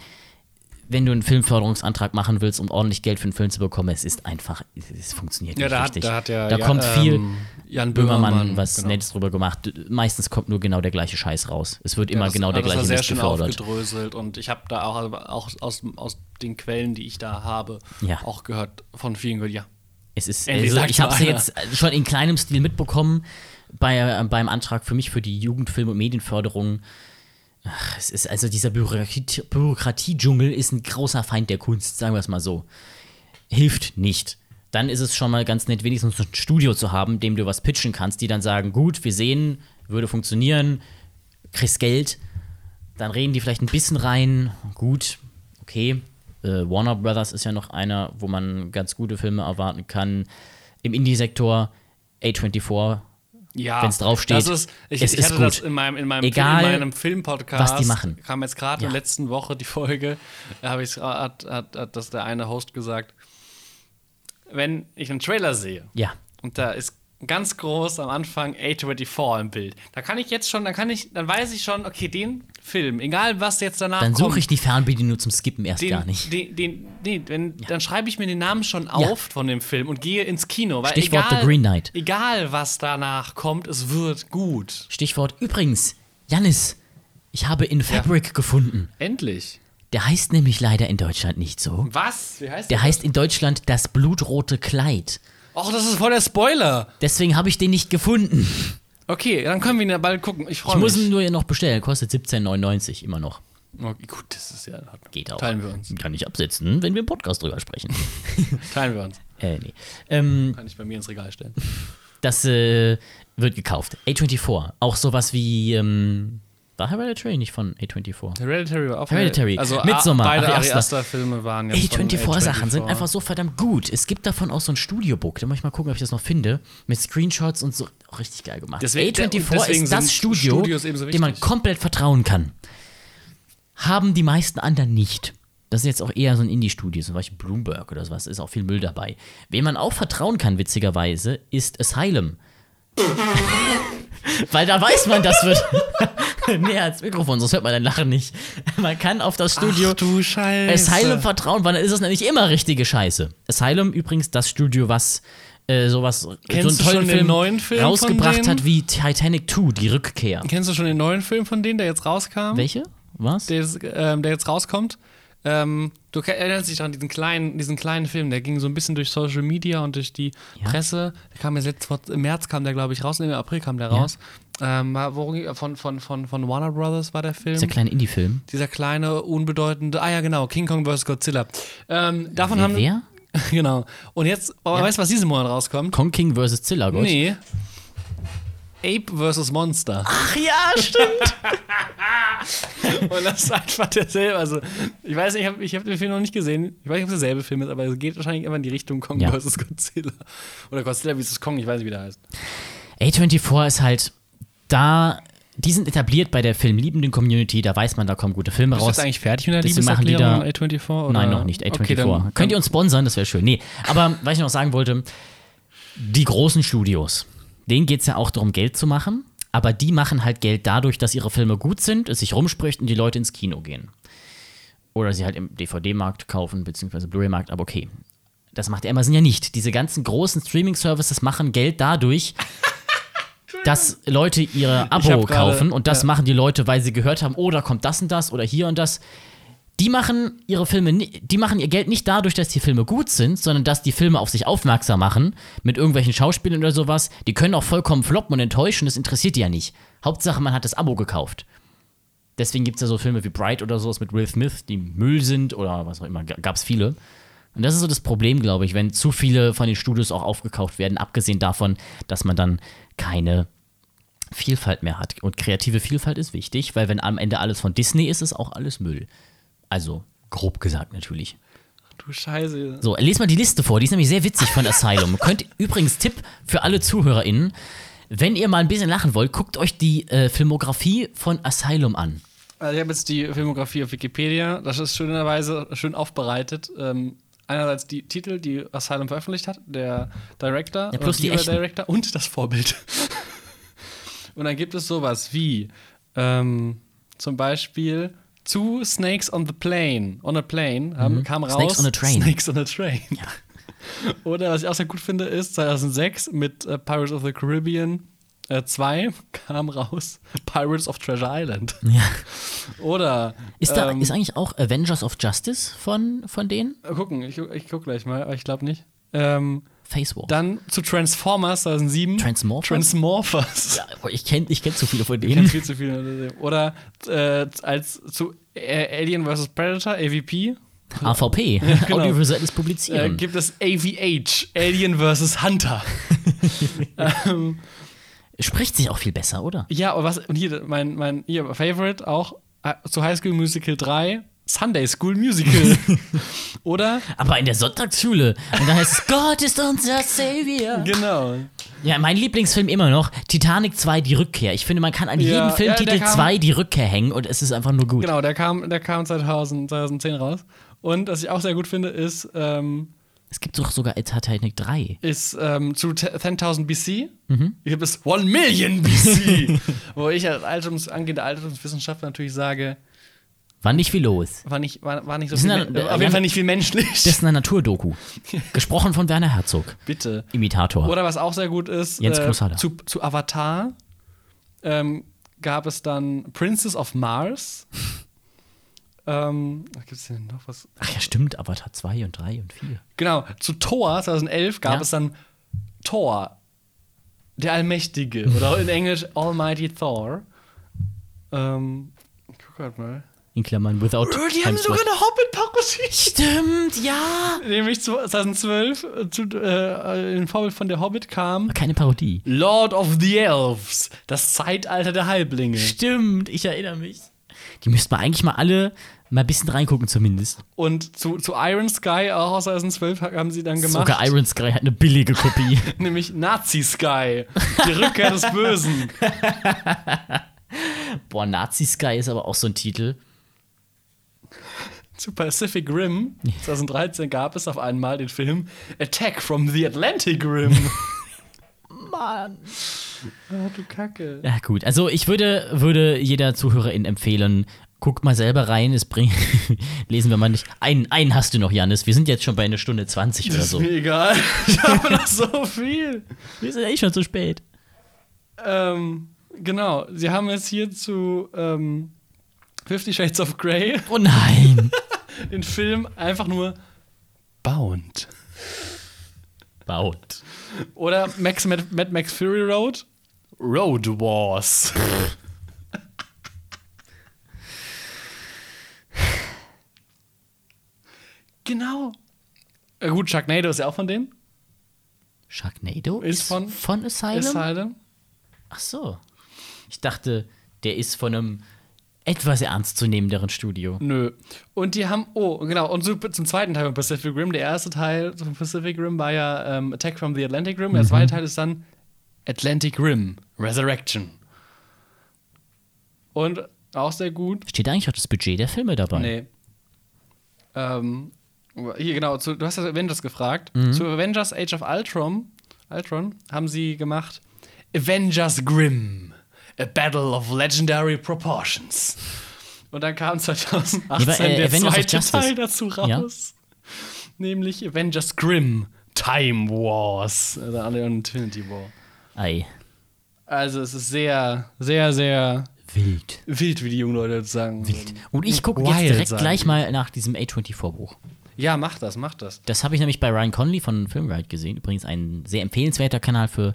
S2: wenn du einen Filmförderungsantrag machen willst, um ordentlich Geld für einen Film zu bekommen, es ist einfach, es, es funktioniert
S1: Ja,
S2: nicht
S1: da hat,
S2: richtig.
S1: da hat ja,
S2: da
S1: ja,
S2: kommt viel,
S1: ähm, Jan
S2: Böhmermann,
S1: Böhmermann,
S2: was
S1: genau.
S2: Nettes drüber gemacht. Meistens kommt nur genau der gleiche Scheiß raus. Es wird
S1: Ja,
S2: immer
S1: das-
S2: genau der
S1: das war
S2: gleiche
S1: sehr
S2: Mist
S1: schön
S2: gefördert.
S1: aufgedröselt und ich habe da auch, aber auch aus, aus den Quellen, die ich da habe,
S2: Ja.
S1: auch gehört von vielen gehört, ja.
S2: Es ist,
S1: Endlich
S2: also,
S1: sagt
S2: ich habe es
S1: mal
S2: jetzt schon in kleinem Stil mitbekommen bei, beim Antrag für mich für die Jugendfilm- und Medienförderung. Ach, es ist also dieser Bürokratie- Bürokratie-Dschungel ist ein großer Feind der Kunst, sagen wir es mal so. Hilft nicht. Dann ist es schon mal ganz nett, wenigstens ein Studio zu haben, dem du was pitchen kannst, die dann sagen, gut, wir sehen, würde funktionieren, kriegst Geld, dann reden die vielleicht ein bisschen rein. Gut, okay. Äh, Warner Brothers ist ja noch einer, wo man ganz gute Filme erwarten kann. Im Indie-Sektor A24.
S1: Ja,
S2: Wenn's draufsteht,
S1: Das ist, ich,
S2: es
S1: ich
S2: ist
S1: hatte das
S2: gut.
S1: in meinem, in meinem,
S2: Egal,
S1: in meinem Filmpodcast.
S2: was die machen.
S1: Kam jetzt gerade
S2: Ja.
S1: in der letzten Woche die Folge, da habe ich hat, hat, hat das der eine Host gesagt. Wenn ich einen Trailer sehe
S2: Ja,
S1: und da ist ganz groß am Anfang A24 im Bild, da kann ich jetzt schon, dann kann ich, dann weiß ich schon, okay, den Film, egal was jetzt danach
S2: dann
S1: kommt,
S2: suche ich die Fernbedienung zum Skippen erst
S1: den,
S2: gar nicht.
S1: Den, den, nee, wenn, Dann schreibe ich mir den Namen schon auf von dem Film und gehe ins Kino. Weil
S2: Stichwort
S1: egal,
S2: The Green Knight.
S1: Egal, was danach kommt, es wird gut.
S2: Stichwort übrigens, Jannis, ich habe In Fabric gefunden.
S1: Endlich.
S2: Der heißt nämlich leider in Deutschland nicht so.
S1: Was? Wie heißt
S2: Der heißt in Deutschland das blutrote Kleid.
S1: Och, das ist voll der Spoiler.
S2: Deswegen habe ich den nicht gefunden.
S1: Okay, dann können wir ihn ja bald gucken. Ich
S2: Ich
S1: freue
S2: muss ihn
S1: mich.
S2: nur hier noch bestellen. Kostet 17,99 immer noch.
S1: Okay, gut, das ist ja. in Ordnung.
S2: Geht auch.
S1: Teilen wir uns.
S2: Kann ich absetzen, wenn wir im Podcast drüber sprechen.
S1: Teilen wir uns.
S2: äh, nee. ähm,
S1: Kann ich bei mir ins Regal stellen.
S2: das äh, wird gekauft. A24. Auch sowas wie. Ähm, war Hereditary nicht von A24?
S1: Hereditary war auch
S2: Hereditary.
S1: Also
S2: Midsommar,
S1: Midsommar. beide
S2: Ari
S1: Ari
S2: Aster.
S1: Aster Filme waren jetzt von
S2: A24-Sachen sind
S1: A24.
S2: einfach so verdammt gut. Es gibt davon auch so ein Studiobook. Da muss ich mal gucken, ob ich das noch finde. Mit Screenshots und so. Auch richtig geil gemacht.
S1: Deswegen-
S2: A24
S1: deswegen
S2: ist das
S1: sind
S2: Studio,
S1: Studios eben so
S2: dem man
S1: wichtig.
S2: komplett vertrauen kann. Haben die meisten anderen nicht. Das ist jetzt auch eher so ein Indie-Studio, zum Beispiel Bloomberg oder sowas. Ist auch viel Müll dabei. Wem man auch vertrauen kann, witzigerweise, ist Asylum. Weil da weiß man, das wird näher als Mikrofon, sonst hört man dein Lachen nicht. Man kann auf das Studio
S1: Ach du Scheiße.
S2: Äh, Asylum vertrauen, weil dann ist das nämlich immer richtige Scheiße. Asylum übrigens das Studio, was äh, sowas
S1: Kennst du
S2: so einen tollen
S1: schon den
S2: Film,
S1: neuen Film von
S2: rausgebracht
S1: denen?
S2: hat wie Titanic 2, die Rückkehr.
S1: Kennst du schon den neuen Film von denen, der jetzt rauskam?
S2: Welche? Was?
S1: der, ist, ähm, der jetzt rauskommt. Ähm, du ke- erinnerst dich an diesen kleinen, diesen kleinen Film, der ging so ein bisschen durch Social Media und durch die
S2: Ja.
S1: Presse. Der kam jetzt letzt, vor, Im März kam der, glaube ich, raus, nee, im April kam der raus. Ähm, war- worum- von, von, von, von Warner Brothers war der Film.
S2: Dieser kleine Indie-Film.
S1: Dieser kleine, unbedeutende, ah ja, genau, King Kong vs. Godzilla. Ähm, davon haben.
S2: Wer?
S1: Genau. Und jetzt, oh, weißt du, was diesen Monat rauskommt?
S2: Kong King vs. Zilla, Gott.
S1: Nee. Ape vs. Monster.
S2: Ach ja, stimmt.
S1: Und das ist einfach derselbe. Also, ich weiß nicht, ich habe ich hab den Film noch nicht gesehen. Ich weiß nicht, ob es derselbe Film ist, aber es geht wahrscheinlich immer in die Richtung Kong
S2: Ja.
S1: vs. Godzilla. Oder Godzilla vs. Kong, ich weiß nicht, wie der heißt.
S2: A24 ist halt da, die sind etabliert bei der filmliebenden Community, da weiß man, da kommen gute Filme
S1: Ist
S2: raus.
S1: das eigentlich fertig mit der
S2: Deswegen machen die
S1: Liebeserklärung A24? Oder?
S2: Nein, noch nicht. A24.
S1: Okay, dann,
S2: Könnt ihr uns sponsern, das wäre schön. Nee, aber was ich noch sagen wollte, die großen Studios, denen geht es ja auch darum, Geld zu machen, aber die machen halt Geld dadurch, dass ihre Filme gut sind, es sich rumspricht und die Leute ins Kino gehen. Oder sie halt im DVD-Markt kaufen, beziehungsweise Blu-ray-Markt, aber okay. Das macht Amazon ja nicht. Diese ganzen großen Streaming-Services machen Geld dadurch, dass Leute ihre Abo
S1: hab gerade-
S2: kaufen und das machen die Leute, weil sie gehört haben, oh, da kommt das und das oder hier und das. Die machen ihre Filme, ni- die machen ihr Geld nicht dadurch, dass die Filme gut sind, sondern dass die Filme auf sich aufmerksam machen mit irgendwelchen Schauspielern oder sowas. Die können auch vollkommen floppen und enttäuschen, das interessiert die ja nicht. Hauptsache, man hat das Abo gekauft. Deswegen gibt es ja so Filme wie Bright oder sowas mit Will Smith, die Müll sind oder was auch immer, gab es viele. Und das ist so das Problem, glaube ich, wenn zu viele von den Studios auch aufgekauft werden, abgesehen davon, dass man dann keine Vielfalt mehr hat. Und kreative Vielfalt ist wichtig, weil wenn am Ende alles von Disney ist, ist auch alles Müll. Also grob gesagt natürlich.
S1: Du Scheiße.
S2: So, lest mal die Liste vor, die ist nämlich sehr witzig von Asylum. Könnt übrigens Tipp für alle ZuhörerInnen, wenn ihr mal ein bisschen lachen wollt, guckt euch die äh, Filmografie von Asylum an.
S1: Also ich habe jetzt die Filmografie auf Wikipedia. Das ist schönerweise schön aufbereitet. Ähm, einerseits die Titel, die Asylum veröffentlicht hat, der Director,
S2: Ja, plus
S1: oder
S2: die
S1: ihre
S2: echten.
S1: Director und das Vorbild. und dann gibt es sowas wie ähm, zum Beispiel zu Snakes on the Plane. On a Plane haben, kam raus.
S2: Mhm. Snakes on a Train.
S1: Snakes on a Train. Oder was ich auch sehr gut finde, ist 2006 mit äh, Pirates of the Caribbean 2 kam raus Pirates of Treasure Island.
S2: Ja.
S1: Oder
S2: Ist, da,
S1: ähm,
S2: ist eigentlich auch Avengers of Justice von, von denen?
S1: äh, gucken, ich, gu- ich guck gleich mal, aber ich glaube nicht. Ähm,
S2: Face War.
S1: dann zu Transformers 2007.
S2: Transmorphers?
S1: Transmorphers.
S2: Ja, ich kenne ich kenn zu viele von
S1: Ich kenn
S2: denen.
S1: viel zu viele. Oder äh, als zu äh, Alien vs Predator AVP
S2: AVP,
S1: genau.
S2: audiovisuelles
S1: äh,
S2: Publizieren.
S1: gibt es AVH Alien vs Hunter. ähm,
S2: Spricht sich auch viel besser, oder?
S1: Ja, aber was, und hier, mein, mein hier, Favorite auch, äh, zu High School Musical 3, Sunday School Musical. Oder?
S2: Aber in der Sonntagsschule. Und da heißt es, Gott ist unser Savior.
S1: Genau.
S2: Ja, mein Lieblingsfilm immer noch, Titanic 2, die Rückkehr. Ich finde, man kann an
S1: Ja, ja,
S2: jeden
S1: der
S2: Filmtitel
S1: kam-
S2: 2 die Rückkehr hängen und es ist einfach nur gut.
S1: Genau, der kam, der kam 2000, 2010 raus. Und was ich auch sehr gut finde, ist, ähm,
S2: Es gibt doch sogar Titanic 3.
S1: ist ähm, zu te- 10.000 BC.
S2: Mhm.
S1: Hier gibt es 1 Million BC. wo ich als Altums, angehender Altertumswissenschaftler natürlich sage,
S2: War nicht viel los.
S1: war nicht, war, war nicht so
S2: Wir sind
S1: viel,
S2: dann-
S1: men-
S2: äh,
S1: auf
S2: wir
S1: jeden Fall
S2: haben-
S1: nicht viel menschlich.
S2: Das ist eine Naturdoku. Gesprochen von Werner Herzog,
S1: Bitte.
S2: Imitator.
S1: Oder was auch sehr gut ist,
S2: Jens
S1: äh,
S2: Knushaller.
S1: zu, zu Avatar ähm, gab es dann Princess of Mars. ähm, was gibt's denn noch was?
S2: Ach ja, stimmt, Avatar 2 und 3 und 4.
S1: Genau, zu Thor 2011 gab
S2: Ja.
S1: es dann Thor, der Allmächtige. Oder in Englisch Almighty Thor. Ähm, ich guck grad mal.
S2: In Klammern, without
S1: Oh, die haben
S2: Hemsworth.
S1: sogar eine Hobbit-Parodie.
S2: Stimmt, ja.
S1: Nämlich 2012 äh, zu, äh, in Vorbild von der Hobbit kam
S2: Keine Parodie.
S1: Lord of the Elves, das Zeitalter der Halblinge.
S2: Stimmt, ich erinnere mich. Die müssten wir eigentlich mal alle mal ein bisschen reingucken zumindest.
S1: Und zu, zu Iron Sky, äh, auch aus 2012, haben sie dann gemacht,
S2: Sogar Iron Sky hat eine billige Kopie.
S1: nämlich Nazi Sky, die Rückkehr des Bösen.
S2: Boah, Nazi Sky ist aber auch so ein Titel.
S1: Zu Pacific Rim 2013 gab es auf einmal den Film Attack from the Atlantic Rim.
S2: Mann.
S1: oh, du Kacke.
S2: Ja, gut. Also ich würde, würde jeder Zuhörerin empfehlen, guckt mal selber rein, es bringt. Lesen wir mal nicht. Einen, einen hast du noch, Janis. Wir sind jetzt schon bei einer Stunde 20 oder
S1: Das ist
S2: so.
S1: mir egal. Ich habe noch so viel.
S2: Wir sind eh schon zu spät.
S1: Ähm, genau, sie haben jetzt hier zu ähm, Fifty Shades of Grey
S2: Oh nein.
S1: den Film einfach nur Bound.
S2: Baut.
S1: Oder Max, Mad, Mad Max Fury Road. Road Wars. genau. Äh, gut, Sharknado ist ja auch von denen.
S2: Sharknado
S1: Ist von-
S2: von Asylum?
S1: Ist halt,
S2: Ach so. Ich dachte, der ist von einem etwas ernstzunehmenderen Studio.
S1: Nö. Und die haben, oh, genau, und so zum zweiten Teil von Pacific Rim. Der erste Teil von Pacific Rim war ja ähm, Attack from the Atlantic Rim. Der zweite Teil ist dann Atlantic Rim, Resurrection. Und auch sehr gut.
S2: Steht eigentlich auch das Budget der Filme dabei?
S1: Nee. Ähm, hier genau, zu, du hast das Avengers gefragt.
S2: Mhm.
S1: Zu Avengers Age of Ultron, Ultron haben sie gemacht Avengers Grimm, A Battle of Legendary Proportions. Und dann kam 2018
S2: Nee, weil, äh,
S1: der
S2: Avengers of
S1: zweite
S2: Justice.
S1: Teil dazu
S2: Ja.
S1: raus. Nämlich Avengers Grimm, Time Wars, also an der Infinity War.
S2: Ei.
S1: Also es ist sehr, sehr, sehr
S2: Wild.
S1: wild, wie die jungen Leute jetzt sagen. Wild.
S2: Und ich gucke jetzt direkt gleich mal nach diesem A24-Buch.
S1: Ja, mach das, mach das.
S2: Das habe ich nämlich bei Ryan Conley von Filmride gesehen. Übrigens ein sehr empfehlenswerter Kanal für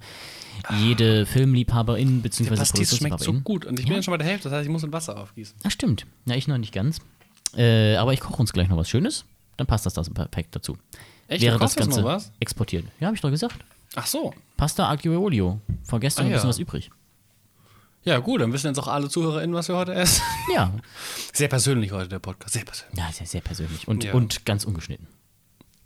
S2: jede Filmliebhaberin bzw.
S1: Ah. Der Pastis schmeckt so
S2: Produktionsliebhaberin.
S1: gut und ich bin ja schon bei der Hälfte, das heißt, ich muss mit Wasser aufgießen.
S2: Ah, stimmt. Na, ich noch nicht ganz. Äh, aber ich koche uns gleich noch was Schönes. Dann passt das, das perfekt dazu.
S1: Echt?
S2: Wäre
S1: Du
S2: das
S1: kochst jetzt
S2: Ganze
S1: noch was?
S2: exportiert. Ja, habe ich doch gesagt.
S1: Ach so.
S2: Pasta Aglio e Olio. Vor gestern
S1: Ah,
S2: ein bisschen
S1: ja.
S2: was übrig.
S1: Ja, gut, dann wissen jetzt auch alle ZuhörerInnen, was wir heute essen.
S2: Ja.
S1: Sehr persönlich heute, der Podcast. Sehr persönlich.
S2: Ja, sehr, sehr persönlich. Und,
S1: Ja.
S2: und ganz ungeschnitten.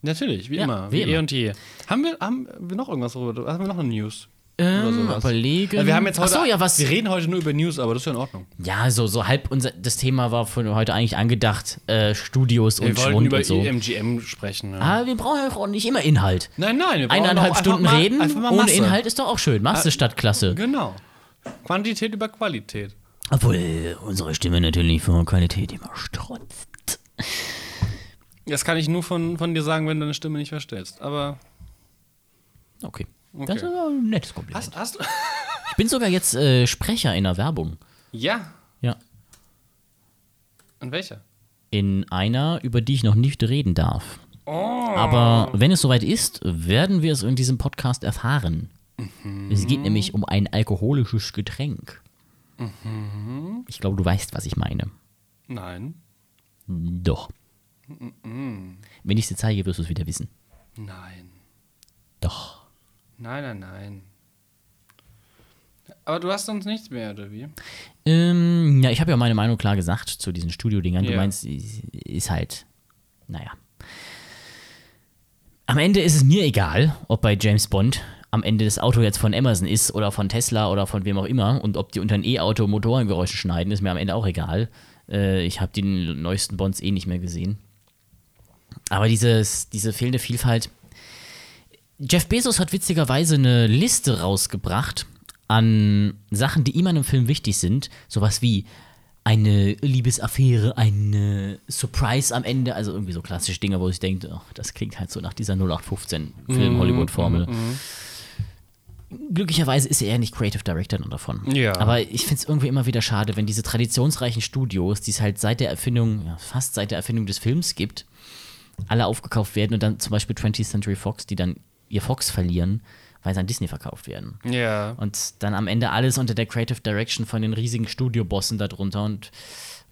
S1: Natürlich, wie
S2: Ja,
S1: immer.
S2: wie
S1: Wie, eh
S2: immer.
S1: und je. Haben wir, haben wir noch irgendwas darüber? Haben wir noch eine News?
S2: Ähm, überlegen.
S1: Ja, wir haben jetzt heute.
S2: Ach so, ja, was.
S1: Wir reden heute nur über News, aber das ist ja in Ordnung.
S2: Ja, so, so halb unser. Das Thema war von heute eigentlich angedacht: äh, Studios
S1: Wir
S2: und
S1: wollten
S2: Schwund
S1: über E
S2: und so.
S1: EMGM sprechen. Ja.
S2: Aber wir brauchen ja auch nicht immer Inhalt.
S1: Nein, nein, wir brauchen
S2: Eineinhalb
S1: auch einfach
S2: Stunden
S1: mal-
S2: reden
S1: einfach mal
S2: ohne
S1: Masse. Ah.
S2: Inhalt ist doch auch schön. Masse statt Klasse.
S1: Genau. Quantität über Qualität.
S2: Obwohl unsere Stimme natürlich von Qualität immer strotzt.
S1: Das kann ich nur von, von dir sagen, wenn du deine Stimme nicht verstellst. Aber
S2: Okay.
S1: Okay.
S2: Das ist aber ein nettes Kompliment.
S1: hast, hast du.
S2: Ich bin sogar jetzt äh, Sprecher in der Werbung.
S1: ja.
S2: Ja.
S1: An welcher?
S2: In einer, über die ich noch nicht reden darf.
S1: Oh.
S2: Aber wenn es soweit ist, werden wir es in diesem Podcast erfahren. Es geht nämlich um ein alkoholisches Getränk. Ich glaube, du weißt, was ich meine.
S1: Nein.
S2: Doch. Wenn ich es dir zeige, wirst du es wieder wissen.
S1: Nein.
S2: Doch.
S1: Nein, nein, nein. Aber du hast sonst nichts mehr, oder wie?
S2: Ähm, ja, ich habe ja meine Meinung klar gesagt zu diesen Studiodingern. Du
S1: Ja.
S2: meinst, es ist halt, naja. Am Ende ist es mir egal, ob bei James Bond am Ende das Auto jetzt von Amazon ist oder von Tesla oder von wem auch immer und ob die unter ein E-Auto Motorengeräusche schneiden, ist mir am Ende auch egal. Äh, ich habe die neuesten Bonds eh nicht mehr gesehen. Aber dieses, diese fehlende Vielfalt. Jeff Bezos hat witzigerweise eine Liste rausgebracht an Sachen, die ihm an einem Film wichtig sind. Sowas wie eine Liebesaffäre, eine Surprise am Ende, also irgendwie so klassische Dinge, wo ich denke, ach, das klingt halt so nach dieser 0815-Film-Hollywood-Formel. Glücklicherweise ist er ja nicht Creative Director dann davon.
S1: Ja.
S2: Aber ich finde es irgendwie immer wieder schade, wenn diese traditionsreichen Studios, die es halt seit der Erfindung, ja, fast seit der Erfindung des Films gibt, alle aufgekauft werden und dann zum Beispiel 20th Century Fox, die dann ihr Fox verlieren, weil sie an Disney verkauft werden.
S1: Ja.
S2: Und dann am Ende alles unter der Creative Direction von den riesigen Studiobossen darunter und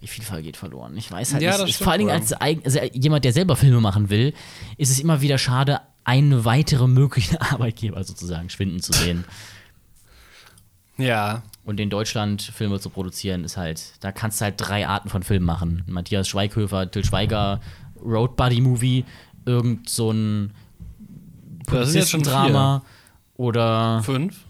S2: die Vielfalt geht verloren. Ich weiß halt
S1: Ja, das
S2: nicht.
S1: stimmt
S2: Vor allen Dingen
S1: wohl.
S2: als eigen- also jemand, der selber Filme machen will, ist es immer wieder schade, einen weiteren möglichen Arbeitgeber sozusagen schwinden zu sehen.
S1: Ja.
S2: Und in Deutschland Filme zu produzieren, ist halt, da kannst du halt drei Arten von Filmen machen. Matthias Schweighöfer, Till Schweiger, Road Buddy Movie, irgend so ein
S1: Das sind jetzt schon
S2: Drama oder
S1: Fünf?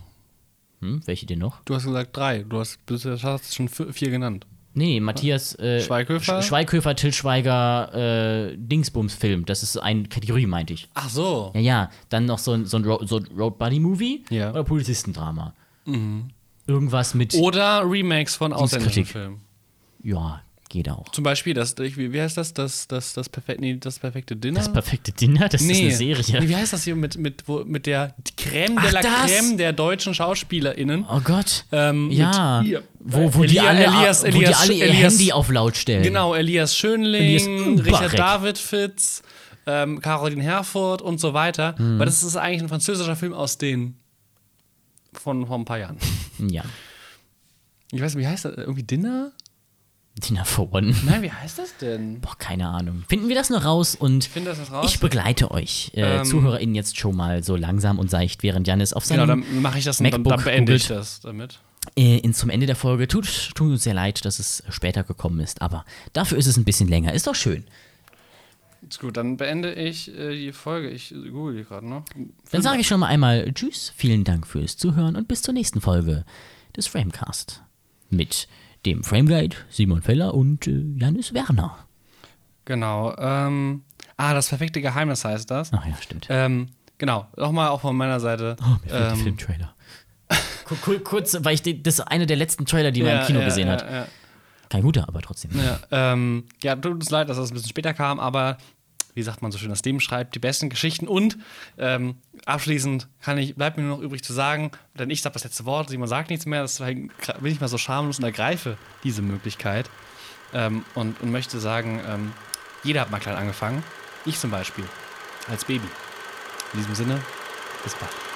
S2: hm, welche denn noch?
S1: Du hast gesagt drei. Du hast, du hast schon vi- vier genannt.
S2: Nee, Matthias äh,
S1: Schweighöfer?
S2: Sch Schweighöfer, Till Schweiger, äh, Dingsbums Film. Das ist eine Kategorie, meinte ich.
S1: Ach so.
S2: Ja, ja. Dann noch so ein, so ein, Ro so ein Road Buddy Movie
S1: Ja. Mhm. Oh.
S2: oder Polizistendrama. Irgendwas mit.
S1: Oder Remakes von ausländischen
S2: Dienstkritik.
S1: Filmen.
S2: Ja, geht auch.
S1: Zum Beispiel das, ich- wie, wie heißt das? Das, das, das, perfek nee, das perfekte Dinner?
S2: Das perfekte Dinner, das ist eine Serie.
S1: Nee, wie heißt das hier mit, mit, wo, mit der Creme de
S2: Ach,
S1: la
S2: das?
S1: Creme der deutschen SchauspielerInnen?
S2: Oh Gott.
S1: Ähm, mit
S2: ja.
S1: ihr.
S2: Wo, wo,
S1: Elia-
S2: die alle,
S1: Elias-
S2: wo
S1: Elias-
S2: die alle ihr
S1: Elias-
S2: Handy auf laut stellen.
S1: Genau, Elias Schönling,
S2: Elias Mbarek.
S1: Richard David Fitz, ähm, Caroline Herfurth und so weiter.
S2: Hm.
S1: Weil das ist eigentlich ein französischer Film aus den von vor ein paar Jahren.
S2: Ja.
S1: Ich weiß nicht, wie heißt das? Irgendwie Dinner?
S2: DIN A4-One.
S1: Nein, wie heißt das denn?
S2: Boah, keine Ahnung. Finden wir das noch raus und
S1: Finden wir das noch raus?
S2: ich begleite euch, äh,
S1: Ähm.
S2: ZuhörerInnen, jetzt schon mal so langsam und seicht, während Janis auf
S1: Genau,
S2: seinem
S1: dann mache ich das und dann, dann
S2: MacBook
S1: beende ich
S2: googelt.
S1: das damit.
S2: äh, in, zum Ende der Folge. Tut, tut uns sehr leid, dass es später gekommen ist, aber dafür ist es ein bisschen länger. Ist doch schön.
S1: Ist gut, dann beende ich äh, die Folge. Ich äh, google die gerade noch.
S2: Dann sage ich schon mal einmal Tschüss, vielen Dank fürs Zuhören und bis zur nächsten Folge des Framecast mit dem Frameguide Simon Feller und äh, Janis Werner.
S1: Genau. Ähm, ah, das perfekte Geheimnis heißt das.
S2: Ach ja, stimmt.
S1: Ähm, genau, nochmal auch von meiner Seite.
S2: Oh, mir fehlt der
S1: ähm,
S2: Filmtrailer. Ku- ku- Kurz, weil ich den, das ist einer der letzten Trailer, die man im Kino gesehen
S1: ja,
S2: hat.
S1: Ja,
S2: Kein guter, aber trotzdem.
S1: ja, ähm, ja, tut uns leid, dass das ein bisschen später kam, aber wie sagt man so schön, das Leben schreibt die besten Geschichten und ähm, abschließend kann ich, bleibt mir nur noch übrig zu sagen, denn ich sage das letzte Wort, Simon sagt nichts mehr, deswegen gra- bin ich mal so schamlos und ergreife diese Möglichkeit ähm, und, und möchte sagen, ähm, jeder hat mal klein angefangen, ich zum Beispiel, als Baby. In diesem Sinne, bis bald.